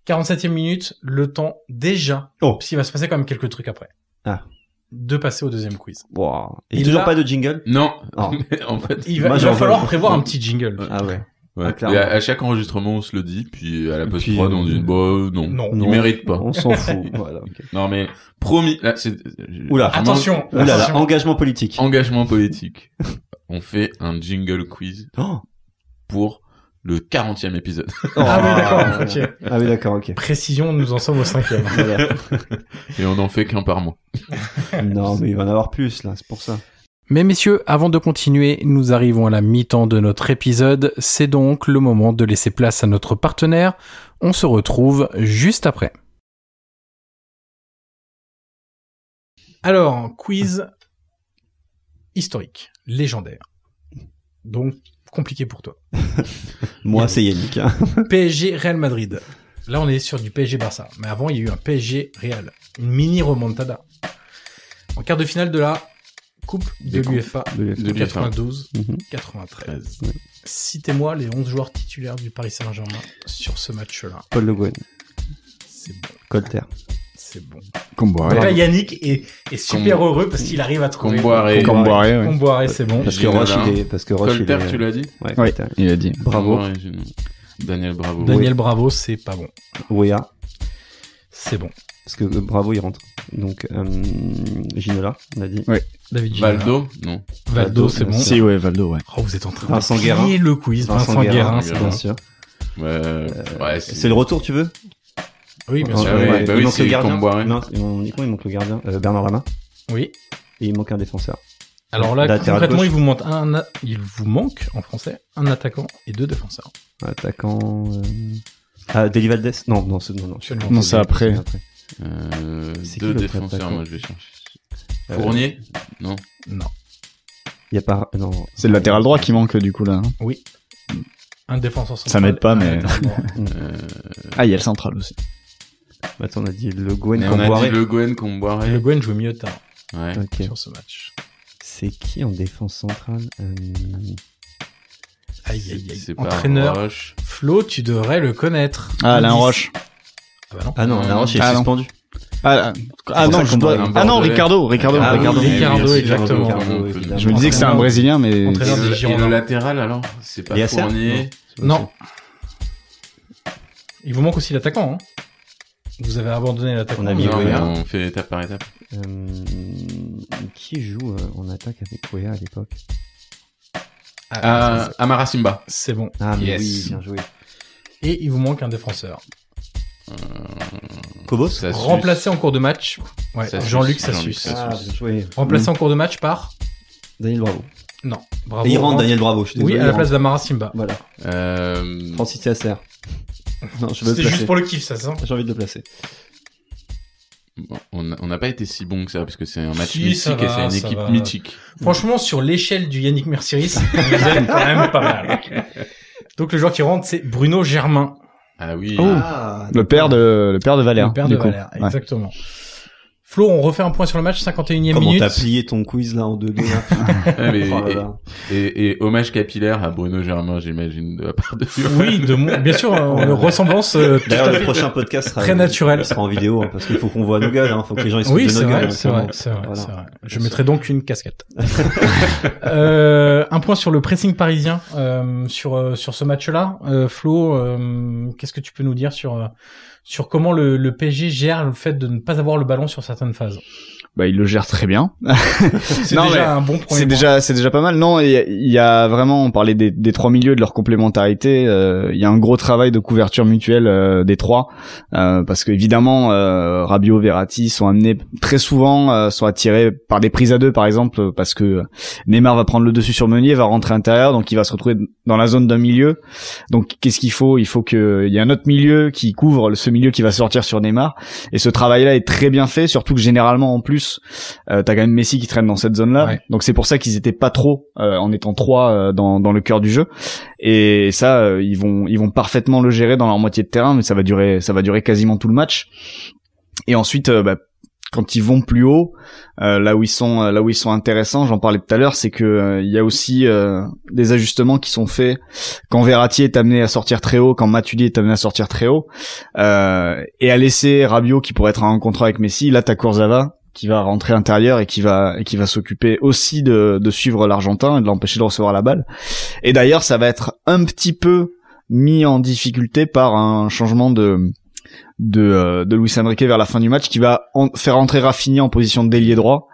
Speaker 1: 47e minute, le temps déjà.
Speaker 2: Oh.
Speaker 1: Parce qu'il va se passer quand même quelques trucs après.
Speaker 2: Ah.
Speaker 1: De passer au deuxième quiz.
Speaker 2: Wow. Et,
Speaker 1: Et
Speaker 2: toujours
Speaker 1: là-
Speaker 2: pas de jingle.
Speaker 3: Non.
Speaker 2: Oh.
Speaker 3: en fait.
Speaker 1: Il va,
Speaker 2: Moi,
Speaker 1: il
Speaker 2: j'en
Speaker 1: va
Speaker 2: veux.
Speaker 1: falloir prévoir un petit jingle.
Speaker 3: Ouais.
Speaker 2: Ah ouais.
Speaker 3: ouais.
Speaker 2: Ah, clairement.
Speaker 3: Et à, à chaque enregistrement, on se le dit, puis à la
Speaker 2: Puis,
Speaker 3: post-prod, on dit,
Speaker 2: euh,
Speaker 3: bah, non.
Speaker 1: Non.
Speaker 3: Il mérite pas.
Speaker 2: On s'en fout. voilà. ok.
Speaker 3: Non, mais, promis, là, c'est,
Speaker 2: Oula.
Speaker 3: vraiment-
Speaker 1: Attention.
Speaker 2: Oh là là,
Speaker 1: Attention.
Speaker 2: engagement politique.
Speaker 3: Engagement politique. On fait un jingle quiz
Speaker 2: Oh.
Speaker 3: pour le 40e épisode.
Speaker 1: Ah oui, d'accord, ok.
Speaker 2: Ah oui, d'accord, ok.
Speaker 1: Précision, nous en sommes au cinquième.
Speaker 2: Voilà.
Speaker 3: Et on en fait qu'un par mois.
Speaker 2: non, mais il va en avoir plus, là, c'est pour ça.
Speaker 1: Mais messieurs, avant de continuer, nous arrivons à la mi-temps de notre épisode. C'est donc le moment de laisser place à notre partenaire. On se retrouve juste après. Alors, quiz historique, légendaire. Donc, compliqué pour toi.
Speaker 2: Moi, c'est Yannick. hein.
Speaker 1: PSG Real Madrid. Là, on est sur du PSG Barça. Mais avant, il y a eu un PSG Real. Une mini remontada. En quart de finale de la Coupe de
Speaker 3: Des coupes.
Speaker 1: l'UEFA
Speaker 3: De l'UEFA.
Speaker 1: 92-93.
Speaker 2: Mhm.
Speaker 1: Citez-moi les 11 joueurs titulaires du Paris Saint-Germain sur ce match-là.
Speaker 2: Paul Le Guen,
Speaker 1: C'est bon,
Speaker 2: Colter.
Speaker 1: c'est bon.
Speaker 4: Comboiré.
Speaker 1: Donc là, Yannick est, est super heureux parce qu'il arrive à trouver.
Speaker 3: Comboiré.
Speaker 4: Comboiré, ouais.
Speaker 1: Comboiré, c'est bon.
Speaker 2: Parce que
Speaker 3: Ginola.
Speaker 2: Roche, il est. Parce que Roche, il
Speaker 3: Colter,
Speaker 2: est.
Speaker 3: tu l'as dit?
Speaker 2: Ouais,
Speaker 4: Ouais,
Speaker 2: Colter.
Speaker 4: il a dit.
Speaker 2: Bravo.
Speaker 3: Ouais, Gino. Daniel Bravo.
Speaker 1: Daniel Bravo, c'est pas bon.
Speaker 2: Ouéa.
Speaker 1: C'est bon.
Speaker 2: Parce que euh, Bravo, il rentre. Donc, euh, Ginola, on a dit.
Speaker 1: David Ginola.
Speaker 3: Valdo? Non.
Speaker 1: Valdo, c'est bon.
Speaker 4: Si ouais Valdo ouais.
Speaker 1: Oh, vous êtes en train
Speaker 2: Vincent
Speaker 1: de
Speaker 2: Guérin.
Speaker 1: plier le quiz. Vincent, Guérin, c'est
Speaker 3: Guérin.
Speaker 1: bon.
Speaker 2: bien sûr.
Speaker 3: Ouais, ouais, c'est-
Speaker 2: C'est le retour, tu veux
Speaker 1: Oui, bien sûr.
Speaker 3: Ah oui,
Speaker 2: Ouais,
Speaker 3: bah
Speaker 2: il
Speaker 3: oui,
Speaker 2: manque
Speaker 3: c'est
Speaker 2: le gardien.
Speaker 3: Comboiré.
Speaker 2: Non, c'est- on- Nico, il manque le gardien. Euh, Bernard Lama.
Speaker 1: Oui.
Speaker 2: Et il manque un défenseur.
Speaker 1: Alors là,
Speaker 2: Latéral
Speaker 1: concrètement,
Speaker 2: gauche.
Speaker 1: il vous manque un, a- il vous manque en français un attaquant et deux défenseurs.
Speaker 2: Attaquant. Euh... Ah, Deli Valdez Non, non, c'est- non, non.
Speaker 1: Absolument.
Speaker 4: Non, c'est après.
Speaker 3: Euh,
Speaker 2: C'est qui
Speaker 3: deux
Speaker 2: l'autre
Speaker 3: défenseurs,
Speaker 2: attaquant
Speaker 3: moi je vais chercher.
Speaker 2: Euh,
Speaker 3: Fournier Non.
Speaker 1: Non.
Speaker 2: Il y a pas. euh, Non.
Speaker 4: C'est le latéral droit qui manque du coup là. hein.
Speaker 1: Un défenseur central.
Speaker 4: Ça m'aide pas,
Speaker 1: un
Speaker 4: mais-
Speaker 1: attaquant droit.
Speaker 3: Euh,
Speaker 4: Ah il y a le central aussi.
Speaker 2: Attends, on a dit Le Guen
Speaker 3: mais on a
Speaker 2: Comboiré.
Speaker 3: dit Le Gouen Comboiré.
Speaker 1: Le Gwen joue mieux de terrain
Speaker 3: Ouais.
Speaker 2: Ok.
Speaker 1: sur ce match.
Speaker 2: C'est qui en défense centrale Euh,
Speaker 1: Aïe, aïe,
Speaker 3: C'est
Speaker 1: aïe.
Speaker 3: pas
Speaker 1: Entraîneur.
Speaker 3: Roche.
Speaker 1: Flo, tu devrais le connaître.
Speaker 4: Ah Alain
Speaker 1: Indice.
Speaker 4: Roche.
Speaker 1: Ah bah non.
Speaker 2: Ah non,
Speaker 3: Euh,
Speaker 2: la Roche est
Speaker 4: ah non.
Speaker 2: suspendu.
Speaker 4: Ah, là. Ah
Speaker 2: C'est
Speaker 4: non
Speaker 2: ça
Speaker 4: je
Speaker 2: qu'on
Speaker 4: dois.
Speaker 2: doit-
Speaker 4: Ah non
Speaker 3: Bordelais.
Speaker 4: Ricardo Ricardo
Speaker 2: Ah oui,
Speaker 4: Ricardo.
Speaker 2: oui,
Speaker 1: Ricardo,
Speaker 2: merci,
Speaker 1: exactement.
Speaker 2: Ricardo, évidemment.
Speaker 4: Je me disais que c'est un
Speaker 1: Entraîneur-
Speaker 4: brésilien mais
Speaker 3: Et
Speaker 1: Entraîneur-
Speaker 4: c'est-
Speaker 1: des
Speaker 3: le, et
Speaker 1: Girondins.
Speaker 3: le latéral alors C'est pas
Speaker 2: Liasser
Speaker 3: Fournier.
Speaker 1: Non. Il vous manque aussi l'attaquant. hein. Vous avez abandonné l'attaquant.
Speaker 2: On a mis
Speaker 1: mais-
Speaker 3: Non, mais
Speaker 2: Gouen.
Speaker 3: on fait étape par étape.
Speaker 2: Euh, qui joue euh, en attaque avec Koya à l'époque
Speaker 1: Ah,
Speaker 3: Ah, Amara Simba.
Speaker 1: C'est bon.
Speaker 2: Ah, mais
Speaker 3: Yes.
Speaker 2: oui, bien joué.
Speaker 1: Et il vous manque un défenseur.
Speaker 2: Kobos
Speaker 3: Ça suce.
Speaker 1: Remplacé en cours de match. Ouais,
Speaker 3: Ça suce. Mm.
Speaker 1: Jean-Luc
Speaker 3: Jean-Luc
Speaker 1: Sassus.
Speaker 3: Sassus.
Speaker 2: Ah, bien joué.
Speaker 1: Remplacé en cours de match par
Speaker 2: Daniel Bravo.
Speaker 1: Non. Bravo.
Speaker 2: Et il rentre,
Speaker 1: rentre.
Speaker 2: Daniel Bravo. Je suis
Speaker 1: Oui,
Speaker 2: désolé, Bah,
Speaker 1: à la
Speaker 2: il
Speaker 1: place d'Amara Simba.
Speaker 2: rentre. Voilà.
Speaker 3: Euh,
Speaker 2: Francis Tiasser. Non, je veux le
Speaker 1: C'était
Speaker 2: placer.
Speaker 1: juste pour le kiff, ça, c'est ça
Speaker 2: J'ai envie de le placer.
Speaker 3: Bon, on on n'a pas été si bon que ça parce que c'est un match
Speaker 1: Si, ça
Speaker 3: mythique et
Speaker 1: va,
Speaker 3: c'est une
Speaker 1: ça
Speaker 3: équipe
Speaker 1: va.
Speaker 3: mythique.
Speaker 1: Franchement, sur l'échelle du Yannick Mercieris, on les aime quand même pas mal. Donc le joueur qui rentre, c'est Bruno Germain,
Speaker 3: Ah oui.
Speaker 4: Oh.
Speaker 2: Ah,
Speaker 4: Le père de, le père de Valère.
Speaker 1: le père de
Speaker 4: du coup.
Speaker 1: Valère.
Speaker 4: Ouais.
Speaker 1: Exactement. Flo, on refait un point sur le match, 51e
Speaker 2: Comment
Speaker 1: minute.
Speaker 2: t'as plié ton quiz là en deux deux là.
Speaker 3: Ah, mais-
Speaker 2: Oh là là.
Speaker 3: et, et- et hommage capillaire à Bruno Germain, j'imagine, de la part de
Speaker 1: Oui, de mon... bien sûr, euh, ressemblance euh, tout à
Speaker 2: D'ailleurs, le
Speaker 1: fait.
Speaker 2: prochain podcast sera
Speaker 1: Très naturel.
Speaker 2: il sera en vidéo hein, parce qu'il faut qu'on voit nos gueules, hein, faut que les gens ils se
Speaker 1: Oui,
Speaker 2: foutent de
Speaker 1: c'est
Speaker 2: nos
Speaker 1: vrai,
Speaker 2: gueules. euh,
Speaker 1: c'est vrai, c'est vrai,
Speaker 2: Voilà.
Speaker 1: c'est vrai. Je mettrai donc une casquette. Euh, un point sur le pressing parisien euh, sur euh, sur ce match-là, Euh, Flo. euh, Qu'est-ce que tu peux nous dire sur euh, sur comment le, le PSG gère le fait de ne pas avoir le ballon sur certaines phases
Speaker 4: Bah, il le gère très bien.
Speaker 1: C'est
Speaker 4: Non,
Speaker 1: déjà
Speaker 4: mais
Speaker 1: un bon point.
Speaker 4: C'est déjà, c'est déjà pas mal. Non, il y, a- il y a vraiment, on parlait des, des trois milieux, de leur complémentarité. euh, Il y a un gros travail de couverture mutuelle euh, des trois, euh, parce que évidemment, euh, Rabiot, Verratti sont amenés très souvent, euh, sont attirés par des prises à deux, par exemple, parce que Neymar va prendre le dessus sur Meunier, va rentrer à l'intérieur, donc il va se retrouver dans la zone d'un milieu. Donc qu'est-ce qu'il faut Il faut que il y a un autre milieu qui couvre ce milieu qui va sortir sur Neymar. Et ce travail-là est très bien fait, surtout que généralement en plus, euh, t'as quand même Messi qui traîne dans cette zone-là.
Speaker 1: Ouais.
Speaker 4: Donc c'est pour ça qu'ils étaient pas trop euh, en étant trois euh, dans, dans le cœur du jeu. Et ça, euh, ils vont ils vont parfaitement le gérer dans leur moitié de terrain, mais ça va durer ça va durer quasiment tout le match. Et ensuite, euh, bah, quand ils vont plus haut, euh, là où ils sont euh, là où ils sont intéressants, j'en parlais tout à l'heure, c'est que euh, il y a aussi euh, des ajustements qui sont faits quand Verratti est amené à sortir très haut, quand Matuidi est amené à sortir très haut, euh, et à laisser Rabiot qui pourrait être en contrat avec Messi, là t'as Kurzawa qui va rentrer à l'intérieur et qui va et qui va s'occuper aussi de, de suivre l'Argentin et de l'empêcher de recevoir la balle. Et d'ailleurs, ça va être un petit peu mis en difficulté par un changement de de, euh, de Luis Enrique vers la fin du match qui va en- faire entrer Rafinha en position de délier droit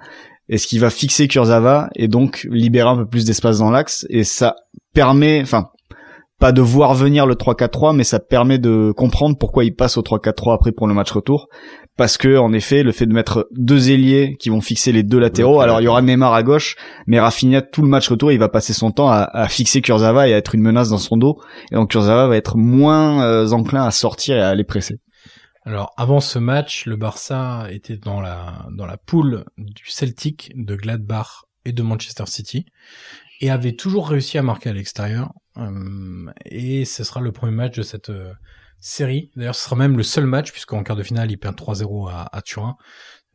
Speaker 4: et ce qui va fixer Kurzawa et donc libérer un peu plus d'espace dans l'axe et ça permet enfin pas de voir venir le 3-4-3 mais ça permet de comprendre pourquoi il passe au 3-4-3 après pour le match retour parce que en effet le fait de mettre deux ailiers qui vont fixer les deux latéraux
Speaker 2: Ouais,
Speaker 4: alors il y aura Neymar à gauche mais Rafinha tout le match retour il va passer son temps à, à fixer Kurzawa et à être une menace dans son dos et donc Kurzawa va être moins euh, enclin à sortir et à aller presser
Speaker 1: Alors avant ce match, le Barça était dans la dans la poule du Celtic, de Gladbach et de Manchester City et avait toujours réussi à marquer à l'extérieur. Euh, et ce sera le premier match de cette euh, série. D'ailleurs, ce sera même le seul match puisqu'en quart de finale, il perd 3-0 à, à Turin.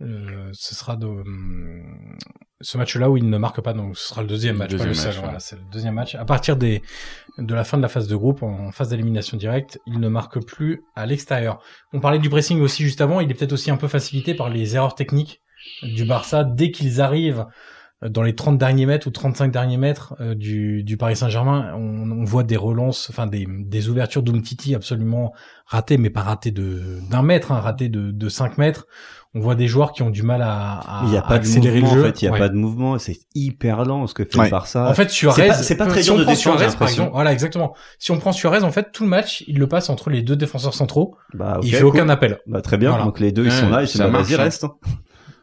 Speaker 1: Euh, ce sera de, hum, ce match-là où il ne marque pas, donc ce sera le deuxième match,
Speaker 3: Deuxième
Speaker 1: pas le seul.
Speaker 3: match, ouais.
Speaker 1: voilà, c'est le deuxième match. À partir des, de la fin de la phase de groupe, en phase d'élimination directe, il ne marque plus à l'extérieur. On parlait du pressing aussi juste avant, il est peut-être aussi un peu facilité par les erreurs techniques du Barça dès qu'ils arrivent euh, dans les 30 derniers mètres ou 35 derniers mètres euh, du, du Paris Saint-Germain, on, on voit des relances, enfin des, des ouvertures d'Umtiti absolument ratées, mais pas ratées de d'un mètre, hein, ratées de, de 5 mètres. On voit des joueurs qui ont du mal à, à
Speaker 2: Il n'y a pas de
Speaker 1: accélérer
Speaker 2: mouvement,
Speaker 1: Ah, le
Speaker 2: en
Speaker 1: jeu.
Speaker 2: fait, il n'y a
Speaker 1: Ouais.
Speaker 2: pas de mouvement, c'est hyper lent ce que fait
Speaker 4: Ouais.
Speaker 2: le Barça.
Speaker 1: En fait, Suarez,
Speaker 2: C'est pas- c'est pas très
Speaker 1: si
Speaker 2: dur
Speaker 1: on
Speaker 2: de
Speaker 1: prend
Speaker 2: descendre,
Speaker 1: Suarez,
Speaker 2: j'ai
Speaker 1: par
Speaker 2: l'impression.
Speaker 1: exemple, voilà exactement. Si on prend Suarez, en fait, tout le match, il le passe entre les deux défenseurs centraux.
Speaker 2: bah, ok,
Speaker 1: il fait
Speaker 2: cool.
Speaker 1: aucun appel.
Speaker 2: Bah, très bien,
Speaker 1: Voilà.
Speaker 2: donc les deux ils
Speaker 3: Ouais,
Speaker 2: sont là, ils
Speaker 3: ça
Speaker 2: sont là,
Speaker 3: marche,
Speaker 2: vas-y
Speaker 3: hein.
Speaker 2: reste. hein.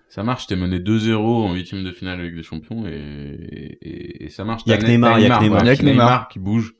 Speaker 3: Ça marche, t'es mené 2-0 en huitième de finale avec des champions et, et, et ça marche.
Speaker 2: Y a
Speaker 3: T'as
Speaker 2: que
Speaker 3: Ne-
Speaker 2: Neymar,
Speaker 3: t'as
Speaker 2: y a que Neymar.
Speaker 3: voilà,
Speaker 4: Y a que
Speaker 3: qui- Neymar
Speaker 4: Neymar.
Speaker 3: qui bouge,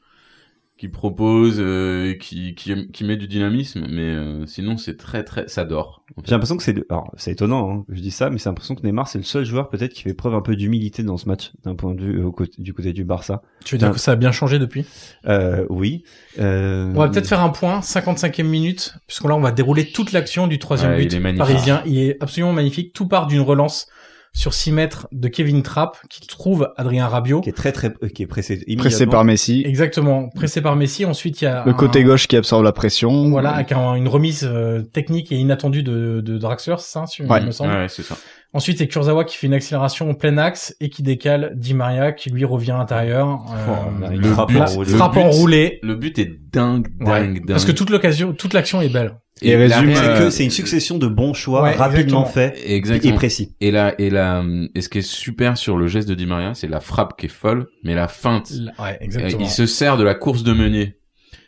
Speaker 3: qui propose, euh, qui, qui, qui met du dynamisme, mais euh, sinon c'est très très, ça dort. en fait.
Speaker 2: J'ai l'impression que c'est le... alors c'est étonnant, hein, que je dis ça, mais c'est l'impression que Neymar c'est le seul joueur peut-être qui fait preuve un peu d'humilité dans ce match d'un point de vue euh, au côté- du côté du Barça.
Speaker 1: Tu veux dire
Speaker 2: Tiens.
Speaker 1: que ça a bien changé depuis
Speaker 2: Euh, oui. Euh...
Speaker 1: On va peut-être faire un point, 55e minute, puisqu'on là on va dérouler toute l'action du troisième
Speaker 3: Ouais,
Speaker 1: but
Speaker 3: il est magnifique.
Speaker 1: parisien. Il est absolument magnifique. Tout part d'une relance sur 6 mètres de Kevin Trapp qui trouve Adrien Rabiot.
Speaker 2: qui est très très euh, qui est pressé
Speaker 4: pressé par Messi
Speaker 1: Exactement, pressé par Messi. Ensuite il y a
Speaker 4: le
Speaker 1: un-
Speaker 4: côté gauche qui absorbe la pression
Speaker 1: Voilà, avec un- une remise euh, technique et inattendue de, de Draxler, c'est ça, si-
Speaker 4: Ouais.
Speaker 1: il me semble.
Speaker 3: Ouais, c'est ça.
Speaker 1: Ensuite, c'est Kurzawa qui fait une accélération en plein axe et qui décale Di Maria qui lui revient à l'intérieur.
Speaker 3: Oh,
Speaker 1: Euh,
Speaker 2: Ah,
Speaker 3: le but-
Speaker 1: la-
Speaker 3: enroulé.
Speaker 1: frappe
Speaker 3: Le but,
Speaker 1: enroulée.
Speaker 3: Le but est dingue, dingue,
Speaker 1: Ouais.
Speaker 3: dingue.
Speaker 1: Parce que toute l'occasion, toute l'action est belle.
Speaker 4: Et résume,
Speaker 3: la-
Speaker 2: C'est
Speaker 3: euh,
Speaker 2: que c'est une succession de bons choix
Speaker 1: Ouais,
Speaker 2: rapidement
Speaker 1: exactement.
Speaker 2: faits et
Speaker 3: Exactement.
Speaker 2: précis.
Speaker 3: Et là, et là, et ce qui est super sur le geste de Di Maria, c'est la frappe qui est folle, mais la feinte.
Speaker 1: La- Ouais,
Speaker 3: Euh,
Speaker 1: exactement.
Speaker 3: Il se sert de la course de Meunier.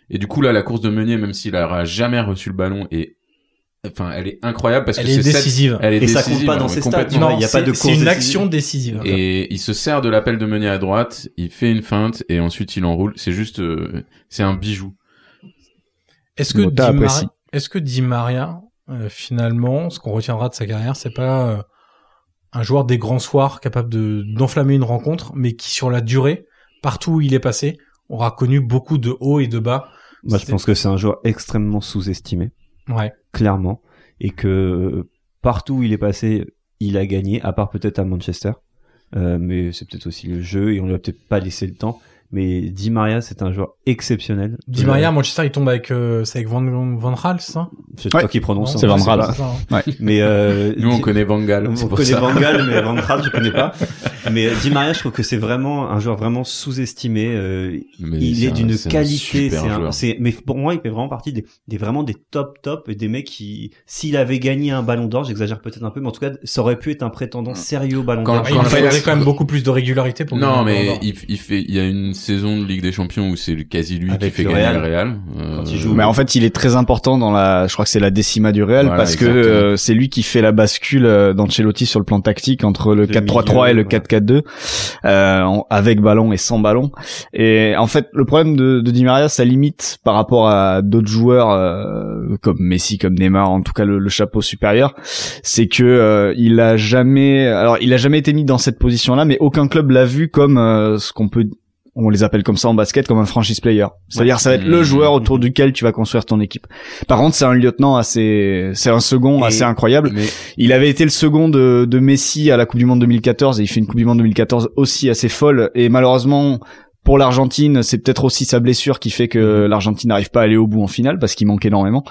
Speaker 3: Et du coup, là, la course de Meunier, même s'il aura jamais reçu le ballon, est, enfin, elle est incroyable parce
Speaker 1: Elle
Speaker 3: que
Speaker 1: est
Speaker 3: c'est cette-
Speaker 1: décisive.
Speaker 3: Elle est
Speaker 2: Et ça
Speaker 3: décisive,
Speaker 2: compte pas dans
Speaker 3: ouais,
Speaker 2: ces stades,
Speaker 3: complètement.
Speaker 2: Non,
Speaker 1: Non,
Speaker 2: il y a
Speaker 1: c'est-
Speaker 2: pas de
Speaker 1: c'est
Speaker 2: course
Speaker 1: une
Speaker 2: décisive.
Speaker 1: action décisive.
Speaker 3: Et il se sert de l'appel de Meunier à droite, il fait une feinte et ensuite il enroule. C'est juste, euh, c'est un bijou.
Speaker 1: Est-ce que
Speaker 4: Mota
Speaker 1: Di Maria,
Speaker 4: apprécie.
Speaker 1: est-ce que Di Maria euh, finalement, ce qu'on retiendra de sa carrière, c'est pas euh, un joueur des grands soirs capable de d'enflammer une rencontre, mais qui sur la durée, partout où il est passé, aura connu beaucoup de hauts et de bas.
Speaker 2: Moi, je
Speaker 1: C'était-
Speaker 2: pense que c'est un joueur extrêmement sous-estimé,
Speaker 1: Ouais.
Speaker 2: clairement, et que euh, partout où il est passé, il a gagné, à part peut-être à Manchester. Euh, mais c'est peut-être aussi le jeu et on lui a peut-être pas laissé le temps. Mais Di Maria, c'est un joueur exceptionnel.
Speaker 1: Di Maria, à Manchester, il tombe avec euh, c'est avec Van Van Raal, c'est ça
Speaker 2: Euh, c'est
Speaker 4: Ouais.
Speaker 2: toi qui prononce.
Speaker 1: Non,
Speaker 4: c'est Van
Speaker 1: pas
Speaker 4: Raal.
Speaker 1: ça, hein.
Speaker 2: Mais euh,
Speaker 3: Nous, on
Speaker 2: Di-
Speaker 3: connaît Van Gaal,
Speaker 2: On
Speaker 3: c'est pour
Speaker 2: connaît
Speaker 3: ça.
Speaker 2: Van Gaal, mais Van Gaal, je connais pas. Mais euh, Di Maria, je trouve que c'est vraiment un joueur vraiment sous-estimé. euh,
Speaker 3: Mais
Speaker 2: il
Speaker 3: c'est
Speaker 2: est
Speaker 3: un-
Speaker 2: d'une
Speaker 3: c'est un
Speaker 2: qualité.
Speaker 3: super
Speaker 2: c'est un-
Speaker 3: joueur.
Speaker 2: c'est- mais pour moi, il fait vraiment partie des, des vraiment des top top et des mecs qui, s'il avait gagné un Ballon d'Or, j'exagère peut-être un peu, mais en tout cas, ça aurait pu être un prétendant sérieux au Ballon
Speaker 3: Quand-
Speaker 2: d'Or.
Speaker 1: Ouais,
Speaker 3: quand
Speaker 1: il
Speaker 3: la-
Speaker 1: faudrait quand même beaucoup plus de régularité pour. gagner le
Speaker 3: Non,
Speaker 1: Ballon
Speaker 3: mais
Speaker 1: d'Or.
Speaker 3: il, il fait, il y a une saison de Ligue des Champions où c'est le- quasi lui
Speaker 2: Avec
Speaker 3: qui fait
Speaker 2: le
Speaker 3: gagner
Speaker 2: Real.
Speaker 3: le Real. Euh,
Speaker 2: Quand il joue.
Speaker 4: Mais en fait, il est très important dans la. Je crois que c'est la décima du Real
Speaker 3: Voilà,
Speaker 4: parce que
Speaker 3: exactement.
Speaker 4: euh, c'est lui qui fait la bascule euh, d'Ancelotti sur le plan tactique entre le
Speaker 2: Le
Speaker 4: 4-3-3 et
Speaker 2: milieu, ouais.
Speaker 4: le 4-4-2, euh, en- avec ballon et sans ballon. Et en fait, le problème de, de Di Maria, sa limite par rapport à d'autres joueurs euh, comme Messi, comme Neymar, en tout cas le, le chapeau supérieur, c'est que euh, il a jamais. Alors, il a jamais été mis dans cette position-là, mais aucun club l'a vu comme euh, ce qu'on peut. On les appelle comme ça en basket, comme un franchise player. C'est-à-dire, ça va être le
Speaker 3: Mhm.
Speaker 4: joueur autour duquel tu vas construire ton équipe. Par contre, c'est un lieutenant assez, c'est un second
Speaker 2: Et-
Speaker 4: assez incroyable.
Speaker 3: mais
Speaker 4: Il avait été le second de, de Messi à la Coupe du Monde 2014 et il fait une Coupe du Monde 2014 aussi assez folle. Et malheureusement, pour l'Argentine, c'est peut-être aussi sa blessure qui fait
Speaker 3: Mhm.
Speaker 4: que l'Argentine n'arrive pas à aller au bout en finale parce qu'il manque énormément.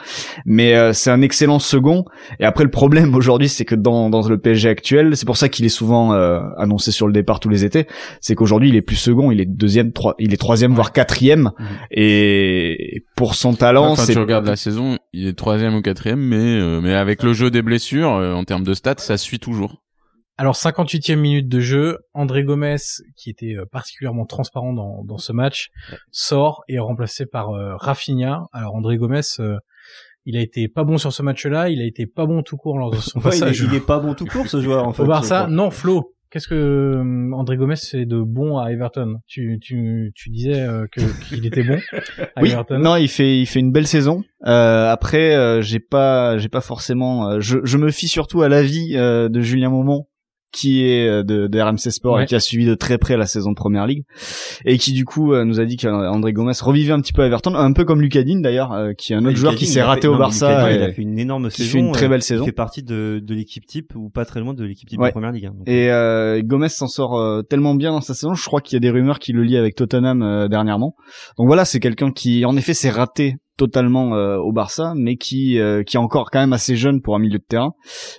Speaker 4: Mais euh, c'est un excellent second. Et après, le problème aujourd'hui, c'est que dans, dans le PSG actuel, c'est pour ça qu'il est souvent euh, annoncé sur le départ tous les étés. C'est qu'aujourd'hui, il est plus second, il est deuxième, trois, il est troisième, voire quatrième.
Speaker 2: Mhm.
Speaker 4: Et pour son talent,
Speaker 3: enfin,
Speaker 4: c'est
Speaker 3: tu regardes la saison, il est troisième ou quatrième, mais euh, mais avec le jeu des blessures, euh, en termes de stats, ça suit toujours.
Speaker 1: Alors 58e minute de jeu, André Gomez, qui était euh, particulièrement transparent dans, dans ce match, sort et est remplacé par euh, Rafinha. Alors André Gomez, euh, il a été pas bon sur ce match-là, il a été pas bon tout court lors de son
Speaker 2: Ouais, il, est,
Speaker 1: passage
Speaker 2: il est pas bon tout court ce joueur en fait.
Speaker 1: au Barça.
Speaker 2: Je crois.
Speaker 1: Non, Flo, qu'est-ce que euh, André Gomez fait de bon à Everton tu, tu, tu disais euh, que qu'il était bon à
Speaker 4: Oui,
Speaker 1: Everton.
Speaker 4: non, il fait il fait une belle saison. Euh, après, euh, j'ai pas j'ai pas forcément. euh, je, je me fie surtout à l'avis euh, de Julien Momont qui est euh, de, de RMC Sport
Speaker 1: Ouais.
Speaker 4: et qui a suivi de très près la saison de Première Ligue et qui du coup euh, nous a dit qu'André Gomez revivait un petit peu à Everton, un peu comme Lucadine d'ailleurs, euh, qui est un autre
Speaker 2: Lucas
Speaker 4: joueur qui
Speaker 2: Digne,
Speaker 4: s'est
Speaker 2: Ah, il a fait-
Speaker 4: raté au
Speaker 2: non, mais Lucas
Speaker 4: Barça.
Speaker 2: Digne, il
Speaker 4: et-
Speaker 2: a fait une énorme
Speaker 4: qui
Speaker 2: saison.
Speaker 4: fait une très
Speaker 2: euh,
Speaker 4: belle
Speaker 2: il
Speaker 4: saison.
Speaker 2: fait partie de, de l'équipe type ou pas très loin de l'équipe type
Speaker 4: Ouais.
Speaker 2: de première ligue. hein. Donc,
Speaker 4: Et euh, Gomez s'en sort euh, tellement bien dans sa saison, je crois qu'il y a des rumeurs qui le lient avec Tottenham euh, dernièrement. Donc voilà, c'est quelqu'un qui en effet s'est raté totalement euh, au Barça, mais qui euh, qui est encore quand même assez jeune pour un milieu de terrain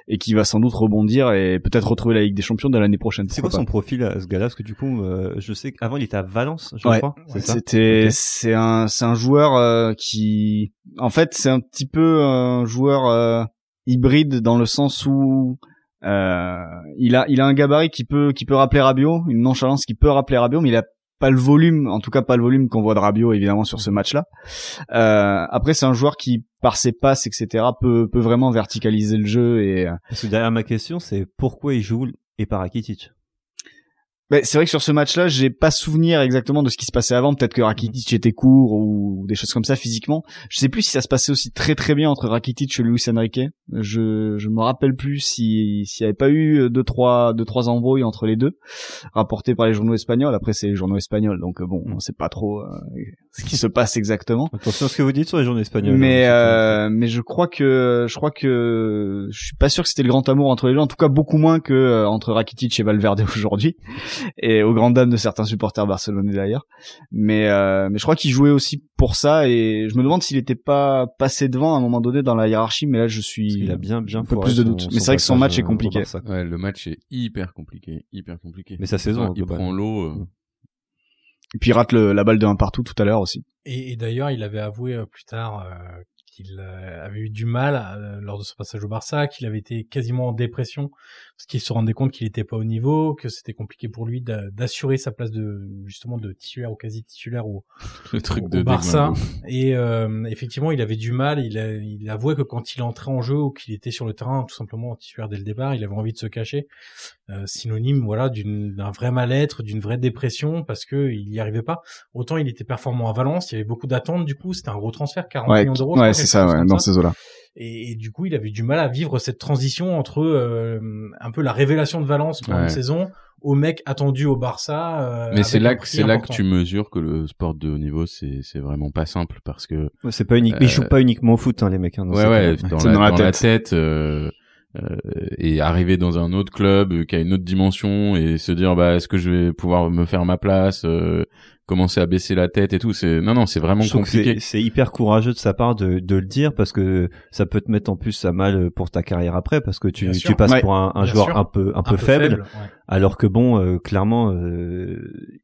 Speaker 4: et qui va sans doute rebondir et peut-être retrouver la Ligue des Champions de l'année prochaine.
Speaker 2: C'est quoi
Speaker 4: pourquoi
Speaker 2: son
Speaker 4: pas.
Speaker 2: profil à ce gars-là Parce que du coup, euh, je sais qu'avant il était à Valence, je
Speaker 4: Ouais.
Speaker 2: crois. C'est ça
Speaker 4: C'était
Speaker 2: Ok.
Speaker 4: c'est un c'est un joueur euh, qui en fait c'est un petit peu un joueur euh, hybride dans le sens où euh, il a il a un gabarit qui peut qui peut rappeler Rabiot, une nonchalance qui peut rappeler Rabiot, mais il a pas le volume, en tout cas pas le volume qu'on voit de Rabiot évidemment sur ce match-là. Euh, après c'est un joueur qui par ses passes etc peut peut vraiment verticaliser le jeu et euh,
Speaker 2: Parce que derrière ma question, c'est pourquoi il joue et par Rakitic
Speaker 4: Ben, c'est vrai que sur ce match-là, j'ai pas souvenir exactement de ce qui se passait avant. Peut-être que Rakitic était court ou des choses comme ça physiquement. Je sais plus si ça se passait aussi très très bien entre Rakitic et Luis Enrique. Je je me rappelle plus si s'il y avait pas eu euh, deux trois deux trois embrouilles entre les deux, rapportées par les journaux espagnols. Après c'est les journaux espagnols, donc euh, bon, on sait pas trop euh, ce qui se passe exactement.
Speaker 2: Attention à ce que vous dites sur les journées espagnoles.
Speaker 4: Mais
Speaker 2: hein, c'est-
Speaker 4: euh, mais je crois que je crois que je suis pas sûr que c'était le grand amour entre les deux. En tout cas, beaucoup moins que euh, entre Rakitic et Valverde aujourd'hui, et aux grandes dames de certains supporters barcelonais d'ailleurs. Mais euh, mais je crois qu'il jouait aussi pour ça. Et je me demande s'il était pas passé devant à un moment donné dans la hiérarchie. Mais là, je
Speaker 2: Parce
Speaker 4: suis
Speaker 2: qu'il a bien, bien
Speaker 4: un peu
Speaker 2: foiré
Speaker 4: plus de
Speaker 2: son-
Speaker 4: doute. Mais c'est vrai que son
Speaker 2: passage euh,
Speaker 4: match est
Speaker 2: au
Speaker 4: compliqué.
Speaker 2: Barça.
Speaker 3: Ouais, le match est hyper compliqué, hyper compliqué.
Speaker 2: Mais sa saison,
Speaker 3: il
Speaker 2: globalement.
Speaker 3: prend l'eau. euh,
Speaker 4: et puis il rate le- la balle de un partout tout à l'heure aussi.
Speaker 1: Et, et d'ailleurs, il avait avoué euh, plus tard euh, qu'il euh, avait eu du mal euh, lors de son passage au Barça, qu'il avait été quasiment en dépression parce qu'il se rendait compte qu'il n'était pas au niveau, que c'était compliqué pour lui d'a- d'assurer sa place de justement de titulaire ou quasi titulaire au,
Speaker 3: le truc
Speaker 1: au
Speaker 3: de
Speaker 1: Barça.
Speaker 3: déglingo.
Speaker 1: Et euh, effectivement, il avait du mal. Il, a- il avouait que quand il entrait en jeu ou qu'il était sur le terrain, tout simplement en titulaire dès le départ, il avait envie de se cacher. Euh, synonyme, voilà, d'une- d'un vrai mal-être, d'une vraie dépression, parce que il n'y arrivait pas. Autant il était performant à Valence, il y avait beaucoup d'attentes. Du coup, c'était un gros transfert, 40
Speaker 4: Ouais,
Speaker 1: millions d'euros. je
Speaker 4: ouais,
Speaker 1: crois,
Speaker 4: c'est
Speaker 1: quelque
Speaker 4: ça,
Speaker 1: chose
Speaker 4: ouais,
Speaker 1: comme
Speaker 4: dans
Speaker 1: ça.
Speaker 4: ces eaux-là.
Speaker 1: Et, et du coup, il avait du mal à vivre cette transition entre euh, un peu la révélation de Valence pendant
Speaker 3: Ouais.
Speaker 1: une saison au mec attendu au Barça. euh,
Speaker 3: Mais c'est
Speaker 1: avec un
Speaker 3: là, que-
Speaker 1: prix
Speaker 3: c'est là que
Speaker 1: important.
Speaker 3: tu mesures que le sport de haut niveau, c'est c'est vraiment pas simple parce que
Speaker 2: Ouais, C'est pas unique, mais ils jouent pas uniquement au foot, hein, les mecs. hein, dans
Speaker 3: Euh, ouais
Speaker 2: cette-
Speaker 3: ouais dans,
Speaker 4: C'est
Speaker 3: la,
Speaker 4: dans la
Speaker 3: dans la
Speaker 4: tête.
Speaker 3: tête euh, euh, et arriver dans un autre club euh, qui a une autre dimension et se dire bah est-ce que je vais pouvoir me faire ma place euh, commencer à baisser la tête et tout c'est non non c'est vraiment
Speaker 2: Je trouve que
Speaker 3: compliqué
Speaker 2: c'est- c'est hyper courageux de sa part de, de le dire parce que ça peut te mettre en plus à mal pour ta carrière après parce que tu,
Speaker 1: Bien sûr.
Speaker 2: tu passes
Speaker 4: Ouais.
Speaker 2: pour un, un
Speaker 1: Bien
Speaker 2: joueur
Speaker 1: sûr.
Speaker 2: un peu un, peu, faible, alors que bon euh, clairement euh,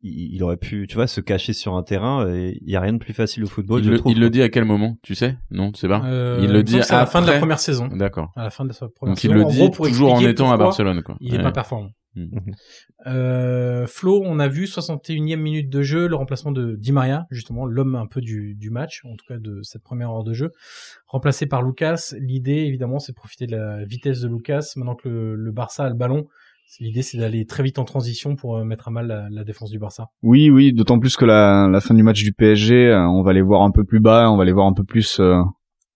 Speaker 2: il, il aurait pu tu vois se cacher sur un terrain et il y a rien de plus facile au football
Speaker 3: il,
Speaker 2: je
Speaker 3: le,
Speaker 2: trouve.
Speaker 3: il le dit à quel moment tu sais non tu sais pas
Speaker 1: ouais. Euh,
Speaker 3: Hein. Il
Speaker 1: me
Speaker 3: le
Speaker 1: semble
Speaker 3: dit
Speaker 1: que c'est à la fin de la
Speaker 3: après.
Speaker 1: première saison.
Speaker 3: d'accord
Speaker 1: À la fin de sa première
Speaker 3: donc il
Speaker 1: saison.
Speaker 3: le
Speaker 1: En
Speaker 3: dit
Speaker 1: gros, pour
Speaker 3: toujours en
Speaker 1: expliquer
Speaker 3: étant à
Speaker 1: pourquoi
Speaker 3: Barcelone quoi
Speaker 1: Il est
Speaker 3: Ouais.
Speaker 1: pas performant.
Speaker 3: Mhm.
Speaker 1: Euh, Flo, on a vu 61e minute de jeu, le remplacement de Di Maria, justement l'homme un peu du, du match, en tout cas de cette première heure de jeu, remplacé par Lucas. L'idée, évidemment, c'est de profiter de la vitesse de Lucas. Maintenant que le, le Barça a le ballon, c'est- l'idée, c'est d'aller très vite en transition pour euh, mettre à mal la, la défense du Barça.
Speaker 4: Oui, oui, d'autant plus que la, la fin du match du PSG, euh, on va les voir un peu plus bas, on va les voir un peu plus euh,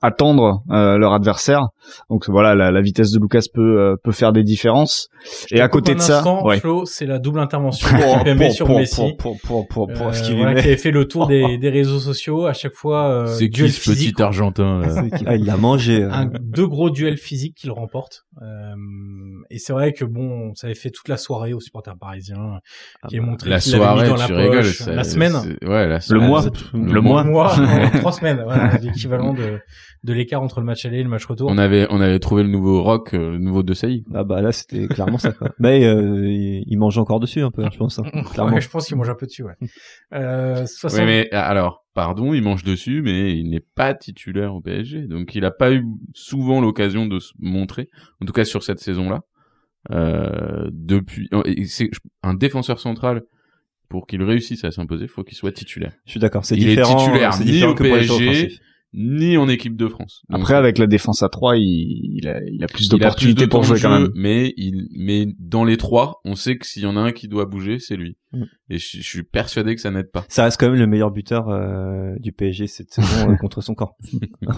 Speaker 4: attendre euh, leur adversaire. Donc voilà, la, la vitesse de Lucas peut euh, peut faire des différences. Et à côté
Speaker 1: Un
Speaker 4: de ça,
Speaker 1: instant,
Speaker 4: ouais.
Speaker 1: Flo, c'est la double intervention de Kimpembe sur Messi.
Speaker 2: pour, pour, pour, pour,
Speaker 1: euh,
Speaker 2: ce qu'il lui
Speaker 1: voilà,
Speaker 2: met.
Speaker 1: qui avait fait le tour des, des réseaux sociaux à chaque fois. euh,
Speaker 3: c'est qui
Speaker 1: duel
Speaker 3: ce petit
Speaker 1: physique,
Speaker 3: argentin là
Speaker 2: Ah, il l'a mangé. euh.
Speaker 1: un, deux gros duels physiques qu'il remporte. Euh, et c'est vrai que bon, ça avait fait toute la soirée aux supporters parisiens, qui est montré
Speaker 3: la
Speaker 1: qu'il l'avait mis
Speaker 3: soirée
Speaker 1: dans la
Speaker 3: tu
Speaker 1: poche.
Speaker 3: rigoles
Speaker 1: la
Speaker 3: c'est-
Speaker 1: semaine,
Speaker 3: c'est- ouais la
Speaker 2: le
Speaker 3: semaine,
Speaker 2: mois
Speaker 3: c'est-
Speaker 2: Ah, le mois
Speaker 1: le mois, euh, trois semaines, voilà, l'équivalent de, de l'écart entre le match aller et le match retour.
Speaker 3: on avait on avait trouvé le nouveau rock euh, le nouveau de Saï
Speaker 2: Ah bah là c'était clairement ça quoi. Mais euh, il il mange encore dessus un peu hein, je pense hein, clairement.
Speaker 1: Ouais, je pense qu'il mange un peu dessus. Ouais. Euh, 60...
Speaker 3: Oui, mais ah, alors, pardon, il mange dessus, mais il n'est pas titulaire au PSG. Donc, il n'a pas eu souvent l'occasion de se montrer, en tout cas sur cette saison-là. Euh, depuis, oh, et c'est un défenseur central, pour qu'il réussisse à s'imposer, faut qu'il soit titulaire.
Speaker 2: Je suis d'accord, c'est
Speaker 3: Il est
Speaker 2: différent,
Speaker 3: titulaire,
Speaker 2: c'est
Speaker 3: ni
Speaker 2: différent
Speaker 3: au
Speaker 2: que pour les joueurs
Speaker 3: PSG,
Speaker 2: offensifs.
Speaker 3: Ni en équipe de France. Donc,
Speaker 4: après avec la défense à 3, il, il a, il a
Speaker 3: il a plus
Speaker 4: plus
Speaker 3: de
Speaker 4: d'opportunités
Speaker 3: temps
Speaker 4: pour
Speaker 3: de
Speaker 4: jouer quand
Speaker 3: jeu,
Speaker 4: même.
Speaker 3: Mais, il, mais dans les trois, on sait que s'il y en a un qui doit bouger, c'est lui.
Speaker 2: Mm.
Speaker 3: Et je, je suis persuadé que ça n'aide pas.
Speaker 2: Ça reste quand même le meilleur buteur euh, du PSG cette saison euh, contre son camp.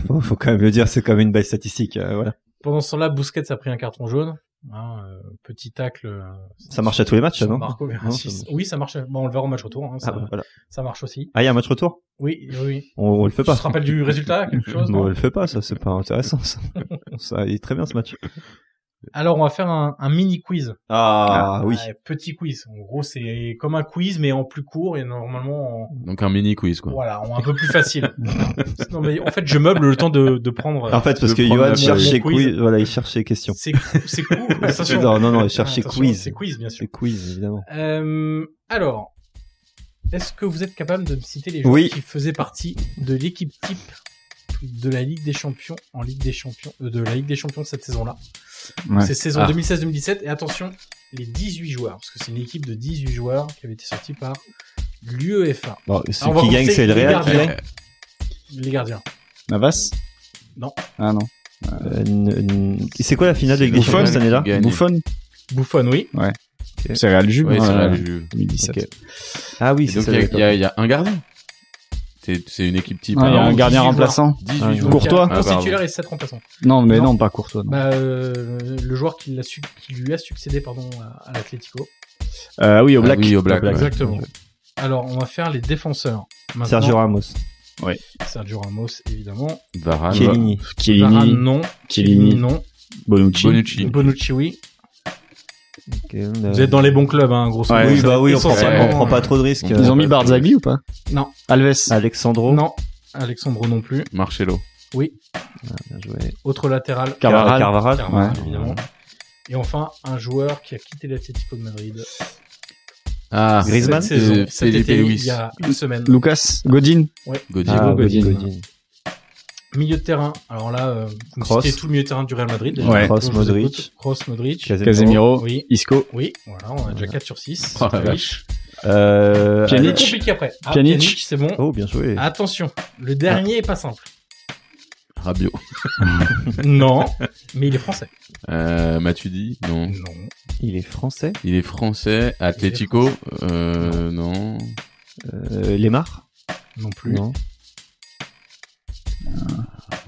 Speaker 2: faut, faut quand même le dire, c'est quand même une belle statistique. euh, voilà.
Speaker 1: Pendant ce temps-là, Busquets a pris un carton jaune. Hein, euh, petit tacle. euh,
Speaker 2: Ça marche à tous les matchs, hein,
Speaker 1: sur
Speaker 2: non
Speaker 1: Marco
Speaker 2: Non,
Speaker 1: Verratti.
Speaker 2: ça marche.
Speaker 1: Oui, ça marche. Bon, on le verra au match retour. hein,
Speaker 2: Ah,
Speaker 1: ça,
Speaker 2: bah, voilà.
Speaker 1: ça marche aussi.
Speaker 2: Ah, il y a un match retour
Speaker 1: Oui, oui. oui.
Speaker 2: on, on le fait
Speaker 1: Tu
Speaker 2: pas.
Speaker 1: te rappelles du résultat, quelque chose
Speaker 2: on
Speaker 1: non
Speaker 2: le fait pas, ça c'est pas intéressant. Ça. ça il est très bien ce match.
Speaker 1: Alors, on va faire un, un mini quiz.
Speaker 2: Ah, oui.
Speaker 1: Ouais, petit quiz. En gros, c'est comme un quiz, mais en plus court et normalement, en-
Speaker 3: Donc, un mini quiz, quoi.
Speaker 1: voilà, en un peu plus facile. non, mais en fait, je meuble le temps de, de prendre.
Speaker 2: En fait, parce
Speaker 3: Je
Speaker 2: que
Speaker 3: prends
Speaker 2: Johan
Speaker 3: la-
Speaker 2: cherche
Speaker 1: mon
Speaker 2: ses
Speaker 1: quiz.
Speaker 2: quiz, voilà, il cherche ses questions.
Speaker 1: c'est c'est cool. Attention.
Speaker 2: Non, non, non, il
Speaker 1: Ah,
Speaker 2: cherche ses
Speaker 1: attention,
Speaker 2: quiz.
Speaker 1: C'est quiz, bien sûr.
Speaker 2: Ses quiz, évidemment.
Speaker 1: Euh, alors, est-ce que vous êtes capable de me citer les joueurs
Speaker 2: Oui.
Speaker 1: qui faisaient partie de l'équipe type de la Ligue des Champions en Ligue des Champions euh, de la Ligue des Champions cette saison-là
Speaker 4: Ouais.
Speaker 1: C'est saison
Speaker 3: Ah.
Speaker 1: 2016-2017 et attention, les 18 joueurs parce que c'est une équipe de 18 joueurs qui avait été sortie par E l'UEFA.
Speaker 2: Bon,
Speaker 1: on
Speaker 2: celui
Speaker 1: va
Speaker 2: qui gagne,
Speaker 1: commencer
Speaker 2: c'est le
Speaker 1: avec les
Speaker 2: Real. qui
Speaker 3: Eh,
Speaker 1: gardiens.
Speaker 2: gagne
Speaker 1: Les gardiens.
Speaker 4: Navas
Speaker 1: Non.
Speaker 4: Ah non.
Speaker 2: Euh, n- n- C'est quoi la finale de Ligue des
Speaker 4: Buffon,
Speaker 2: Champions cette année-là
Speaker 3: Gagné.
Speaker 4: Buffon
Speaker 1: Buffon, oui.
Speaker 4: C'est Real Juve.
Speaker 3: Ouais, c'est
Speaker 4: hein,
Speaker 3: vrai,
Speaker 4: euh,
Speaker 3: j'ai vu.
Speaker 4: 2017.
Speaker 2: Ok. Ah oui,
Speaker 3: Et
Speaker 2: c'est
Speaker 3: donc
Speaker 2: ça.
Speaker 3: il y, a- il y
Speaker 2: d'accord.
Speaker 3: a- il y a un gardien. C'est c'est une équipe type.
Speaker 4: Ouais, il y a
Speaker 3: Alors,
Speaker 4: un
Speaker 1: gars.
Speaker 4: gardien
Speaker 1: 18
Speaker 4: remplaçant.
Speaker 3: 18
Speaker 2: Ouais,
Speaker 3: joueurs.
Speaker 1: Donc, il y a
Speaker 4: Courtois
Speaker 1: un
Speaker 3: Ah, pardon.
Speaker 1: titulaire et 7 remplaçants.
Speaker 4: Non, mais
Speaker 1: Non.
Speaker 4: non, pas Courtois. non.
Speaker 1: Bah, euh, le joueur qui, l'a su- qui lui a succédé pardon, à, à l'Atlético.
Speaker 4: Euh, oui,
Speaker 3: Ah
Speaker 4: au Black.
Speaker 3: oui, au Black, ouais.
Speaker 1: Exactement. Alors, on va faire les défenseurs. Maintenant,
Speaker 2: Sergio Ramos.
Speaker 1: Sergio Ramos, évidemment.
Speaker 3: Varane.
Speaker 2: Chiellini.
Speaker 1: Varane,
Speaker 4: Chiellini,
Speaker 1: non.
Speaker 4: Chiellini,
Speaker 1: non.
Speaker 4: Bonucci.
Speaker 3: Bonucci.
Speaker 1: Bonucci, oui.
Speaker 2: Ok, euh,
Speaker 1: Vous êtes dans les bons clubs, hein, grosso
Speaker 4: Ouais,
Speaker 1: modo.
Speaker 2: oui, bah oui, on prend,
Speaker 1: Essentiellement,
Speaker 2: pas, on prend pas trop de risques.
Speaker 3: Ils
Speaker 4: Ils
Speaker 2: euh,
Speaker 4: ont mis Barzagli ou pas
Speaker 1: Non.
Speaker 4: Alves.
Speaker 2: Ah. Alexandro.
Speaker 1: Non. Alexandre non plus.
Speaker 3: Marcelo.
Speaker 2: Bien joué.
Speaker 1: Autre latéral.
Speaker 4: Carvajal.
Speaker 2: Carvajal.
Speaker 1: Carvajal,
Speaker 3: Ouais.
Speaker 1: évidemment. Et enfin, un joueur qui a quitté l'Atlético de Madrid.
Speaker 3: Ah,
Speaker 2: Griezmann.
Speaker 1: cette saison,
Speaker 3: Euh,
Speaker 1: cet
Speaker 3: Felipe
Speaker 1: été,
Speaker 3: Luis.
Speaker 1: il y a une semaine.
Speaker 4: Lucas. Godin.
Speaker 3: Gaudi.
Speaker 2: Ah,
Speaker 1: Godin.
Speaker 2: Godin.
Speaker 1: Milieu de terrain. Alors là, euh, vous me
Speaker 2: Cross.
Speaker 1: citez tout le milieu de terrain du Real Madrid. déjà.
Speaker 4: Ouais.
Speaker 1: Donc, je
Speaker 2: Cross,
Speaker 1: vous écoute.
Speaker 2: Modric.
Speaker 1: Cross, Modric.
Speaker 4: Casemiro.
Speaker 1: Oui.
Speaker 4: Isco.
Speaker 1: Oui, voilà, on a déjà 4 sur 6.
Speaker 3: Oh la
Speaker 2: Euh,
Speaker 4: Pjanic.
Speaker 1: C'est compliqué après. Ah,
Speaker 4: Pjanic.
Speaker 1: Pjanic, c'est bon.
Speaker 2: Oh, bien joué.
Speaker 1: Attention, le dernier est pas simple.
Speaker 4: Ah.
Speaker 3: Rabiot.
Speaker 1: non, mais il est français.
Speaker 3: Euh, Matuidi. Non.
Speaker 1: Non.
Speaker 2: Il est français.
Speaker 3: Il est français. Atlético. Euh, non.
Speaker 2: Euh, Lemar.
Speaker 1: Non plus.
Speaker 2: Non.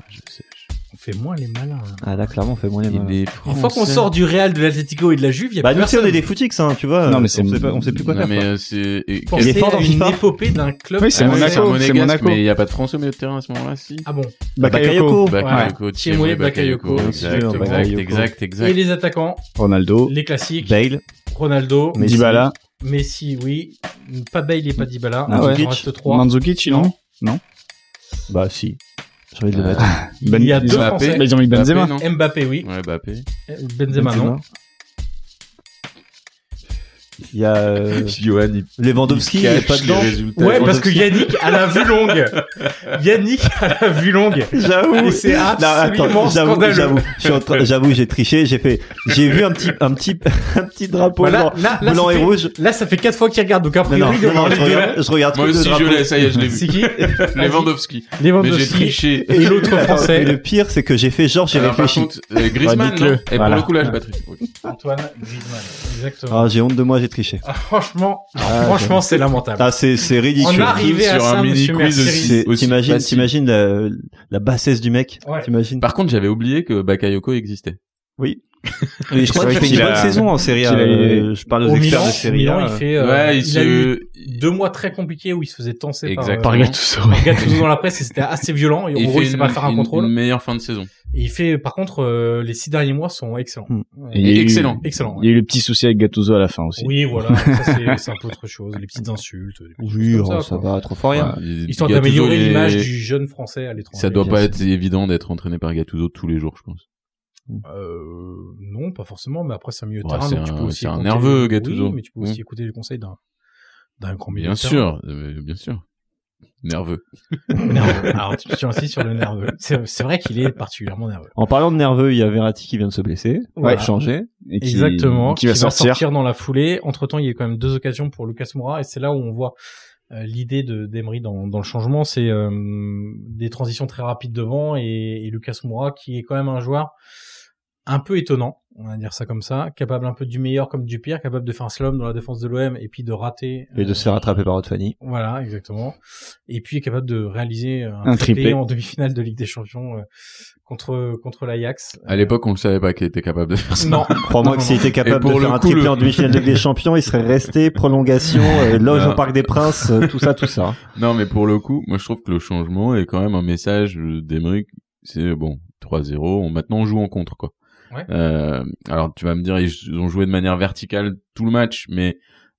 Speaker 3: Je sais.
Speaker 1: On fait fait moins les malins. là.
Speaker 2: Ah là, clairement, on fait moins les malins.
Speaker 3: Il est
Speaker 1: Une fois qu'on
Speaker 3: français.
Speaker 1: sort du Real, de l'Atlético et de la Juve, il y a
Speaker 2: Bah,
Speaker 1: plus
Speaker 2: nous, si on
Speaker 1: personne.
Speaker 2: est des footix, hein, tu vois.
Speaker 4: Non, mais
Speaker 2: on
Speaker 4: c'est-
Speaker 2: sait pas- on sait plus quoi
Speaker 3: Non,
Speaker 2: faire.
Speaker 3: mais
Speaker 2: quoi.
Speaker 3: euh, c'est. et-
Speaker 1: Pensez
Speaker 2: Il est fort dans
Speaker 1: à
Speaker 2: FIFA.
Speaker 1: une épopée d'un club.
Speaker 4: Oui, c'est
Speaker 3: Ah oui,
Speaker 4: Monaco,
Speaker 3: un
Speaker 4: c'est
Speaker 3: monégasque,
Speaker 4: Monaco.
Speaker 3: Mais il n'y a pas de français au milieu de terrain à ce moment-là, si.
Speaker 1: Ah bon.
Speaker 2: Bakayoko.
Speaker 3: Bakayoko, Thiemoué, Bakayoko.
Speaker 1: bien
Speaker 3: Exact,
Speaker 2: sûr,
Speaker 3: exact,
Speaker 2: Bakayoko.
Speaker 3: exact,
Speaker 1: Et
Speaker 3: exact.
Speaker 1: les attaquants,
Speaker 2: Oh.
Speaker 4: Ronaldo,
Speaker 1: les classiques,
Speaker 2: Bale.
Speaker 1: Ronaldo,
Speaker 2: Messi.
Speaker 4: Dybala,
Speaker 1: Messi, oui, pas Bale et pas Dybala.
Speaker 4: Ah ouais.
Speaker 1: Il en reste trois.
Speaker 4: Mandzukic, non
Speaker 2: Bah, si. J'ai envie de le mettre.
Speaker 1: Il y a deux
Speaker 3: Mbappé.
Speaker 1: Français.
Speaker 4: Ben- Benjamin Benzema.
Speaker 3: Mbappé,
Speaker 1: Mbappé, oui.
Speaker 3: non Ouais, Mbappé.
Speaker 1: Benzema, non.
Speaker 2: Il y a euh,
Speaker 3: Johan, il
Speaker 2: Lewandowski, il n'y a pas dedans.
Speaker 3: résultats.
Speaker 1: Ouais, parce
Speaker 2: Lewandowski.
Speaker 1: que Yannick a la vue longue. Yannick a la vue longue.
Speaker 2: J'avoue.
Speaker 1: Et Ah, c'est
Speaker 2: Non,
Speaker 1: absolument
Speaker 2: j'avoue,
Speaker 1: scandaleux.
Speaker 2: j'avoue, je suis en train- j'avoue, j'ai triché, j'ai fait, j'ai vu un petit, un petit, un petit drapeau
Speaker 1: Voilà,
Speaker 2: blanc,
Speaker 1: là, là,
Speaker 2: blanc
Speaker 1: ça
Speaker 2: et
Speaker 1: fait-
Speaker 2: rouge.
Speaker 1: Là, ça fait quatre fois qu'il regarde, donc a
Speaker 2: Non, non,
Speaker 1: priori, il
Speaker 2: non, non,
Speaker 1: en enlève
Speaker 2: je
Speaker 1: deux.
Speaker 2: regarde, je regarde
Speaker 3: Moi
Speaker 2: que deux
Speaker 3: aussi, je
Speaker 2: drapeaux.
Speaker 3: l'ai, ça y est, je l'ai
Speaker 1: C'est
Speaker 3: vu.
Speaker 1: qui
Speaker 3: Lewandowski. Mais j'ai
Speaker 1: Lewandowski
Speaker 3: triché.
Speaker 1: et l'autre
Speaker 2: Et
Speaker 1: français,
Speaker 2: le pire, c'est que j'ai fait genre, j'ai
Speaker 3: Alors, par
Speaker 2: réfléchi.
Speaker 3: contre, euh, Griezmann,
Speaker 2: Bah, nique-le.
Speaker 3: non Et pour
Speaker 2: Voilà.
Speaker 3: le coup, là, j'ai pas triché. Ok.
Speaker 1: Antoine Griezmann. Exactement.
Speaker 2: Ah, j'ai honte de moi, j'ai triché.
Speaker 1: Ah, franchement, franchement, c'est lamentable.
Speaker 2: Ah, c'est, c'est
Speaker 1: On
Speaker 2: ridicule.
Speaker 1: a- Arrivé à
Speaker 3: sur
Speaker 1: ça,
Speaker 3: un mini
Speaker 1: monsieur
Speaker 3: quiz
Speaker 1: Mercier.
Speaker 3: aussi.
Speaker 2: C'est-
Speaker 3: aussi
Speaker 2: T'imagines,
Speaker 3: facile.
Speaker 2: t'imagines la, la bassesse du mec.
Speaker 1: Ouais.
Speaker 2: T'imagines.
Speaker 3: Par contre, j'avais oublié que Bakayoko existait.
Speaker 2: Mais je crois qu'il
Speaker 4: C'est vrai
Speaker 2: fait une
Speaker 4: qu'il
Speaker 2: bonne
Speaker 4: a-
Speaker 2: saison en série A.
Speaker 4: qu'il a-
Speaker 2: euh, Je parle aux
Speaker 1: Au
Speaker 2: experts
Speaker 1: Milan,
Speaker 2: de
Speaker 1: au
Speaker 2: série
Speaker 1: Milan,
Speaker 2: A. hein.
Speaker 1: il fait, euh,
Speaker 3: ouais, il,
Speaker 1: il
Speaker 3: se...
Speaker 1: a eu deux mois très compliqués où il se faisait tenser par, euh,
Speaker 3: Exactement. Par
Speaker 4: Gattuso,
Speaker 1: par Gattuso dans la presse et c'était assez violent et en
Speaker 3: il
Speaker 1: gros,
Speaker 3: fait
Speaker 1: il sait pas
Speaker 3: une,
Speaker 1: faire un
Speaker 3: une-
Speaker 1: contrôle.
Speaker 3: une meilleure fin de saison.
Speaker 1: Et il fait, par contre, euh, les six derniers mois sont excellents.
Speaker 2: Hmm.
Speaker 1: Ouais.
Speaker 4: Il y a eu-
Speaker 3: Excellent.
Speaker 1: Excellent.
Speaker 4: Il y a eu le petit souci avec Gattuso à la fin aussi.
Speaker 1: Oui, voilà, ça c'est- c'est un peu autre chose, les petites insultes. des petites
Speaker 2: Oui,
Speaker 1: choses comme
Speaker 2: oh,
Speaker 1: quoi.
Speaker 2: ça va, trop fort rien.
Speaker 3: Il-
Speaker 1: Histoire
Speaker 3: Gattuso,
Speaker 1: d'améliorer
Speaker 3: il est-
Speaker 1: l'image du jeune français à l'étranger.
Speaker 3: Ça doit
Speaker 2: bien
Speaker 3: pas
Speaker 2: sûr.
Speaker 3: être évident d'être entraîné par Gattuso tous les jours, je pense.
Speaker 1: Euh, non, pas forcément, mais après c'est un milieu de
Speaker 3: Ouais,
Speaker 1: terrain,
Speaker 3: c'est
Speaker 1: donc tu peux
Speaker 3: un-
Speaker 1: aussi
Speaker 3: c'est un
Speaker 1: écouter-
Speaker 3: nerveux,
Speaker 1: oui,
Speaker 3: Gattuso.
Speaker 1: mais tu peux
Speaker 3: Oui.
Speaker 1: aussi écouter les conseils d'un d'un grand milieu
Speaker 3: Mmh. Bien
Speaker 1: de terrain.
Speaker 3: sûr, euh, bien sûr. Nerveux.
Speaker 1: Nerveux. Alors tu, tu insistes sur le nerveux. C'est c'est vrai qu'il est particulièrement nerveux.
Speaker 2: En parlant de nerveux, il y a Verratti qui vient de se blesser.
Speaker 1: Voilà.
Speaker 2: Ouais. Changer.
Speaker 4: Et qui-
Speaker 1: Exactement.
Speaker 4: Qui va sortir.
Speaker 1: dans la foulée. Entre temps, il y a quand même deux occasions pour Lucas Moura et c'est là où on voit euh, l'idée de d'Emery dans, dans le changement, c'est euh, des transitions très rapides devant et, et Lucas Moura qui est quand même un joueur un peu étonnant, on va dire ça comme ça, capable un peu du meilleur comme du pire, capable de faire un slalom dans la défense de l'OM et puis de rater.
Speaker 2: Et de
Speaker 1: euh,
Speaker 2: se faire attraper par Otfani.
Speaker 1: Voilà, exactement. Et puis est capable de réaliser un,
Speaker 4: Un
Speaker 1: triplé,
Speaker 4: triplé.
Speaker 1: en demi-finale de Ligue des Champions euh, contre contre l'Ajax.
Speaker 3: À l'époque, on le savait pas qu'il était capable de faire ça.
Speaker 1: Non,
Speaker 2: Crois-moi
Speaker 1: Non,
Speaker 2: que
Speaker 1: non,
Speaker 2: s'il
Speaker 1: non.
Speaker 2: était
Speaker 3: Et
Speaker 2: capable
Speaker 3: pour
Speaker 2: de
Speaker 3: le
Speaker 2: faire un
Speaker 3: coup,
Speaker 2: triplé
Speaker 3: le-
Speaker 2: en demi-finale de Ligue des Champions, il serait resté prolongation, euh, loge
Speaker 3: Non.
Speaker 2: au Parc des Princes, euh, tout ça, tout ça.
Speaker 3: Non, mais pour le coup, moi je trouve que le changement est quand même un message euh, d'Emery. C'est euh, bon, 3-0, on, maintenant on joue en contre, quoi.
Speaker 1: Ouais.
Speaker 3: Euh, alors tu vas me dire, ils ont joué de manière verticale tout le match, mais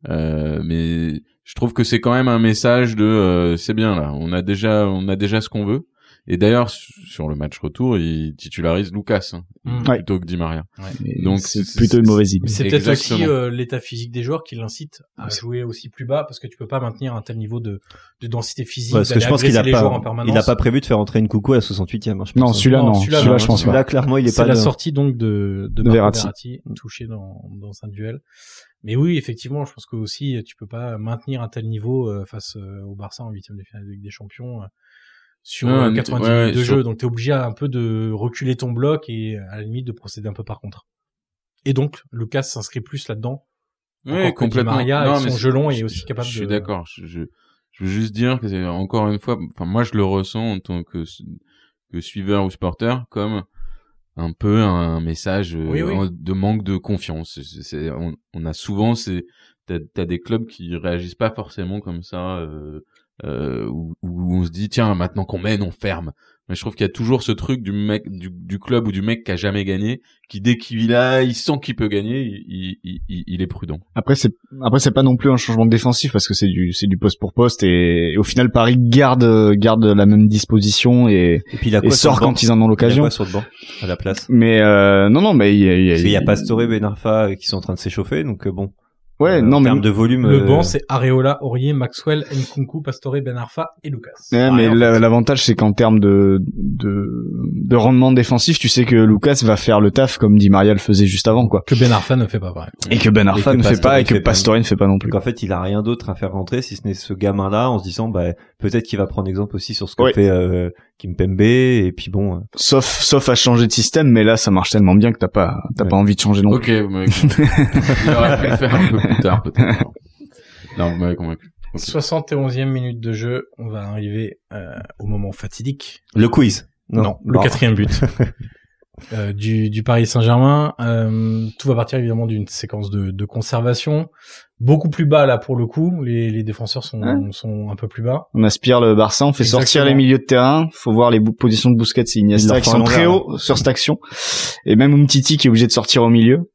Speaker 3: euh, mais je trouve que c'est quand même un message de euh, c'est bien là, on a déjà on a déjà ce qu'on veut. Et d'ailleurs su- sur le match retour, il titularise Lucas hein,
Speaker 1: Mm.
Speaker 4: Ouais.
Speaker 3: plutôt que Di Maria.
Speaker 4: Et
Speaker 3: Donc,
Speaker 4: c'est
Speaker 3: c'est-
Speaker 4: plutôt une mauvaise idée.
Speaker 1: C'est peut-être aussi
Speaker 3: Exactement.
Speaker 1: euh, l'état physique des joueurs qui l'incite à jouer aussi plus bas parce que tu peux pas maintenir un tel niveau de, de densité physique.
Speaker 2: Parce que
Speaker 1: d'aller
Speaker 2: je pense qu'il a
Speaker 1: agresser les joueurs en
Speaker 2: pas,
Speaker 1: permanence.
Speaker 2: il a pas prévu de faire entrer une coucou à la 68e. hein, je pense.
Speaker 4: Non, celui-là,
Speaker 1: Non,
Speaker 4: non.
Speaker 1: celui-là,
Speaker 4: Celui-là,
Speaker 1: non,
Speaker 4: je pense
Speaker 1: celui-là,
Speaker 4: pas.
Speaker 2: Là, clairement, il est
Speaker 1: C'est
Speaker 2: pas.
Speaker 1: la
Speaker 2: de-
Speaker 1: sortie donc de, de
Speaker 4: De
Speaker 1: Marco
Speaker 4: Verratti.
Speaker 1: Verratti, touché dans, dans un duel. Mais oui, effectivement, je pense que aussi tu peux pas maintenir un tel niveau euh, face euh, au Barça en huitième de finale de Ligue des Champions euh, sur
Speaker 3: Ouais,
Speaker 1: euh,
Speaker 3: mais-
Speaker 1: 90
Speaker 3: ouais,
Speaker 1: minutes de
Speaker 3: ouais,
Speaker 1: jeu.
Speaker 3: sur-
Speaker 1: Donc t'es obligé à un peu de reculer ton bloc et à la limite de procéder un peu par contre. Et donc Lucas s'inscrit plus là-dedans. Encore que Di Maria, avec son
Speaker 3: c'est-
Speaker 1: jeu long, est
Speaker 3: je-
Speaker 1: aussi
Speaker 3: je-
Speaker 1: capable
Speaker 3: Je
Speaker 1: de-
Speaker 3: suis d'accord. Je, je, je veux juste dire que c'est encore une fois, enfin moi je le ressens en tant que que suiveur ou supporter comme un peu un message euh,
Speaker 1: Oui, oui.
Speaker 3: en- de manque de confiance. C'est- c'est- on, on a souvent c'est t'as t'as des clubs qui réagissent pas forcément comme ça euh, euh, où, où on se dit tiens maintenant qu'on mène on ferme. Mais je trouve qu'il y a toujours ce truc du mec du, du club ou du mec qui a jamais gagné qui dès qu'il a il sent qu'il peut gagner il, il, il, il est prudent.
Speaker 4: Après, c'est, après, c'est pas non plus un changement défensif parce que c'est du, c'est du poste pour poste et, et au final, Paris garde, euh, garde la même disposition et,
Speaker 2: Et puis, il a
Speaker 4: et
Speaker 2: quoi sur
Speaker 4: sort
Speaker 2: le banc
Speaker 4: quand ils en ont
Speaker 2: Il a
Speaker 4: l'occasion.
Speaker 2: quoi sur le banc, à la place?
Speaker 4: Mais, euh, non, non, mais il y a, il y a-
Speaker 2: Parce qu'il y a Pastore, Ben Arfa euh, qui sont en train de s'échauffer, donc euh, bon.
Speaker 4: ouais,
Speaker 2: Euh,
Speaker 4: non,
Speaker 2: En
Speaker 4: mais,
Speaker 2: termes de volume.
Speaker 1: Le
Speaker 2: euh,
Speaker 1: banc, c'est Areola, Aurier, Maxwell, Nkunku, Pastore, Ben Arfa et Lucas.
Speaker 2: Ah,
Speaker 4: Ouais, eh, mais la- l'avantage c'est qu'en termes de, de de rendement défensif, tu sais que Lucas va faire le taf comme Di Maria le faisait juste avant, quoi.
Speaker 1: Que Ben Arfa ne fait pas pareil.
Speaker 4: Et que Ben Arfa
Speaker 2: que
Speaker 4: ne fait
Speaker 2: Pastore
Speaker 4: pas et
Speaker 2: ne
Speaker 4: que
Speaker 2: fait pas.
Speaker 4: Pastore ne fait pas non plus.
Speaker 2: Donc en fait, il a rien d'autre à faire rentrer si ce n'est ce gamin-là en se disant bah peut-être qu'il va prendre exemple aussi sur ce que
Speaker 4: Ouais.
Speaker 2: fait euh, Kimpembe et puis bon euh,
Speaker 4: Sauf sauf à changer de système, mais là ça marche tellement bien que t'as pas t'as
Speaker 2: Ouais.
Speaker 4: pas envie de changer non plus.
Speaker 3: Ok, vous m'avez convaincu. Il aurait pu le faire un peu plus tard, peut-être. Non, vous m'avez convaincu. Ok.
Speaker 1: 71e minute de jeu, on va arriver euh, au moment fatidique.
Speaker 2: le quiz.
Speaker 1: Non, le
Speaker 4: Bah.
Speaker 2: Bon.
Speaker 1: quatrième but euh, du, du Paris Saint-Germain. Euh, tout va partir évidemment d'une séquence de, de conservation. Beaucoup plus bas là pour le coup. Les, les défenseurs sont,
Speaker 4: Ouais.
Speaker 1: sont un peu plus bas.
Speaker 4: On aspire le Barça, on fait
Speaker 1: Exactement.
Speaker 4: sortir les milieux de terrain. Faut voir les bou- positions de Busquets et
Speaker 2: Il
Speaker 4: Iniesta
Speaker 2: leur
Speaker 4: qui
Speaker 2: faut
Speaker 4: sont
Speaker 2: un
Speaker 4: très
Speaker 2: envers,
Speaker 4: haut sur cette action. Et même Umtiti qui est obligé de sortir au milieu.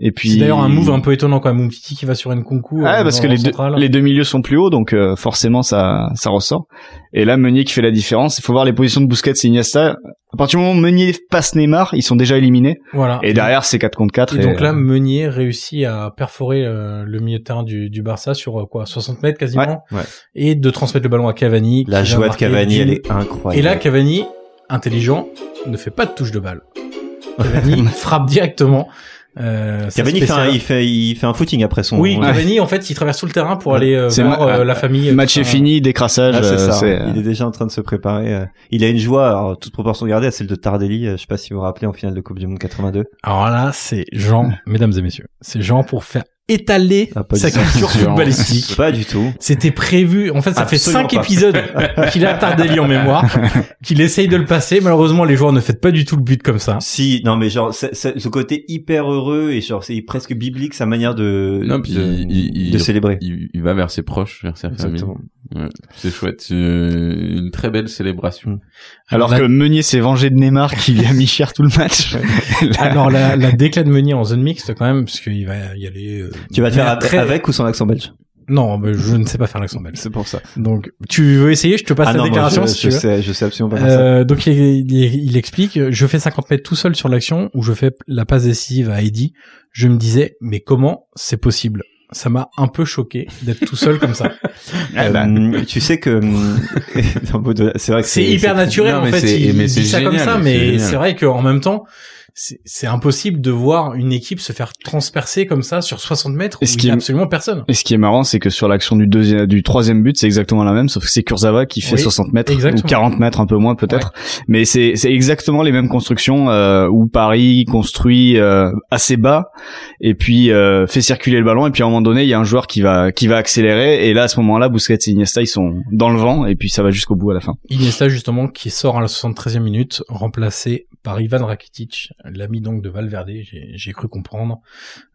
Speaker 4: Et puis.
Speaker 1: C'est d'ailleurs un move un peu étonnant quand même. Umtiti qui va sur Nkunku.
Speaker 4: Ouais,
Speaker 1: euh,
Speaker 4: parce
Speaker 1: dans
Speaker 4: que
Speaker 1: le
Speaker 4: les deux,
Speaker 1: central.
Speaker 4: les deux milieux sont plus hauts, donc euh, forcément ça, ça ressort. Et là, Meunier qui fait la différence. Il faut voir les positions de Busquets et Iniesta. À partir du moment où Meunier passe Neymar, ils sont déjà éliminés.
Speaker 1: Voilà.
Speaker 4: Et derrière, c'est 4 contre euh, 4.
Speaker 1: Et donc
Speaker 2: euh,
Speaker 1: là, Meunier réussit à perforer euh, le milieu de terrain du, du Barça sur euh, quoi 60 mètres quasiment
Speaker 2: Ouais, ouais.
Speaker 1: et de transmettre le ballon à Cavani.
Speaker 2: La
Speaker 1: qui va
Speaker 2: joie de
Speaker 1: marquer
Speaker 2: Cavani,
Speaker 1: d'une-
Speaker 2: elle est incroyable.
Speaker 1: Et là, Cavani, intelligent, ne fait pas de touche de balle. Cavani frappe directement. Euh, sa
Speaker 2: Cavani fait un,
Speaker 1: spéciale-
Speaker 2: il fait, il fait un footing après son.
Speaker 1: Oui,
Speaker 2: Ouais.
Speaker 1: Cavani, en fait, il traverse tout le terrain pour
Speaker 2: Ouais.
Speaker 1: aller euh,
Speaker 4: C'est
Speaker 1: voir
Speaker 4: ma-
Speaker 1: euh, la famille.
Speaker 4: le match est
Speaker 1: Enfin,
Speaker 4: fini, décrassage.
Speaker 2: Ah, c'est
Speaker 4: euh,
Speaker 2: ça.
Speaker 4: c'est, euh,
Speaker 2: Il est déjà en train de se préparer. euh. Il a une joie, alors, toute proportion gardée, à celle de Tardelli. euh, Je sais pas si vous vous rappelez en finale de Coupe du Monde 82.
Speaker 1: Alors là, c'est Jean, mesdames et messieurs, c'est Jean pour faire étaler
Speaker 2: Ah, pas
Speaker 1: sa
Speaker 2: du tout.
Speaker 1: culture footballistique.
Speaker 2: Pas du tout.
Speaker 1: C'était prévu. En fait, ça
Speaker 2: Absolument
Speaker 1: fait cinq
Speaker 2: pas.
Speaker 1: épisodes qu'il a Tardelli en mémoire, qu'il essaye de le passer. Malheureusement, les joueurs ne fêtent pas du tout le but comme ça.
Speaker 2: Si, non, mais genre, c'est- c'est- ce côté hyper heureux et genre, c'est presque biblique sa manière de,
Speaker 3: Non, puis
Speaker 2: de,
Speaker 3: il- il-
Speaker 2: de
Speaker 3: il-
Speaker 2: célébrer.
Speaker 3: Il, il va vers ses proches, vers sa famille.
Speaker 2: Exactement.
Speaker 3: C'est chouette. C'est une très belle célébration.
Speaker 4: alors
Speaker 1: la,
Speaker 4: que Meunier s'est vengé de Neymar qui lui a mis cher tout le match. Euh, Là-
Speaker 1: alors la, la déclat de Meunier en zone mixte quand même, parce qu'il va y aller. euh,
Speaker 2: Tu vas te
Speaker 1: mais
Speaker 2: faire
Speaker 1: à
Speaker 2: avec, avec ou sans l'accent belge?
Speaker 1: Non, mais je ne sais pas faire l'accent belge.
Speaker 2: C'est pour ça.
Speaker 1: Donc, tu veux essayer Je te passe la
Speaker 2: Ah moi,
Speaker 1: déclaration
Speaker 2: je,
Speaker 1: si
Speaker 2: je
Speaker 1: tu veux.
Speaker 2: sais, je sais absolument pas faire ça.
Speaker 1: Euh, donc il, il- il explique, je fais 50 mètres tout seul sur l'action où je fais la passe décisive à Eddy. Je me disais, mais comment c'est possible Ça m'a un peu choqué d'être tout seul comme ça.
Speaker 4: Ah bah.
Speaker 2: Euh, tu sais que dans le mot de- c'est vrai que
Speaker 1: C'est hyper naturel
Speaker 3: non,
Speaker 1: en
Speaker 3: mais
Speaker 1: fait.
Speaker 3: c'est-
Speaker 1: Il
Speaker 3: mais
Speaker 1: dit
Speaker 3: c'est
Speaker 1: ça comme
Speaker 3: génial,
Speaker 1: ça,
Speaker 3: c'est
Speaker 1: mais
Speaker 3: génial.
Speaker 1: c'est vrai qu'en même temps, c'est c'est impossible de voir une équipe se faire transpercer comme ça sur 60 mètres où
Speaker 4: Et ce
Speaker 1: il
Speaker 4: qui
Speaker 1: n'y a
Speaker 4: est-
Speaker 1: absolument personne.
Speaker 4: Et ce qui est marrant, c'est que sur l'action du deuxième, du troisième but, c'est exactement la même, sauf que c'est Kurzawa qui fait
Speaker 1: Oui,
Speaker 4: 60 mètres
Speaker 1: exactement.
Speaker 4: ou 40 mètres, un peu moins peut-être. Mais c'est c'est exactement les mêmes constructions euh, où Paris construit euh, assez bas et puis euh, fait circuler le ballon et puis à un moment donné, il y a un joueur qui va qui va accélérer et là à ce moment-là, Busquets et Iniesta ils sont dans le vent et puis ça va jusqu'au bout à la fin.
Speaker 1: Iniesta justement qui sort à la 73e minute, remplacé par Ivan Rakitic, l'ami donc de Valverde, j'ai j'ai cru comprendre.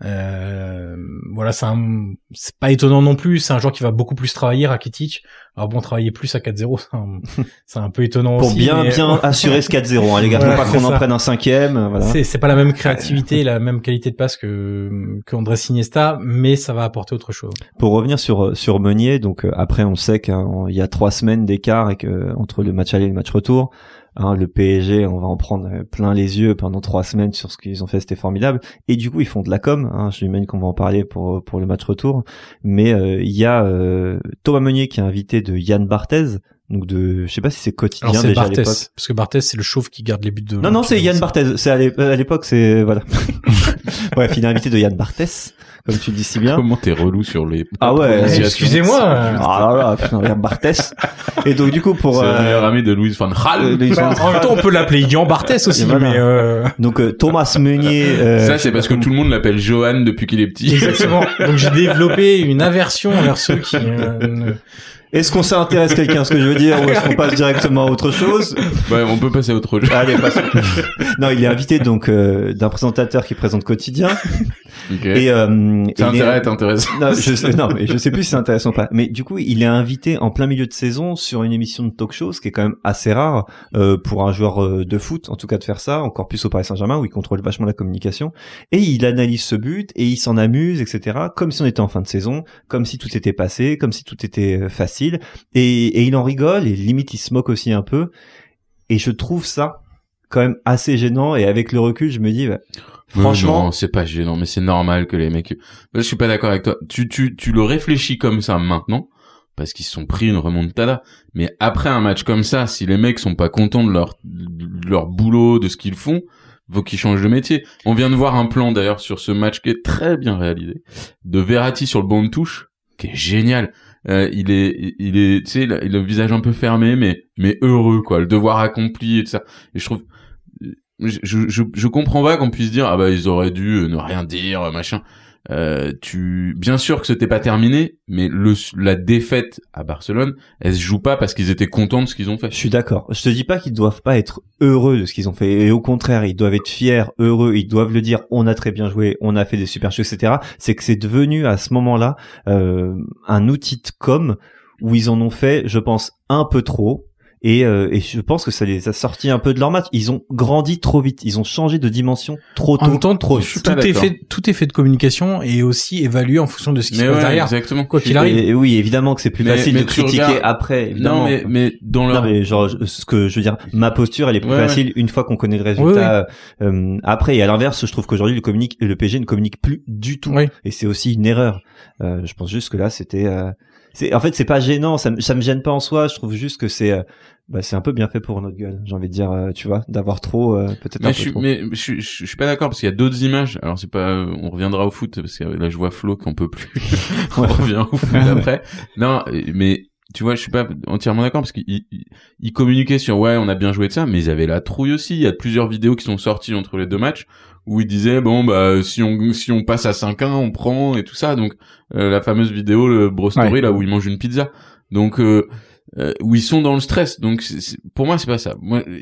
Speaker 1: Euh, voilà, c'est un- c'est pas étonnant non plus, c'est un joueur qui va beaucoup plus travailler, Rakitic. Alors bon, travailler plus à 4-0, c'est un- c'est un, peu étonnant
Speaker 2: pour
Speaker 1: aussi,
Speaker 2: bien
Speaker 1: mais-
Speaker 2: bien assurer ce 4-0 hein, les gars,
Speaker 1: Voilà,
Speaker 2: faut pas
Speaker 1: c'est
Speaker 2: qu'on en
Speaker 1: ça.
Speaker 2: prenne un cinquième, euh, voilà.
Speaker 1: C'est, c'est pas la même créativité, et la même qualité de passe que, que André Iniesta, mais ça va apporter autre chose.
Speaker 2: Pour revenir sur sur Meunier, donc euh, après on sait qu'il y a trois semaines d'écart et que euh, entre le match aller et le match retour, hein, le PSG on va en prendre euh, plein les yeux pendant trois semaines sur ce qu'ils ont fait, c'était formidable. Et du coup ils font de la com, hein, j'imagine qu'on va en parler pour pour le match retour. Mais euh, il y a euh, Thomas Meunier qui est invité de Yann Barthez, donc de je sais pas si c'est quotidien
Speaker 1: Alors c'est
Speaker 2: déjà à
Speaker 1: Barthez,
Speaker 2: l'époque.
Speaker 1: parce que Barthez c'est le chauve qui garde les buts de.
Speaker 2: Non, non, c'est Yann Barthès. C'est à l'é- à l'époque, c'est voilà. Bref, il est invité de Yann Barthès, comme tu le dis si bien.
Speaker 3: Comment t'es relou sur les.
Speaker 2: Ah ouais,
Speaker 3: prononciations.
Speaker 1: excusez-moi.
Speaker 2: Ah là là, putain, Yann Barthès. Et donc du coup
Speaker 3: C'est
Speaker 2: pour
Speaker 3: le
Speaker 2: euh,
Speaker 3: meilleur ami de Louise Van
Speaker 2: euh,
Speaker 3: Gaal.
Speaker 2: les gens-
Speaker 1: Bah, en même temps, on peut l'appeler Yann Barthez aussi,
Speaker 2: Et voilà.
Speaker 1: mais euh...
Speaker 2: donc euh, Thomas Meunier. euh,
Speaker 3: Ça, c'est parce que tout le monde l'appelle Johan depuis qu'il est petit.
Speaker 1: exactement. Donc j'ai développé une aversion envers ceux qui. euh, ne-
Speaker 2: Est-ce qu'on s'intéresse quelqu'un, ce que je veux dire, ou est-ce qu'on passe directement à autre chose
Speaker 3: Ouais, on peut passer à autre chose.
Speaker 2: Allez, passons. Non, il est invité donc euh, d'un présentateur qui présente quotidien.
Speaker 3: Ok.
Speaker 2: Et euh,
Speaker 3: Ça
Speaker 2: il est-
Speaker 3: intéresse, intéressant.
Speaker 2: Non, je sais, non, mais je sais plus si c'est intéressant ou pas. Mais du coup, il est invité en plein milieu de saison sur une émission de talk-show, ce qui est quand même assez rare euh, pour un joueur euh, de foot, en tout cas de faire ça, encore plus au Paris Saint-Germain où il contrôle vachement la communication. Et il analyse ce but et il s'en amuse, etc. Comme si on était en fin de saison, comme si tout était passé, comme si tout était euh, facile. Et, et il en rigole et limite il se moque aussi un peu. Et je trouve ça quand même assez gênant. Et avec le recul, je me dis, bah,
Speaker 3: Mais
Speaker 2: franchement,
Speaker 3: non, c'est pas gênant, mais c'est normal que les mecs. Moi, Je suis pas d'accord avec toi. Tu, tu, tu le réfléchis comme ça maintenant, parce qu'ils se sont pris une remontada. Mais après un match comme ça, si les mecs sont pas contents de leur, de leur boulot, de ce qu'ils font, faut qu'ils changent de métier. On vient de voir un plan d'ailleurs sur ce match qui est très bien réalisé de Verratti sur le banc de touche, qui est génial. Euh, il est, il est, tu sais, il a le visage un peu fermé, mais, mais heureux quoi, le devoir accompli et tout ça. Et je trouve je, je, je comprends pas qu'on puisse dire ah bah ils auraient dû euh, ne rien dire machin euh, tu, bien sûr que c'était pas terminé, mais le, la défaite à Barcelone, elle se joue pas parce qu'ils étaient contents de ce qu'ils ont fait.
Speaker 2: Je suis d'accord. Je te dis pas qu'ils doivent pas être heureux de ce qu'ils ont fait. Et au contraire, ils doivent être fiers, heureux. Ils doivent le dire. On a très bien joué. On a fait des super choses, etc. C'est que c'est devenu à ce moment-là euh, un outil de com où ils en ont fait, je pense, un peu trop. Et, euh, et je pense que ça les a sortis un peu de leur match. Ils ont grandi trop vite. Ils ont changé de dimension trop tôt.
Speaker 1: En même temps,
Speaker 2: trop
Speaker 1: tout
Speaker 2: vite.
Speaker 3: suis pas
Speaker 1: est
Speaker 3: d'accord.
Speaker 1: fait, tout est fait de communication et aussi évalué en fonction de ce qui se
Speaker 3: Mais
Speaker 1: passe
Speaker 3: ouais,
Speaker 1: derrière.
Speaker 3: exactement.
Speaker 1: Quoi qu'il arrive.
Speaker 2: Et- et oui, évidemment que c'est plus
Speaker 3: Mais-
Speaker 2: facile
Speaker 3: mais
Speaker 2: de
Speaker 3: tu
Speaker 2: critiquer
Speaker 3: regardes-
Speaker 2: après. Évidemment.
Speaker 3: Non, mais, mais dans
Speaker 2: Non
Speaker 3: leur,
Speaker 2: mais genre je- ce que je veux dire, ma posture elle est plus
Speaker 3: Ouais,
Speaker 2: facile une fois qu'on connaît le résultat. euh, après et à l'inverse, je trouve qu'aujourd'hui le communique, le PG ne communique plus du tout
Speaker 1: Oui.
Speaker 2: et c'est aussi une erreur. Euh, je pense juste que là c'était, euh, c'est en fait c'est pas gênant, ça me ça me gêne pas en soi. Je trouve juste que c'est, euh, bah, c'est un peu bien fait pour notre gueule. J'ai envie de dire, euh, tu vois, d'avoir trop euh, peut-être un peu
Speaker 3: Mais je, suis,
Speaker 2: trop.
Speaker 3: mais je, suis- je suis pas d'accord parce qu'il y a d'autres images. Alors c'est pas, euh, on reviendra au foot parce que là je vois Flo qu'on peut plus. on
Speaker 2: Ouais.
Speaker 3: revient au foot après. Non, euh, mais tu vois, je suis pas entièrement d'accord parce qu'ils ils- ils communiquaient sur ouais, on a bien joué de ça, mais ils avaient la trouille aussi. Il y a plusieurs vidéos qui sont sorties entre les deux matchs où ils disaient bon bah si on si on passe à 5-1, on prend et tout ça. Donc euh, la fameuse vidéo le Brostory là où il mange une pizza. Donc euh, euh, où ils sont dans le stress. Donc c'est- c'est- pour moi c'est pas ça. Moi euh,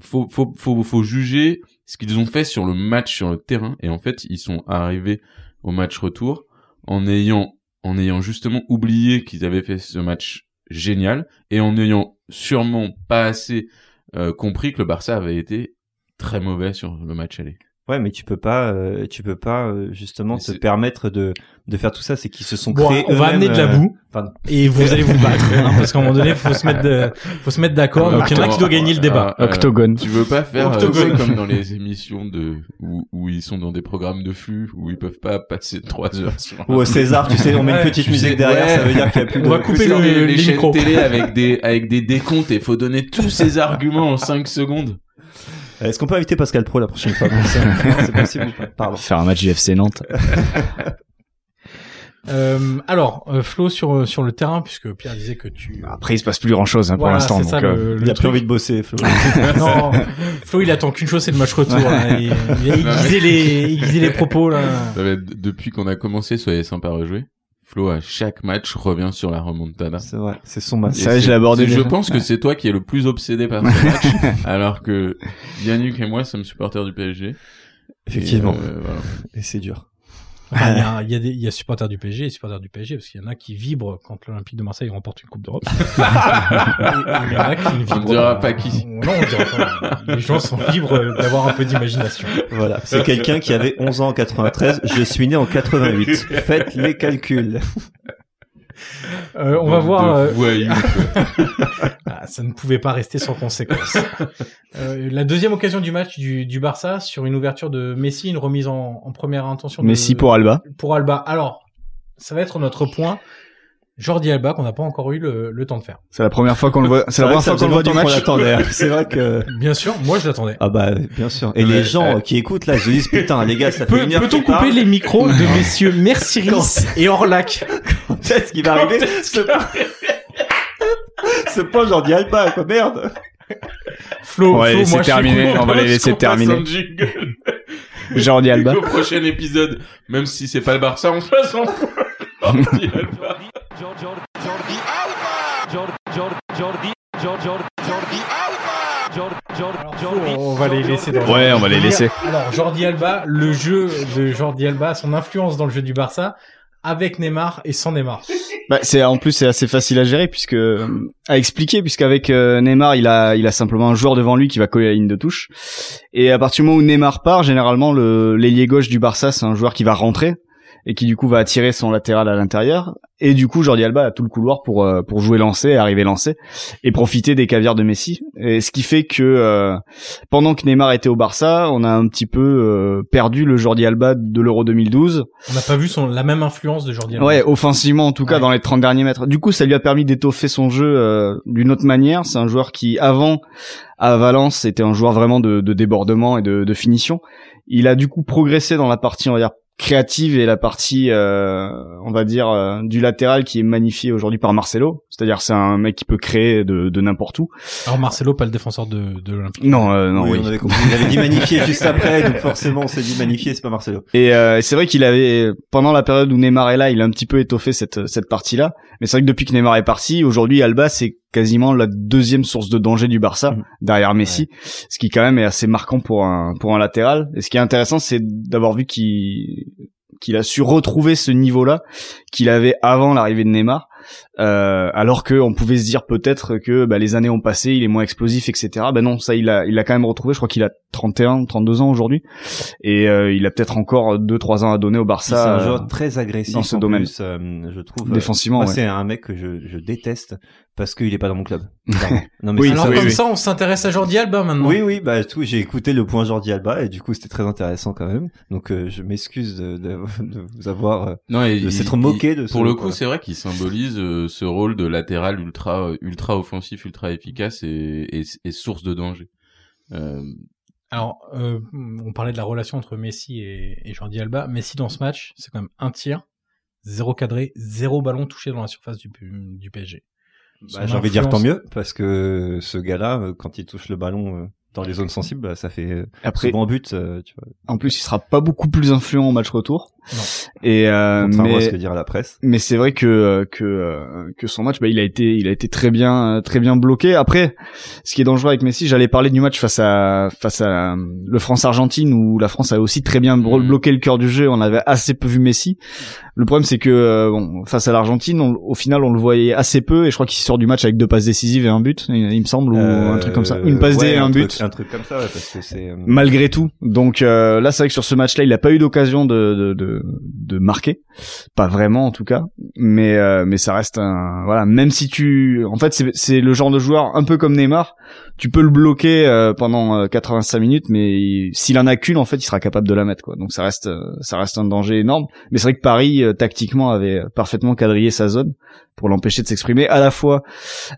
Speaker 3: faut faut faut faut juger ce qu'ils ont fait sur le match sur le terrain et en fait ils sont arrivés au match retour en ayant en ayant justement oublié qu'ils avaient fait ce match génial et en n'ayant sûrement pas assez euh, compris que le Barça avait été très mauvais sur le match aller.
Speaker 2: Ouais, mais tu peux pas, euh, tu peux pas euh, justement
Speaker 3: Mais
Speaker 2: te
Speaker 3: c'est-
Speaker 2: permettre de de faire tout ça. C'est qu'ils se sont
Speaker 1: Bon,
Speaker 2: créés.
Speaker 1: on va
Speaker 2: eux-mêmes,
Speaker 1: amener de la
Speaker 2: euh,
Speaker 1: boue
Speaker 2: pardon.
Speaker 1: et vous allez vous battre hein, parce qu'à un moment donné, faut se mettre, de- faut se mettre d'accord. Donc il y en a qui doit gagner le débat.
Speaker 3: Euh, euh,
Speaker 4: Octogone.
Speaker 3: Tu veux pas faire euh,
Speaker 1: Octogone.
Speaker 3: c'est comme dans les émissions de où, où ils sont dans des programmes de flux où ils peuvent pas passer trois heures sur un
Speaker 2: Ou euh, au César, tu sais, on met
Speaker 1: Ouais,
Speaker 2: une petite
Speaker 3: tu
Speaker 2: musique
Speaker 3: sais,
Speaker 2: derrière,
Speaker 3: ouais.
Speaker 2: ça veut dire qu'il y a plus
Speaker 1: On
Speaker 2: de-
Speaker 1: va couper
Speaker 3: Sur
Speaker 1: le-
Speaker 3: les, les
Speaker 1: les
Speaker 3: chaînes
Speaker 1: micros.
Speaker 3: télé avec des avec des décomptes et faut donner tous ces arguments en 5 secondes.
Speaker 2: Euh, Est-ce qu'on peut inviter Pascal Pro la prochaine fois pour ça C'est possible ou pas Pardon.
Speaker 4: Faire un match GFC Nantes.
Speaker 1: Euh, alors euh, Flo sur sur le terrain puisque Pierre disait que tu.
Speaker 4: Après, il se passe plus grand chose pour
Speaker 1: Voilà,
Speaker 4: l'instant.
Speaker 1: c'est ça
Speaker 4: donc, euh,
Speaker 1: le, le
Speaker 2: Il a plus
Speaker 1: truc.
Speaker 2: envie de bosser, Flo.
Speaker 1: Non, Flo il attend qu'une chose c'est le match retour. là. Il, il a aiguisé les aiguisé les propos là.
Speaker 3: Ça va être- Bah, depuis qu'on a commencé, soyez sympa à rejouer. Flo à chaque match revient sur la remontada.
Speaker 2: C'est vrai, c'est son match.
Speaker 4: Ça, je l'ai abordé
Speaker 3: Et Je
Speaker 4: déjà.
Speaker 3: pense que c'est toi qui es le plus obsédé par ce match, alors que Yannick et moi sommes supporters du PSG.
Speaker 2: Effectivement.
Speaker 3: Et, euh, voilà.
Speaker 2: Et c'est dur.
Speaker 1: Enfin, il y a, il y a des il y a supporters du PSG et supporters du PSG parce qu'il y en a qui vibrent quand l'Olympique de Marseille remporte une coupe d'Europe. Il y en a qui ne
Speaker 3: On
Speaker 1: vibrent
Speaker 3: dira pas qui.
Speaker 1: Non, on dira pas. Les gens sont libres d'avoir un peu d'imagination.
Speaker 2: Voilà. C'est quelqu'un qui avait 11 ans en 93. Je suis né en 88. Faites les calculs.
Speaker 1: Euh, on va
Speaker 3: De
Speaker 1: voir. euh,
Speaker 3: voyous.
Speaker 1: ah, ça ne pouvait pas rester sans conséquence. Euh, la deuxième occasion du match du, du Barça sur une ouverture de Messi, une remise en, en première intention. de-
Speaker 4: Messi pour Alba.
Speaker 1: pour Alba. Alors, ça va être notre point. Jordi Alba qu'on n'a pas encore eu le, le temps de faire.
Speaker 4: C'est la première fois qu'on le voit. C'est la
Speaker 2: vrai
Speaker 4: première
Speaker 2: que ça
Speaker 4: fois qu'on le voit
Speaker 2: faisait
Speaker 4: dans
Speaker 2: longtemps
Speaker 4: match.
Speaker 2: qu'on l'attendait. C'est vrai que.
Speaker 1: Bien sûr, moi je l'attendais.
Speaker 2: Ah bah bien sûr. Et
Speaker 3: Mais,
Speaker 2: les gens
Speaker 3: euh,
Speaker 2: qui écoutent là, ils se disent putain les gars, ça fait
Speaker 1: Peut-
Speaker 2: une heure
Speaker 1: Peut-on
Speaker 2: qu'ils
Speaker 1: couper
Speaker 2: parlent.
Speaker 1: les micros de messieurs Merciris et Orlac
Speaker 2: Peut-être ce qui va arriver. Ce ce point j'en dis pas quoi merde.
Speaker 1: Flo,
Speaker 4: On va
Speaker 1: Flo,
Speaker 4: laisser
Speaker 1: moi, je suis
Speaker 4: terminer,
Speaker 1: cool.
Speaker 4: on va les laisser
Speaker 3: Qu'on passe
Speaker 4: terminer. Bah.
Speaker 3: en jingle.
Speaker 4: Jordi
Speaker 3: Et
Speaker 4: Alba.
Speaker 3: qu'au prochain épisode, même si c'est pas le Barça, on passe en Jordi Alba.
Speaker 1: Alors, Flo, on va les laisser dans
Speaker 4: Ouais, on va les laisser.
Speaker 1: Alors Jordi Alba, le jeu de Jordi Alba, son influence dans le jeu du Barça avec Neymar et sans Neymar.
Speaker 4: Bah, c'est en plus c'est assez facile à gérer puisque euh, à expliquer puisqu'avec euh, Neymar il a il a simplement un joueur devant lui qui va coller la ligne de touche et à partir du moment où Neymar part généralement le l'ailier gauche du Barça c'est un joueur qui va rentrer et qui du coup va attirer son latéral à l'intérieur et du coup Jordi Alba a tout le couloir pour euh, pour jouer lancé et arriver lancé et profiter des caviars de Messi et ce qui fait que euh, pendant que Neymar était au Barça on a un petit peu euh, perdu le Jordi Alba de l'Euro 2012
Speaker 1: On n'a pas vu son, la même influence de Jordi Alba.
Speaker 4: Ouais, offensivement en tout cas
Speaker 1: Ouais.
Speaker 4: dans les 30 derniers mètres. Du coup, ça lui a permis d'étoffer son jeu euh, d'une autre manière. C'est un joueur qui avant à Valence était un joueur vraiment de, de débordement et de, de finition. Il a du coup progressé dans la partie on va dire créative et la partie, euh, on va dire, euh, du latéral qui est magnifiée aujourd'hui par Marcelo. C'est-à-dire c'est un mec qui peut créer de, de n'importe où.
Speaker 1: Alors Marcelo, pas le défenseur de, de l'Olympique.
Speaker 4: Non, euh, non, oui.
Speaker 2: on avait compris. Il avait dit magnifié juste après, donc forcément, on s'est dit magnifié, c'est pas Marcelo.
Speaker 4: Et euh, c'est vrai qu'il avait pendant la période où Neymar est là, il a un petit peu étoffé cette cette partie-là. Mais c'est vrai que depuis que Neymar est parti, aujourd'hui Alba c'est quasiment la deuxième source de danger du Barça
Speaker 2: Mhm.
Speaker 4: derrière Messi, ce qui quand même est assez marquant pour un pour un latéral. Et ce qui est intéressant, c'est d'avoir vu qu'il qu'il a su retrouver ce niveau-là qu'il avait avant l'arrivée de Neymar. Euh, alors que on pouvait se dire peut-être que bah, les années ont passé, il est moins explosif, etc. Ben non, ça il a il l'a quand même retrouvé. Je crois qu'il a 31, 32 ans aujourd'hui, et euh, il a peut-être encore 2-3 ans à donner au
Speaker 2: C'est
Speaker 4: Barça
Speaker 2: un
Speaker 4: euh,
Speaker 2: joueur très agressif
Speaker 4: dans ce
Speaker 2: en
Speaker 4: domaine.
Speaker 2: plus, euh, je trouve. euh,
Speaker 4: défensivement.
Speaker 2: moi,
Speaker 4: ouais.
Speaker 2: c'est un mec que je, je déteste parce qu'il est pas dans mon club. Pardon. Non, mais
Speaker 4: Oui,
Speaker 2: c'est
Speaker 1: Alors
Speaker 2: ça.
Speaker 4: oui,
Speaker 1: comme
Speaker 4: oui.
Speaker 1: ça, on s'intéresse à Jordi Alba maintenant.
Speaker 2: Oui, oui, bah tout. J'ai écouté le point Jordi Alba et du coup c'était très intéressant quand même. Donc euh, je m'excuse de, de- de vous avoir. euh,
Speaker 3: Non, et
Speaker 2: de
Speaker 3: il-
Speaker 2: s'être moqué de
Speaker 3: il-
Speaker 2: ce
Speaker 3: Pour le
Speaker 2: look,
Speaker 3: coup,
Speaker 2: voilà.
Speaker 3: c'est vrai qu'il symbolise euh, ce rôle de latéral ultra euh, ultra offensif, ultra efficace et, et, et source de danger. Euh,
Speaker 1: Alors, euh, on parlait de la relation entre Messi et, et Jordi Alba. Messi dans ce match, c'est quand même un tir, zéro cadré, zéro ballon touché dans la surface du, P- du PSG. Son
Speaker 2: bah, j'ai envie de dire
Speaker 1: influence-
Speaker 2: tant mieux parce que ce gars-là, euh, quand il touche le ballon euh, dans les zones sensibles, bah, ça fait euh,
Speaker 4: Après,
Speaker 2: souvent but. euh, tu vois,
Speaker 4: en plus, il sera pas beaucoup plus influent au match retour.
Speaker 1: Non.
Speaker 4: Et euh,
Speaker 2: contrairement à ce
Speaker 4: mais
Speaker 2: que dire la presse.
Speaker 4: mais c'est vrai que euh, que euh, que son match, bah, il a été il a été très bien euh, très bien bloqué. Après, ce qui est dangereux avec Messi, j'allais parler du match face à face à euh, le France Argentine où la France avait aussi très bien bro-
Speaker 3: Mhm.
Speaker 4: bloqué le cœur du jeu. On avait assez peu vu Messi. Le problème, c'est que euh, bon, face à l'Argentine, on- au final, on le voyait assez peu. Et je crois qu'il sort du match avec deux passes décisives et un but, il, il me semble, ou un truc comme ça,
Speaker 2: Euh,
Speaker 4: une passe
Speaker 2: ouais,
Speaker 4: dé et un, but
Speaker 2: truc- un truc comme ça, ouais, parce que c'est. euh,
Speaker 4: malgré tout. Donc euh, là, c'est vrai que sur ce match-là, il a pas eu d'occasion de, de, de, de marquer, pas vraiment en tout cas. Mais euh, mais ça reste un voilà. Même si tu, en fait, c'est c'est le genre de joueur un peu comme Neymar. Tu peux le bloquer euh, pendant euh, 85 minutes, mais il- s'il en a qu'une, en fait, il sera capable de la mettre quoi. Donc ça reste euh, ça reste un danger énorme. Mais c'est vrai que Paris euh, tactiquement avait parfaitement quadrillé sa zone pour l'empêcher de s'exprimer, à la fois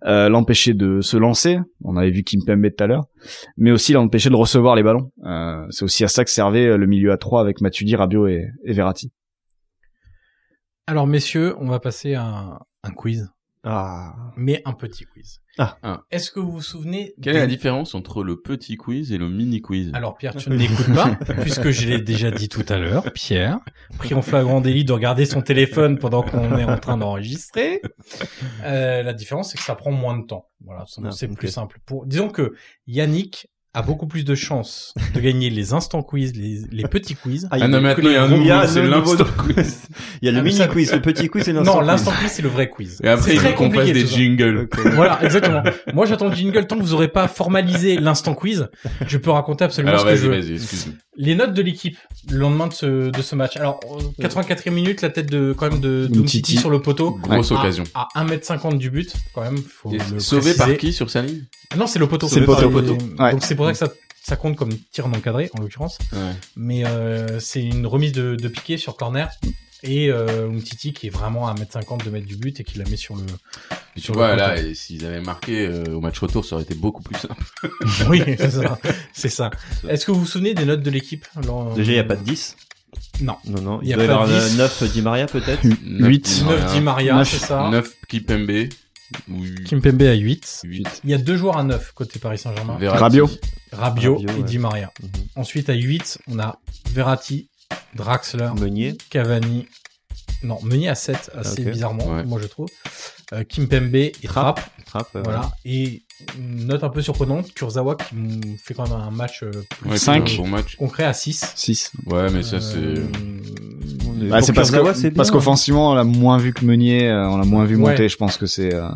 Speaker 4: euh, l'empêcher de se lancer. On avait vu Kimpembe tout à l'heure mais aussi l'empêcher de recevoir les ballons. Euh, c'est aussi à ça que servait euh, le milieu à 3 avec Matuidi, Rabiot et, et Verratti.
Speaker 1: Alors, messieurs, on va passer à un, un quiz,
Speaker 2: Ah.
Speaker 1: mais un petit quiz.
Speaker 2: Ah.
Speaker 1: Est-ce que vous vous souvenez
Speaker 3: quelle
Speaker 1: des-
Speaker 3: est la différence entre le petit quiz et le mini quiz
Speaker 1: Alors Pierre, tu ne l'écoutes pas, puisque je l'ai déjà dit tout à l'heure. Pierre, pris en flagrant délit de regarder son téléphone pendant qu'on est en train d'enregistrer. Euh, la différence, c'est que ça prend moins de temps. Voilà, c'est
Speaker 2: Ah,
Speaker 1: c'est
Speaker 2: ok.
Speaker 1: plus simple. Pour, disons que Yannick a beaucoup plus de chances de gagner les instants quiz, les, les petits quiz.
Speaker 2: Ah,
Speaker 3: Ah non, mais
Speaker 2: que
Speaker 3: maintenant, il y a un
Speaker 2: le-
Speaker 3: nouveau,
Speaker 2: le
Speaker 3: c'est
Speaker 2: nouveau
Speaker 3: l'instant
Speaker 2: de- Il y a le
Speaker 1: Ah, mais
Speaker 2: mini
Speaker 1: ça-
Speaker 2: quiz, le petit quiz et l'instant
Speaker 1: non,
Speaker 2: quiz.
Speaker 1: l'instant quiz, c'est le vrai quiz.
Speaker 3: Et après,
Speaker 1: C'est
Speaker 3: il
Speaker 1: très
Speaker 3: faut qu'on fasse
Speaker 1: compliqué,
Speaker 3: des
Speaker 1: tout ça.
Speaker 3: jingles.
Speaker 1: Voilà, exactement. Moi, j'attends le jingle. Tant que vous aurez pas formalisé l'instant quiz, je peux raconter absolument
Speaker 3: Alors
Speaker 1: ce que
Speaker 3: vas-y,
Speaker 1: je veux.
Speaker 3: vas-y, excuse-moi.
Speaker 1: Les notes de l'équipe le lendemain de ce, de ce match. Alors, euh, 84e minute, la tête de quand même de
Speaker 4: Umtiti.
Speaker 1: Umtiti sur le poteau.
Speaker 3: Grosse
Speaker 1: À-
Speaker 3: occasion.
Speaker 1: À, 1m50 du but, quand même. Faut
Speaker 3: Et
Speaker 1: ah, le
Speaker 3: Sauvé par
Speaker 1: préciser.
Speaker 3: qui sur sa ligne
Speaker 1: Ah Non, c'est le poteau.
Speaker 4: C'est le
Speaker 1: Sauvé par
Speaker 4: poteau.
Speaker 1: les-
Speaker 4: Ouais.
Speaker 1: Donc c'est pour ça que ça, ça compte comme tir non cadré, en l'occurrence. Mais euh, c'est une remise de, de piqué sur corner. Et euh, Umtiti qui est vraiment à 1m50 de mètre du but et qui la met sur le.
Speaker 3: Et Tu
Speaker 1: sur
Speaker 3: vois,
Speaker 1: le
Speaker 3: là,
Speaker 1: poteau.
Speaker 3: et s'ils avaient marqué euh, au match retour, ça aurait été beaucoup plus simple.
Speaker 1: oui, c'est ça. C'est ça. Est-ce que vous vous souvenez des notes de l'équipe l'an-
Speaker 2: Déjà, il n'y a pas de 10.
Speaker 1: Non.
Speaker 2: Non, non.
Speaker 1: Il y
Speaker 2: Il
Speaker 1: a
Speaker 2: doit y
Speaker 1: pas de
Speaker 2: avoir
Speaker 1: 10.
Speaker 2: 9 Di Maria, peut-être.
Speaker 4: 8.
Speaker 1: 9 Di Maria,
Speaker 4: Neuf.
Speaker 1: c'est ça.
Speaker 3: 9 Kipembe. Ou
Speaker 1: Kimpembe à 8.
Speaker 3: 8.
Speaker 1: Il y a deux joueurs à 9 côté Paris Saint-Germain,
Speaker 3: Verratti.
Speaker 4: Rabiot.
Speaker 1: Rabiot,
Speaker 2: Rabiot,
Speaker 1: et
Speaker 2: ouais. Mhm.
Speaker 1: Di Maria. Ensuite, à 8, on a Verratti, Draxler,
Speaker 2: Meunier. Ah,
Speaker 1: Cavani. Non, Meunier à 7, assez
Speaker 2: ok.
Speaker 1: bizarrement,
Speaker 3: Ouais.
Speaker 1: moi je trouve. Euh, Kimpembe et Trapp.
Speaker 2: Trapp. euh,
Speaker 1: Voilà. Et une note un peu surprenante, Kurzawa qui nous fait quand même un match euh, plus
Speaker 3: Ouais,
Speaker 4: Cinq.
Speaker 3: c'est un Bon match.
Speaker 1: concret à 6.
Speaker 4: 6.
Speaker 2: Ah
Speaker 3: Ouais, mais ça, c'est.
Speaker 1: Euh,
Speaker 2: on est-
Speaker 4: Bah,
Speaker 2: pour
Speaker 4: c'est parce
Speaker 2: Kurzawa,
Speaker 4: que
Speaker 2: c'est bien,
Speaker 4: parce
Speaker 2: hein.
Speaker 4: qu'offensivement, on l'a moins vu que Meunier, euh, on l'a moins vu
Speaker 1: Ouais.
Speaker 4: monter. Je pense que c'est euh,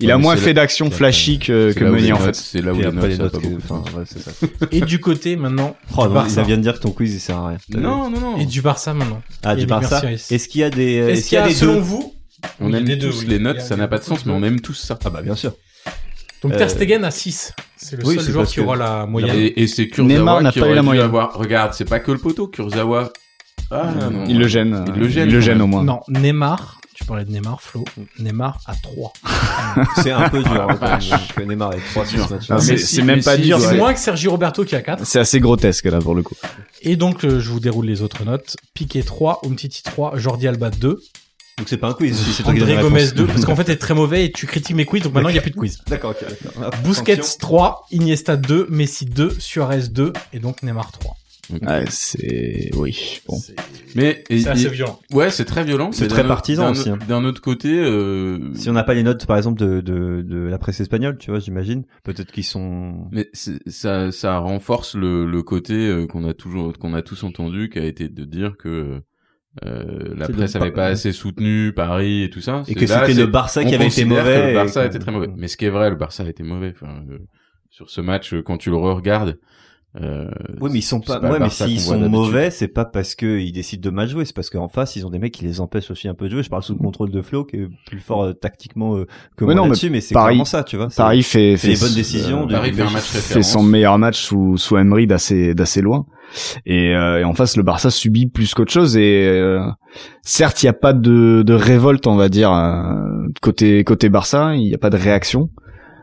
Speaker 4: il
Speaker 3: Ouais,
Speaker 4: a
Speaker 3: mais
Speaker 4: moins
Speaker 3: c'est
Speaker 4: fait
Speaker 3: là-
Speaker 4: d'action
Speaker 3: c'est là-
Speaker 4: flashy que,
Speaker 3: c'est
Speaker 4: que
Speaker 3: là où les
Speaker 4: Meunier en
Speaker 3: notes-
Speaker 4: fait.
Speaker 3: C'est là où
Speaker 2: Puis
Speaker 3: les
Speaker 2: après,
Speaker 3: notes,
Speaker 2: les
Speaker 3: ça a pas
Speaker 2: notes, que-
Speaker 3: beaucoup.
Speaker 2: enfin, ouais, c'est ça.
Speaker 1: Et du côté maintenant,
Speaker 2: Oh,
Speaker 1: du
Speaker 2: non,
Speaker 1: Barça.
Speaker 2: ça vient de dire que ton quiz, il sert à rien.
Speaker 3: Non, non, non.
Speaker 1: Et du Barça maintenant.
Speaker 2: Ah,
Speaker 1: Et
Speaker 2: du
Speaker 1: les
Speaker 2: Barça.
Speaker 1: Mercedes.
Speaker 2: Est-ce qu'il y a des, euh,
Speaker 1: Est-ce qu'il y a,
Speaker 2: des
Speaker 1: selon
Speaker 2: deux
Speaker 1: vous,
Speaker 3: On
Speaker 1: Il y a
Speaker 3: aime
Speaker 1: des deux,
Speaker 3: tous
Speaker 1: oui.
Speaker 3: les
Speaker 1: Il
Speaker 3: notes,
Speaker 1: y a-
Speaker 3: ça n'a pas de sens, mais on aime tous ça.
Speaker 2: Ah, bah, bien sûr.
Speaker 1: Donc
Speaker 2: Euh,
Speaker 1: Ter Stegen à 6. C'est le
Speaker 2: oui,
Speaker 1: seul
Speaker 2: c'est
Speaker 1: joueur
Speaker 2: parce
Speaker 1: qui aura
Speaker 2: que-
Speaker 1: la moyenne.
Speaker 3: Et, et c'est
Speaker 4: Neymar
Speaker 3: Kurzawa
Speaker 4: n'a
Speaker 3: qui
Speaker 4: pas eu
Speaker 3: aurait
Speaker 4: la
Speaker 3: dû
Speaker 4: moyenne.
Speaker 3: avoir. Regarde, c'est pas que le poteau, Kurzawa. Ah, non.
Speaker 4: Il le gêne. euh,
Speaker 3: Il le gêne,
Speaker 4: Il le
Speaker 3: quand
Speaker 4: gêne
Speaker 3: même.
Speaker 4: au moins.
Speaker 1: Non, Neymar, tu parlais de Neymar, Flo. Neymar à 3.
Speaker 2: C'est un peu dur. hein, quand même,
Speaker 3: vache.
Speaker 2: que Neymar est 3 sur ce match.
Speaker 4: Ah, c'est-
Speaker 3: Messi-
Speaker 4: c'est même pas
Speaker 3: Messi,
Speaker 4: dur,
Speaker 1: C'est
Speaker 4: ouais.
Speaker 1: moins que Sergio Roberto qui a 4.
Speaker 4: C'est assez grotesque là pour le coup.
Speaker 1: Et donc, euh, je vous déroule les autres notes. Piqué 3, Umtiti 3, Jordi Alba 2,
Speaker 2: Donc c'est pas un quiz. si c'est toi qui donnes
Speaker 1: André
Speaker 2: la
Speaker 1: Gomez
Speaker 2: réponse.
Speaker 1: 2, parce qu'en fait, t'es très mauvais et tu critiques mes quiz, donc maintenant, il n'y a plus de quiz.
Speaker 2: D'accord, ok. d'accord. Ah,
Speaker 1: Busquets
Speaker 2: attention.
Speaker 1: 3, Iniesta 2, Messi 2, Suarez 2, et donc Neymar 3.
Speaker 4: Ouais, c'est oui. Bon.
Speaker 1: C'est
Speaker 3: Mais et-
Speaker 1: c'est assez
Speaker 3: et-
Speaker 1: violent.
Speaker 3: ouais, c'est très violent.
Speaker 2: C'est
Speaker 3: mais
Speaker 2: très
Speaker 3: d'un autre-
Speaker 2: partisan
Speaker 3: d'un
Speaker 2: aussi,
Speaker 3: au-
Speaker 2: hein.
Speaker 3: D'un autre côté, euh,
Speaker 2: Si on n'a pas les notes, par exemple, de, de, de la presse espagnole, tu vois, j'imagine, peut-être qu'ils sont...
Speaker 3: mais c'est- ça, ça renforce le, le côté euh, qu'on a toujours, qu'on a tous entendu, qui a été de dire que euh, la
Speaker 2: C'est
Speaker 3: presse
Speaker 2: le-
Speaker 3: avait pas assez soutenu Paris et tout ça.
Speaker 2: Et
Speaker 3: C'est-
Speaker 2: que
Speaker 3: là,
Speaker 2: c'était
Speaker 3: c'est-
Speaker 2: le Barça qui
Speaker 3: on
Speaker 2: avait été
Speaker 3: considère que
Speaker 2: mauvais.
Speaker 3: Le
Speaker 2: et
Speaker 3: Barça
Speaker 2: que-
Speaker 3: était très mauvais. Mais ce qui est vrai, le Barça a été mauvais. Enfin, euh, sur ce match, euh, quand tu le re-regardes, euh,
Speaker 2: Oui, mais ils sont
Speaker 3: c'est
Speaker 2: pas.
Speaker 3: pas le
Speaker 2: Ouais, mais
Speaker 3: Barça
Speaker 2: s'ils
Speaker 3: qu'on voit
Speaker 2: sont
Speaker 3: d'habitude.
Speaker 2: mauvais, c'est pas parce que ils décident de mal jouer, c'est parce qu'en face, ils ont des mecs qui les empêchent aussi un peu de jouer. Je parle sous le contrôle de Flo, qui est plus fort euh, tactiquement euh, que
Speaker 4: Ouais,
Speaker 2: moi
Speaker 4: non, mais
Speaker 2: là-dessus, mais c'est
Speaker 4: Paris-
Speaker 2: clairement ça, tu vois. C'est-
Speaker 4: Paris fait,
Speaker 2: c'est
Speaker 4: fait euh,
Speaker 2: les bonnes
Speaker 4: ce-
Speaker 2: décisions du-
Speaker 3: Paris fait un match
Speaker 4: fait
Speaker 3: référence.
Speaker 4: son meilleur match sous, sous Emery d'assez d'assez loin. Et, euh, et en face, le Barça subit plus qu'autre chose. Et euh, certes, il n'y a pas de, de révolte, on va dire, euh, côté côté Barça, il n'y a pas de réaction.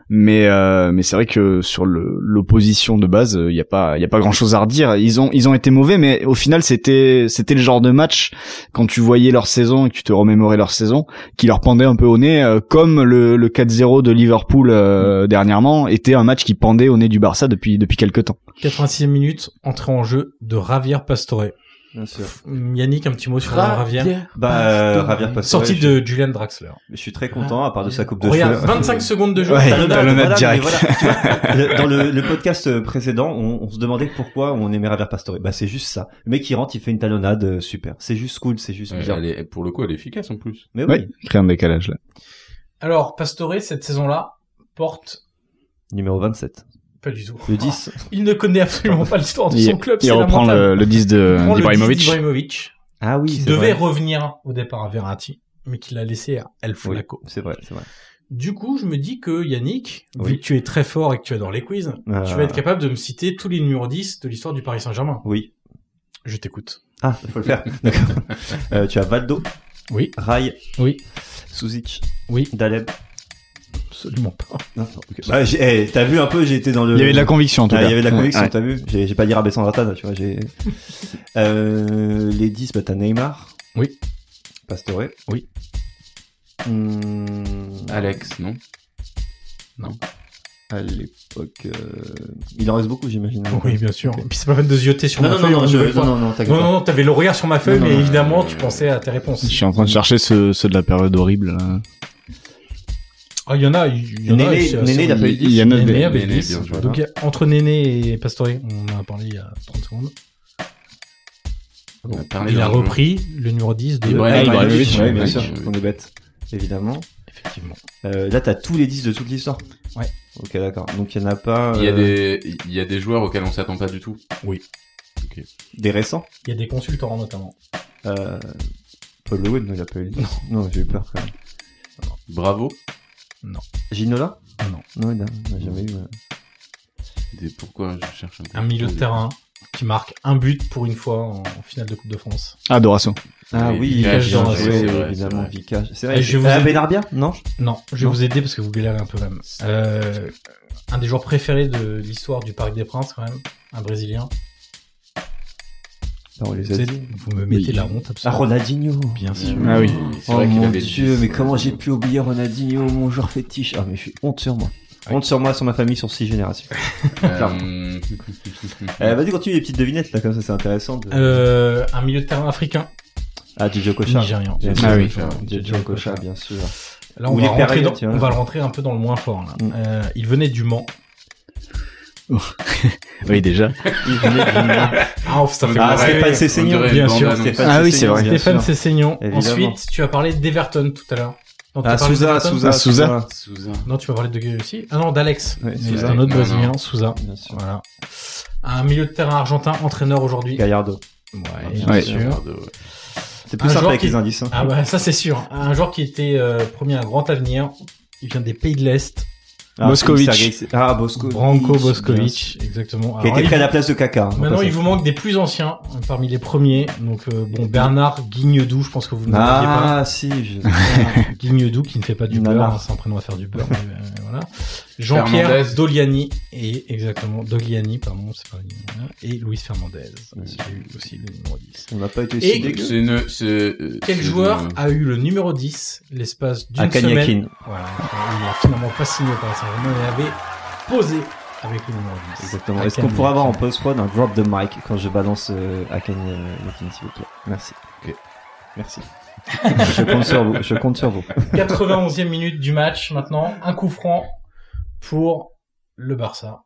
Speaker 4: Mais euh, mais c'est vrai que sur le- l'opposition de base, euh, il n'y a pas il y a pas grand chose à redire. Ils ont ils ont été mauvais, mais au final, c'était c'était le genre de match quand tu voyais leur saison et que tu te remémorais leur saison qui leur pendait un peu au nez, euh, comme le, le 4-0 de Liverpool euh, dernièrement était un match qui pendait au nez du Barça depuis depuis quelque temps.
Speaker 1: 86e minute, entrée en jeu de Javier Pastore.
Speaker 2: Bien sûr.
Speaker 1: Yannick, un petit mot sur Javier.
Speaker 2: Bah, euh, Javier Pastore,
Speaker 1: Sortie
Speaker 2: je-
Speaker 1: de Julian Draxler.
Speaker 2: Je suis très content, à part de sa coupe de
Speaker 1: Regarde,
Speaker 2: cheveux.
Speaker 1: 25 secondes de jeu.
Speaker 4: Ouais,
Speaker 1: Talonnade.
Speaker 4: talonnade.
Speaker 2: Voilà, mais
Speaker 4: direct.
Speaker 2: voilà, tu vois, le- dans le, le podcast euh, précédent, on, on se demandait pourquoi on aimait Javier Pastore. Bah, c'est juste ça. Le mec qui rentre, il fait une talonnade, euh, super. C'est juste cool, c'est juste
Speaker 3: euh,
Speaker 2: bizarre.
Speaker 3: elle est- pour le coup, elle est efficace en plus.
Speaker 2: Mais oui,
Speaker 4: Ouais, créer un décalage là.
Speaker 1: Alors, Pastore, cette saison-là, porte
Speaker 2: numéro 27.
Speaker 1: pas du tout.
Speaker 2: Le 10.
Speaker 1: Il ne connaît absolument pas l'histoire de son club.
Speaker 4: Il
Speaker 1: c'est
Speaker 4: reprend
Speaker 1: lamentable.
Speaker 4: le, euh, le 10
Speaker 1: Il
Speaker 4: de
Speaker 1: prend le 10
Speaker 4: d'Ibrahimovic.
Speaker 1: d'Ibrahimovic,
Speaker 2: Ah oui,
Speaker 1: qui
Speaker 2: c'est
Speaker 1: devait
Speaker 2: vrai.
Speaker 1: revenir au départ à Verratti, mais qui l'a laissé à El
Speaker 2: Oui,
Speaker 1: Flaco.
Speaker 2: c'est vrai, c'est vrai.
Speaker 1: Du coup, je me dis que Yannick,
Speaker 2: Oui.
Speaker 1: vu que tu es très fort et que tu adores les quiz,
Speaker 2: Euh,
Speaker 4: Ah.
Speaker 1: tu vas être capable de me citer tous les numéros 10 de l'histoire du Paris Saint-Germain.
Speaker 2: Oui.
Speaker 1: Je t'écoute.
Speaker 2: Ah, faut le faire. D'accord. Euh, tu as Valdo,
Speaker 1: Oui,
Speaker 2: Rai,
Speaker 1: oui,
Speaker 2: Suzic,
Speaker 1: oui,
Speaker 2: Daleb.
Speaker 1: absolument pas.
Speaker 2: Non, non, ok. Bah, j'ai- eh, t'as vu un peu, j'étais dans le.
Speaker 4: Il y avait de la conviction en tout
Speaker 2: Ah,
Speaker 4: cas.
Speaker 2: il y avait de la conviction,
Speaker 4: Ouais.
Speaker 2: t'as vu J'ai j'ai pas dit Rabé Sandrata, tu vois. J'ai... Euh, les 10, bah, t'as Neymar.
Speaker 1: Oui.
Speaker 2: Pastore.
Speaker 1: Oui.
Speaker 2: Hmm,
Speaker 3: Alex, non
Speaker 2: à l'époque. euh, Il en reste beaucoup, j'imagine.
Speaker 1: Oui, bien sûr.
Speaker 2: Ok.
Speaker 1: Et puis c'est pas la peine de zioter sur
Speaker 2: Non,
Speaker 1: ma
Speaker 2: non, non,
Speaker 1: feuille.
Speaker 2: non,
Speaker 1: on
Speaker 2: je-
Speaker 1: le voit.
Speaker 2: non, non, non, t'inquiète
Speaker 1: non,
Speaker 2: pas.
Speaker 1: non, non, t'avais l'oreille sur ma feuille,
Speaker 2: Non, non,
Speaker 1: mais
Speaker 2: non,
Speaker 1: évidemment,
Speaker 3: euh,
Speaker 1: tu pensais à tes
Speaker 4: Je
Speaker 1: réponses.
Speaker 4: suis en train de chercher ceux, ceux de la période horrible. Là.
Speaker 1: Ah, il y en a, il y en a.
Speaker 2: Néné,
Speaker 1: c'est-
Speaker 2: Néné,
Speaker 1: c'est-
Speaker 2: il a pas eu
Speaker 4: Il y en a
Speaker 1: Néné
Speaker 4: des-
Speaker 1: avec
Speaker 3: Néné,
Speaker 1: 10.
Speaker 3: bien joué.
Speaker 1: Donc, il y a- entre Néné et Pastore, on en a parlé il y a 30 secondes.
Speaker 3: On a parlé
Speaker 1: Il a
Speaker 3: largement.
Speaker 1: repris le numéro 10 de
Speaker 3: Ibrahimovic.
Speaker 2: Ah, Ibrahimovic,
Speaker 3: Ibrahimovic,
Speaker 2: ouais, bien
Speaker 3: oui,
Speaker 2: sûr.
Speaker 3: oui.
Speaker 2: On est bête, évidemment.
Speaker 1: Effectivement.
Speaker 2: Euh, là, t'as tous les 10 de toute l'histoire.
Speaker 1: Ouais.
Speaker 2: Ok, d'accord. Donc, il y en a pas.
Speaker 3: Il y a
Speaker 2: euh,
Speaker 3: des, il y a des joueurs auxquels on s'attend pas du tout.
Speaker 2: des récents.
Speaker 1: Il y a des consultants hein, notamment.
Speaker 2: Euh, Paul Le Guen, non, il a pas eu le 10. Non, j'ai eu peur quand même.
Speaker 3: Bravo.
Speaker 2: Ginola
Speaker 1: Ah non.
Speaker 2: Non, il a, il a jamais eu. euh.
Speaker 3: Des- pourquoi je cherche un,
Speaker 1: Un milieu de terrain qui marque un but pour une fois en finale de Coupe de France.
Speaker 4: Ah, Doration.
Speaker 2: Ah
Speaker 3: Oui,
Speaker 2: oui,
Speaker 1: Vicage
Speaker 2: bien
Speaker 1: dans la
Speaker 2: joué, Ah,
Speaker 3: zone, c'est vrai, c'est
Speaker 2: évidemment,
Speaker 3: vrai.
Speaker 2: Vicage. C'est
Speaker 1: Et
Speaker 2: vrai.
Speaker 1: je vous
Speaker 2: Ah,
Speaker 1: ai-
Speaker 2: Benarbia Non
Speaker 1: Non, je vais
Speaker 2: Non.
Speaker 1: vous aider parce que vous galérez un peu même. Euh, un des joueurs préférés de l'histoire du Parc des Princes quand même, un Brésilien.
Speaker 2: Non, on les
Speaker 1: Vous
Speaker 2: a
Speaker 1: êtes-
Speaker 2: dit.
Speaker 1: Vous me mettez
Speaker 4: Oui.
Speaker 1: la honte
Speaker 2: Ah,
Speaker 1: absolument.
Speaker 2: Ronaldinho
Speaker 1: Bien sûr.
Speaker 4: Ah oui.
Speaker 3: C'est
Speaker 2: Oh
Speaker 3: vrai qu'il
Speaker 2: mon
Speaker 3: avait
Speaker 2: dieu,
Speaker 3: dit-
Speaker 2: mais comment j'ai pu oublier Ronaldinho, mon joueur fétiche Ah, mais je suis honte sur moi. Honte sur moi, sur ma famille, sur six générations.
Speaker 3: Euh,
Speaker 2: Euh, Vas-y, continue les petites devinettes, là, comme ça, c'est intéressant. de-
Speaker 1: Euh, un milieu de terrain africain,
Speaker 2: Ah, DJ Kocha.
Speaker 1: nigérian.
Speaker 2: Bien
Speaker 4: Ah
Speaker 2: sûr,
Speaker 4: oui.
Speaker 2: Kocha, DJ Kocha, bien sûr.
Speaker 1: Là,
Speaker 2: Ou
Speaker 1: on
Speaker 2: les
Speaker 1: va, rentrer
Speaker 2: Perrier,
Speaker 1: dans-
Speaker 2: tu vois.
Speaker 1: on va le rentrer un peu dans le moins fort. Là.
Speaker 2: Mm.
Speaker 1: Euh, il venait du Mans.
Speaker 4: Oui, déjà.
Speaker 2: Il venait du-
Speaker 1: Ah, oh, ça fait
Speaker 2: Ah,
Speaker 1: mal.
Speaker 2: Stéphane
Speaker 1: Ouais.
Speaker 2: Cessignon,
Speaker 3: dirait
Speaker 1: bien
Speaker 3: une
Speaker 1: sûr,
Speaker 3: bande
Speaker 2: Stéphane
Speaker 3: annonce.
Speaker 4: Ah oui,
Speaker 2: Cessignon,
Speaker 4: c'est vrai.
Speaker 2: bien
Speaker 1: Stéphane
Speaker 2: sûr.
Speaker 1: Cessignon.
Speaker 2: Évidemment.
Speaker 1: Ensuite, tu as parlé d'Everton tout à l'heure. Non, tu as
Speaker 2: Ah,
Speaker 1: parlé
Speaker 2: Souza,
Speaker 1: d'Everton
Speaker 2: Souza,
Speaker 4: Ah, Souza.
Speaker 3: Souza.
Speaker 1: Non, tu vas parler de aussi. Ah non, d'Alex.
Speaker 2: Ouais,
Speaker 1: Mais
Speaker 3: Souza.
Speaker 1: un autre
Speaker 3: Non,
Speaker 1: brésilien,
Speaker 3: non.
Speaker 1: Souza.
Speaker 2: Bien sûr.
Speaker 1: Voilà. Un milieu de terrain argentin, entraîneur aujourd'hui.
Speaker 2: Gallardo.
Speaker 1: Ouais,
Speaker 3: Bien
Speaker 1: bien
Speaker 4: Ouais.
Speaker 1: sûr.
Speaker 3: Regarde, ouais.
Speaker 2: C'est
Speaker 1: Un
Speaker 2: plus simple
Speaker 1: joueur
Speaker 2: avec
Speaker 1: qui-
Speaker 2: les indices. hein.
Speaker 1: Ah bah ça c'est sûr. Un joueur qui était euh, promis à un grand avenir. Il vient des pays de l'Est.
Speaker 2: Ah,
Speaker 4: Boscovitch.
Speaker 2: Sergei- Ah, Bosco.
Speaker 1: Branko Boskovic, exactement.
Speaker 2: Qui a
Speaker 1: Alors,
Speaker 2: été
Speaker 1: il-
Speaker 2: pris à la place de Kaka. hein,
Speaker 1: Maintenant,
Speaker 2: en
Speaker 1: il vous manque des plus anciens, euh, parmi les premiers. Donc, euh, bon, Bernard Guignedou, je pense que vous ne le voyez pas.
Speaker 2: Ah, si, je...
Speaker 1: Guignedou qui ne fait pas du
Speaker 2: Nana.
Speaker 1: beurre, hein, c'est un prénom à faire du beurre. mais, euh, voilà. Jean-Pierre
Speaker 3: Fernandez.
Speaker 1: Doliani et exactement Doliani, pardon, c'est pas Doliani, hein, et Luis Fernandez. J'ai eu aussi le numéro 10.
Speaker 2: on n'a pas été
Speaker 1: Et
Speaker 2: si dégueu.
Speaker 3: C'est une, c'est, euh,
Speaker 1: Quel
Speaker 3: c'est
Speaker 1: joueur
Speaker 3: une-
Speaker 1: a eu le numéro 10 l'espace d'une
Speaker 2: À
Speaker 1: semaine
Speaker 2: Kanyakin.
Speaker 1: Voilà, il n'a finalement pas signé par saint germain il avait posé avec le numéro 10.
Speaker 2: Exactement.
Speaker 1: À
Speaker 2: Est-ce qu'on
Speaker 1: Kanyakin.
Speaker 2: pourra avoir en post-prod un drop de mic quand je balance euh, à Kanye Latin, s'il vous plaît Merci.
Speaker 3: Ok.
Speaker 2: Merci. je compte sur vous. Je compte sur vous.
Speaker 1: 91e minute du match maintenant, un coup franc pour le Barça.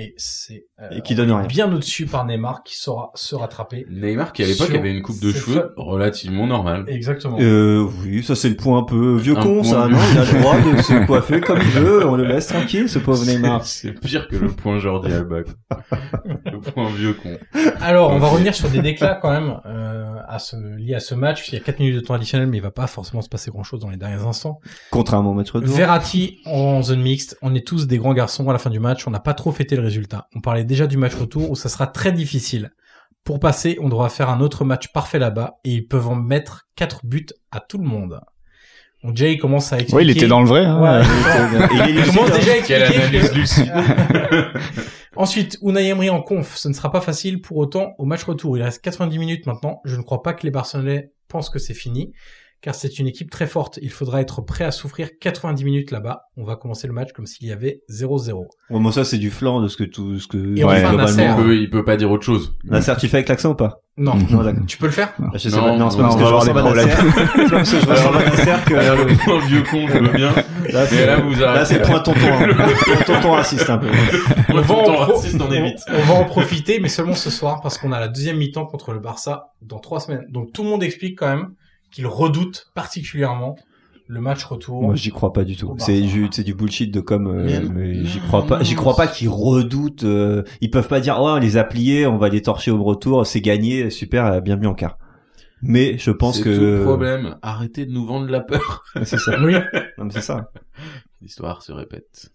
Speaker 1: Et c'est euh,
Speaker 2: Et qui donne rien.
Speaker 1: bien au-dessus par Neymar qui saura se rattraper.
Speaker 3: Neymar qui à l'époque
Speaker 1: Sur-
Speaker 3: avait une coupe de
Speaker 1: c'est
Speaker 3: cheveux relativement normale.
Speaker 1: Exactement.
Speaker 2: Euh, oui, ça c'est le point un peu vieux
Speaker 3: Un
Speaker 2: con,
Speaker 3: point
Speaker 2: ça.
Speaker 3: vieux.
Speaker 2: Non, il a le droit de se coiffer comme il veut. On le laisse tranquille, ce pauvre Neymar.
Speaker 3: C'est c'est pire que le point Jordi Alba. quoi. le point vieux con.
Speaker 1: Alors, on va
Speaker 3: Ok.
Speaker 1: revenir sur des déclats quand même euh, à ce, liés à ce match. puisqu'il y a 4 minutes de temps additionnel, mais il va pas forcément se passer grand-chose dans les derniers instants.
Speaker 2: Contrairement au match retour.
Speaker 1: Verratti en zone mixte. On est tous des grands garçons à la fin du match. On n'a pas trop fêté le résultat. On parlait déjà du match retour où ça sera très difficile. Pour passer, on devra faire un autre match parfait là-bas et ils peuvent en mettre 4 buts à tout le monde. Bon, Jay commence à expliquer.
Speaker 4: Ouais, il était dans le vrai.
Speaker 1: Ouais,
Speaker 4: Hein.
Speaker 1: il
Speaker 2: Et Ah, il est
Speaker 1: était- il
Speaker 2: lucide,
Speaker 1: commence
Speaker 2: hein.
Speaker 1: déjà à
Speaker 3: Quelle
Speaker 1: expliquer.
Speaker 3: analyse
Speaker 1: que-
Speaker 3: lucide.
Speaker 1: Ensuite, Unai Emery en conf, ce ne sera pas facile pour autant au match retour. Il reste 90 minutes maintenant. Je ne crois pas que les Barcelonais pensent que c'est fini, car c'est une équipe très forte. Il faudra être prêt à souffrir 90 minutes là-bas. On va commencer le match comme s'il y avait 0-0.
Speaker 2: Ouais, moi ça c'est du flan de ce que tout ce que
Speaker 1: Et enfin, Nasser.
Speaker 3: Il peut, il peut pas dire autre chose.
Speaker 2: Nasser, tu fais avec l'accent ou pas
Speaker 1: Non.
Speaker 2: Non, d'accord.
Speaker 1: Tu peux le faire
Speaker 2: Je sais
Speaker 3: Non,
Speaker 2: pas, non, c'est pas
Speaker 3: non,
Speaker 2: parce
Speaker 4: on
Speaker 2: que
Speaker 4: va
Speaker 2: je
Speaker 4: avoir
Speaker 2: ressens pas Nasser.
Speaker 4: des
Speaker 2: C'est pas parce que je ressens pas Nasser que
Speaker 3: Alors, le point vieux con, je veux bien.
Speaker 2: là
Speaker 3: Mais
Speaker 2: c'est
Speaker 3: là, vous
Speaker 2: là, c'est
Speaker 3: arrêtez.
Speaker 2: le point tonton, hein. Le point tonton raciste un peu.
Speaker 3: On
Speaker 1: va en
Speaker 3: t'entend
Speaker 1: pro-
Speaker 3: raciste, on est vite.
Speaker 1: on va en profiter, mais seulement ce soir, parce qu'on a la deuxième mi-temps contre le Barça dans trois semaines. Donc tout le monde explique quand même qu'il redoute particulièrement le match retour.
Speaker 2: Moi j'y crois pas du
Speaker 1: Au
Speaker 2: tout.
Speaker 1: Barça.
Speaker 2: C'est ju- c'est du bullshit de com. euh,
Speaker 3: Mais-
Speaker 2: mais j'y crois pas. J'y crois pas qu'ils redoutent. euh, ils peuvent pas dire oh on les a pliés, on va les torcher au retour, c'est gagné, super, euh, bienvenue en quart. Mais je pense
Speaker 3: C'est tout le
Speaker 2: que
Speaker 3: problème. Arrêtez de nous vendre la peur.
Speaker 2: c'est ça.
Speaker 1: Oui.
Speaker 2: Non, mais c'est ça.
Speaker 3: L'histoire se répète.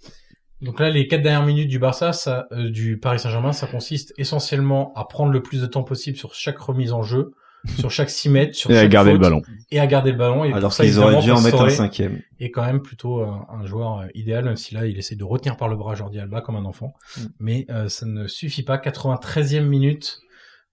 Speaker 1: Donc là, les quatre dernières minutes du Barça, ça, euh, du Paris Saint-Germain, ça consiste essentiellement à prendre le plus de temps possible sur chaque remise en jeu, sur chaque 6 mètres, sur
Speaker 4: Et à
Speaker 1: chaque
Speaker 4: garder le
Speaker 1: faute,
Speaker 4: ballon.
Speaker 1: Et à garder le ballon. Et pour
Speaker 2: Alors
Speaker 1: ça,
Speaker 2: qu'ils auraient dû
Speaker 1: évidemment,
Speaker 2: en mettre un
Speaker 1: Pastore
Speaker 2: cinquième.
Speaker 1: est quand même plutôt euh, un joueur euh, idéal, même si là, il essaie de retenir par le bras Jordi Alba comme un enfant.
Speaker 3: Mm.
Speaker 1: Mais euh, ça ne suffit pas. 93e minute.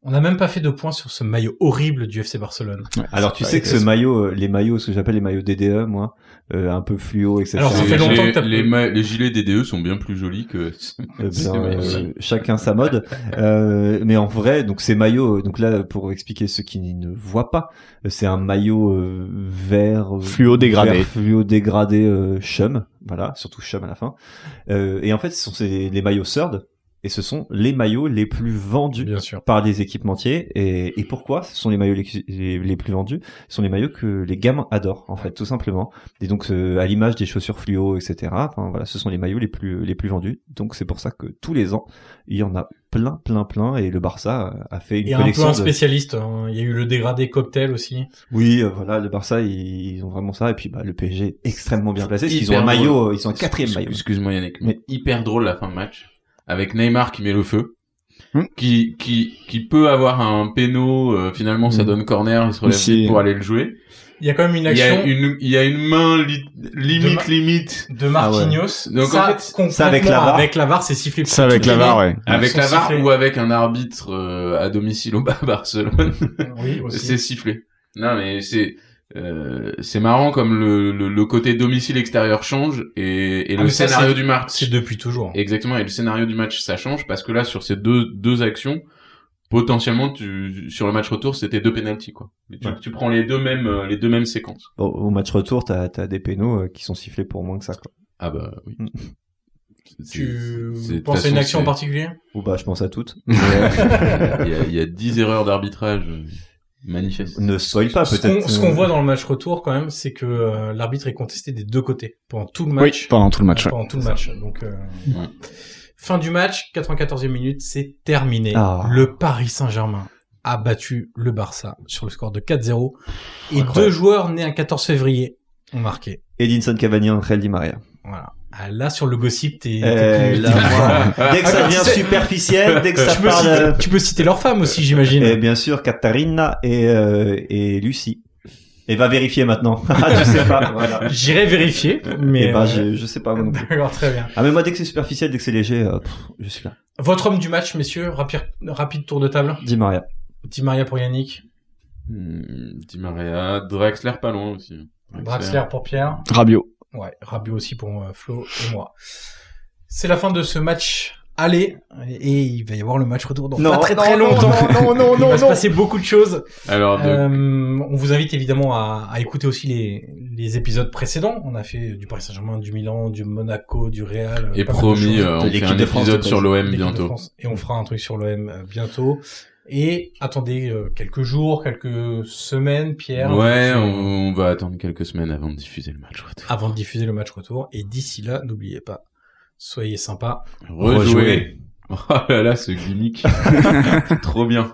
Speaker 1: On n'a même pas fait de points sur ce maillot horrible du FC Barcelone.
Speaker 2: Alors
Speaker 4: Bah,
Speaker 2: tu sais que ce maillot, euh, les maillots, ce que j'appelle les maillots DDE, moi, euh, un peu fluo, euh, etc.
Speaker 1: Alors, Oh, ça fait
Speaker 3: Les-
Speaker 1: longtemps
Speaker 3: les-
Speaker 1: que t'as-
Speaker 3: les, ma- les gilets DDE sont bien plus jolis que.
Speaker 2: Eh ben,
Speaker 3: C'est
Speaker 2: euh,
Speaker 3: magnifique.
Speaker 2: chacun sa mode. Euh, mais en vrai, donc ces maillots, euh, donc là pour expliquer ceux qui ne voient pas, euh, c'est un maillot euh, vert euh,
Speaker 4: Fluo dégradé.
Speaker 2: vert fluo dégradé euh, chum, voilà, surtout chum à la fin. Euh, et en fait, ce sont ces- les maillots Surd et ce sont les maillots les plus vendus
Speaker 1: Bien sûr.
Speaker 2: par les équipementiers. Et, et pourquoi ce sont les maillots les, les- les plus vendus Ce sont les maillots que les gamins adorent, en fait, tout simplement. Et donc, euh, à l'image des chaussures fluo, etc. Enfin, voilà, ce sont les maillots les plus les plus vendus. Donc, c'est pour ça que tous les ans, il y en a plein, plein, plein. Et le Barça a fait une
Speaker 1: Et un peu
Speaker 2: collection.
Speaker 1: un
Speaker 2: de-
Speaker 1: spécialiste. hein. Il y a eu le dégradé cocktail aussi.
Speaker 2: Oui, euh, voilà, le Barça, ils, ils ont vraiment ça. Et puis, bah, le PSG est extrêmement bien placé. Parce qu'ils ont
Speaker 3: Hyper
Speaker 2: un
Speaker 3: drôle.
Speaker 2: maillot, euh, ils ont un quatrième
Speaker 3: Excuse-
Speaker 2: maillot.
Speaker 3: Excuse-moi Yannick, mais
Speaker 2: Mais-
Speaker 3: hyper drôle la fin de match avec Neymar qui met le feu.
Speaker 4: Hmm.
Speaker 3: Qui, qui, qui peut avoir un péno, euh, finalement ça
Speaker 2: Hmm.
Speaker 3: donne corner, il se relève
Speaker 4: Si.
Speaker 3: vite pour aller le jouer.
Speaker 1: Il y a quand même une
Speaker 3: Il y
Speaker 1: action.
Speaker 3: a une, il y a une main li- limite,
Speaker 1: Demain-
Speaker 3: limite.
Speaker 1: de Marquinhos.
Speaker 3: Ah ouais. Donc,
Speaker 1: ça,
Speaker 3: en fait,
Speaker 1: concrètement,
Speaker 2: ça avec la VAR.
Speaker 1: avec la VAR, c'est sifflé. pour
Speaker 4: Ça avec
Speaker 1: toutes
Speaker 4: la
Speaker 1: les
Speaker 4: VAR, ouais.
Speaker 3: Avec
Speaker 1: Ils
Speaker 3: la
Speaker 1: sont
Speaker 3: VAR
Speaker 1: sifflés.
Speaker 3: ou avec un arbitre euh, à domicile au bas Barcelone,
Speaker 1: mains. Oui, aussi.
Speaker 3: c'est sifflé. Non mais c'est euh, c'est marrant comme le, le, le côté domicile extérieur change et, et
Speaker 1: Ah,
Speaker 3: le
Speaker 1: mais ça,
Speaker 3: scénario
Speaker 1: c'est-
Speaker 3: du match
Speaker 1: C'est depuis toujours.
Speaker 3: Exactement, et le scénario du match, ça change parce que là, sur ces deux, deux actions, potentiellement, tu, sur le match retour, c'était deux pénalties, quoi. Mais Tu,
Speaker 2: Ouais.
Speaker 3: tu prends les deux mêmes, euh, les deux mêmes séquences.
Speaker 2: Au, au match retour, t'as, t'as des pénaux euh, qui sont sifflés pour moins que ça, quoi.
Speaker 3: Ah bah oui.
Speaker 2: Mm.
Speaker 3: C'est-
Speaker 1: Tu
Speaker 3: c'est- de toute
Speaker 1: penses à une
Speaker 3: façon,
Speaker 1: action en
Speaker 3: c'est-
Speaker 1: particulier
Speaker 2: Ou bah, je pense à toutes. Mais, euh,
Speaker 3: Il y a- il y a dix erreurs d'arbitrage euh, manifestes.
Speaker 1: Mm.
Speaker 2: ne spoil pas,
Speaker 1: Ce
Speaker 2: peut-être.
Speaker 1: qu'on ce qu'on
Speaker 2: euh,
Speaker 1: voit dans le match retour, quand même, c'est que euh, l'arbitre est contesté des deux côtés pendant tout le
Speaker 4: Oui,
Speaker 1: match.
Speaker 4: pendant tout le match. ouais.
Speaker 1: Pendant tout le match. Donc, euh,
Speaker 3: Ouais.
Speaker 1: fin du match, 94e minute, c'est terminé.
Speaker 2: Ah.
Speaker 1: Le Paris Saint-Germain a battu le Barça sur le score de 4-0 et
Speaker 2: Incroyable.
Speaker 1: deux joueurs nés un 14 février ont marqué.
Speaker 2: Edinson Cavani, Angel Di Maria.
Speaker 1: Voilà. Ah, là, sur le gossip, t'es...
Speaker 2: Euh,
Speaker 1: t'es plus-
Speaker 2: là, voilà. dès que ça devient superficiel, dès que ça
Speaker 1: tu, peux
Speaker 2: parle, Eh ben,
Speaker 1: citer,
Speaker 2: euh,
Speaker 1: tu peux citer leurs femmes aussi, j'imagine.
Speaker 2: et bien sûr Katharina et euh, et Lucie. Et va vérifier maintenant. Ah, je sais pas. Voilà.
Speaker 1: J'irai vérifier, mais...
Speaker 2: Mais bah,
Speaker 1: euh,
Speaker 2: je, je sais pas. moi non plus.
Speaker 1: D'accord, très bien.
Speaker 2: Ah mais moi dès que c'est superficiel, dès que c'est léger, euh, pff, je suis là.
Speaker 1: Votre homme du match, messieurs, rapide, rapide tour de table.
Speaker 2: Dis Maria.
Speaker 1: Petit Maria pour Yannick,
Speaker 3: Hmm, Di Maria, Drexler pas loin aussi.
Speaker 1: Draxler pour Pierre.
Speaker 4: Rabio.
Speaker 1: Ouais, Rabiot aussi pour euh, Flo et moi. C'est la fin de ce match aller et il va y avoir le match retour dans
Speaker 2: Non,
Speaker 1: pas très
Speaker 2: non,
Speaker 1: très
Speaker 2: non,
Speaker 1: longtemps.
Speaker 4: non, non,
Speaker 1: il va se passer beaucoup de choses.
Speaker 3: Alors, de-
Speaker 1: Euh, on vous invite évidemment à, à écouter aussi les, les épisodes précédents. On a fait du Paris Saint-Germain, du Milan, du Monaco, du Real.
Speaker 3: et
Speaker 1: pas mal de
Speaker 3: promis,
Speaker 1: choses.
Speaker 3: euh, on
Speaker 2: De
Speaker 3: fait
Speaker 2: l'équipe
Speaker 3: un
Speaker 2: de France,
Speaker 3: épisode
Speaker 2: de
Speaker 3: sur
Speaker 2: base.
Speaker 3: l'OM
Speaker 1: L'équipe de
Speaker 3: bientôt.
Speaker 1: France. Et on fera un truc sur l'OM euh, bientôt. Et attendez euh, quelques jours, quelques semaines, Pierre.
Speaker 3: Ouais,
Speaker 1: sur-
Speaker 3: on, on va attendre quelques semaines avant de diffuser le match retour.
Speaker 1: avant de diffuser le match retour. Et d'ici là, n'oubliez pas, soyez sympa.
Speaker 3: Rejouer. Oh là là, ce gimmick. Trop bien.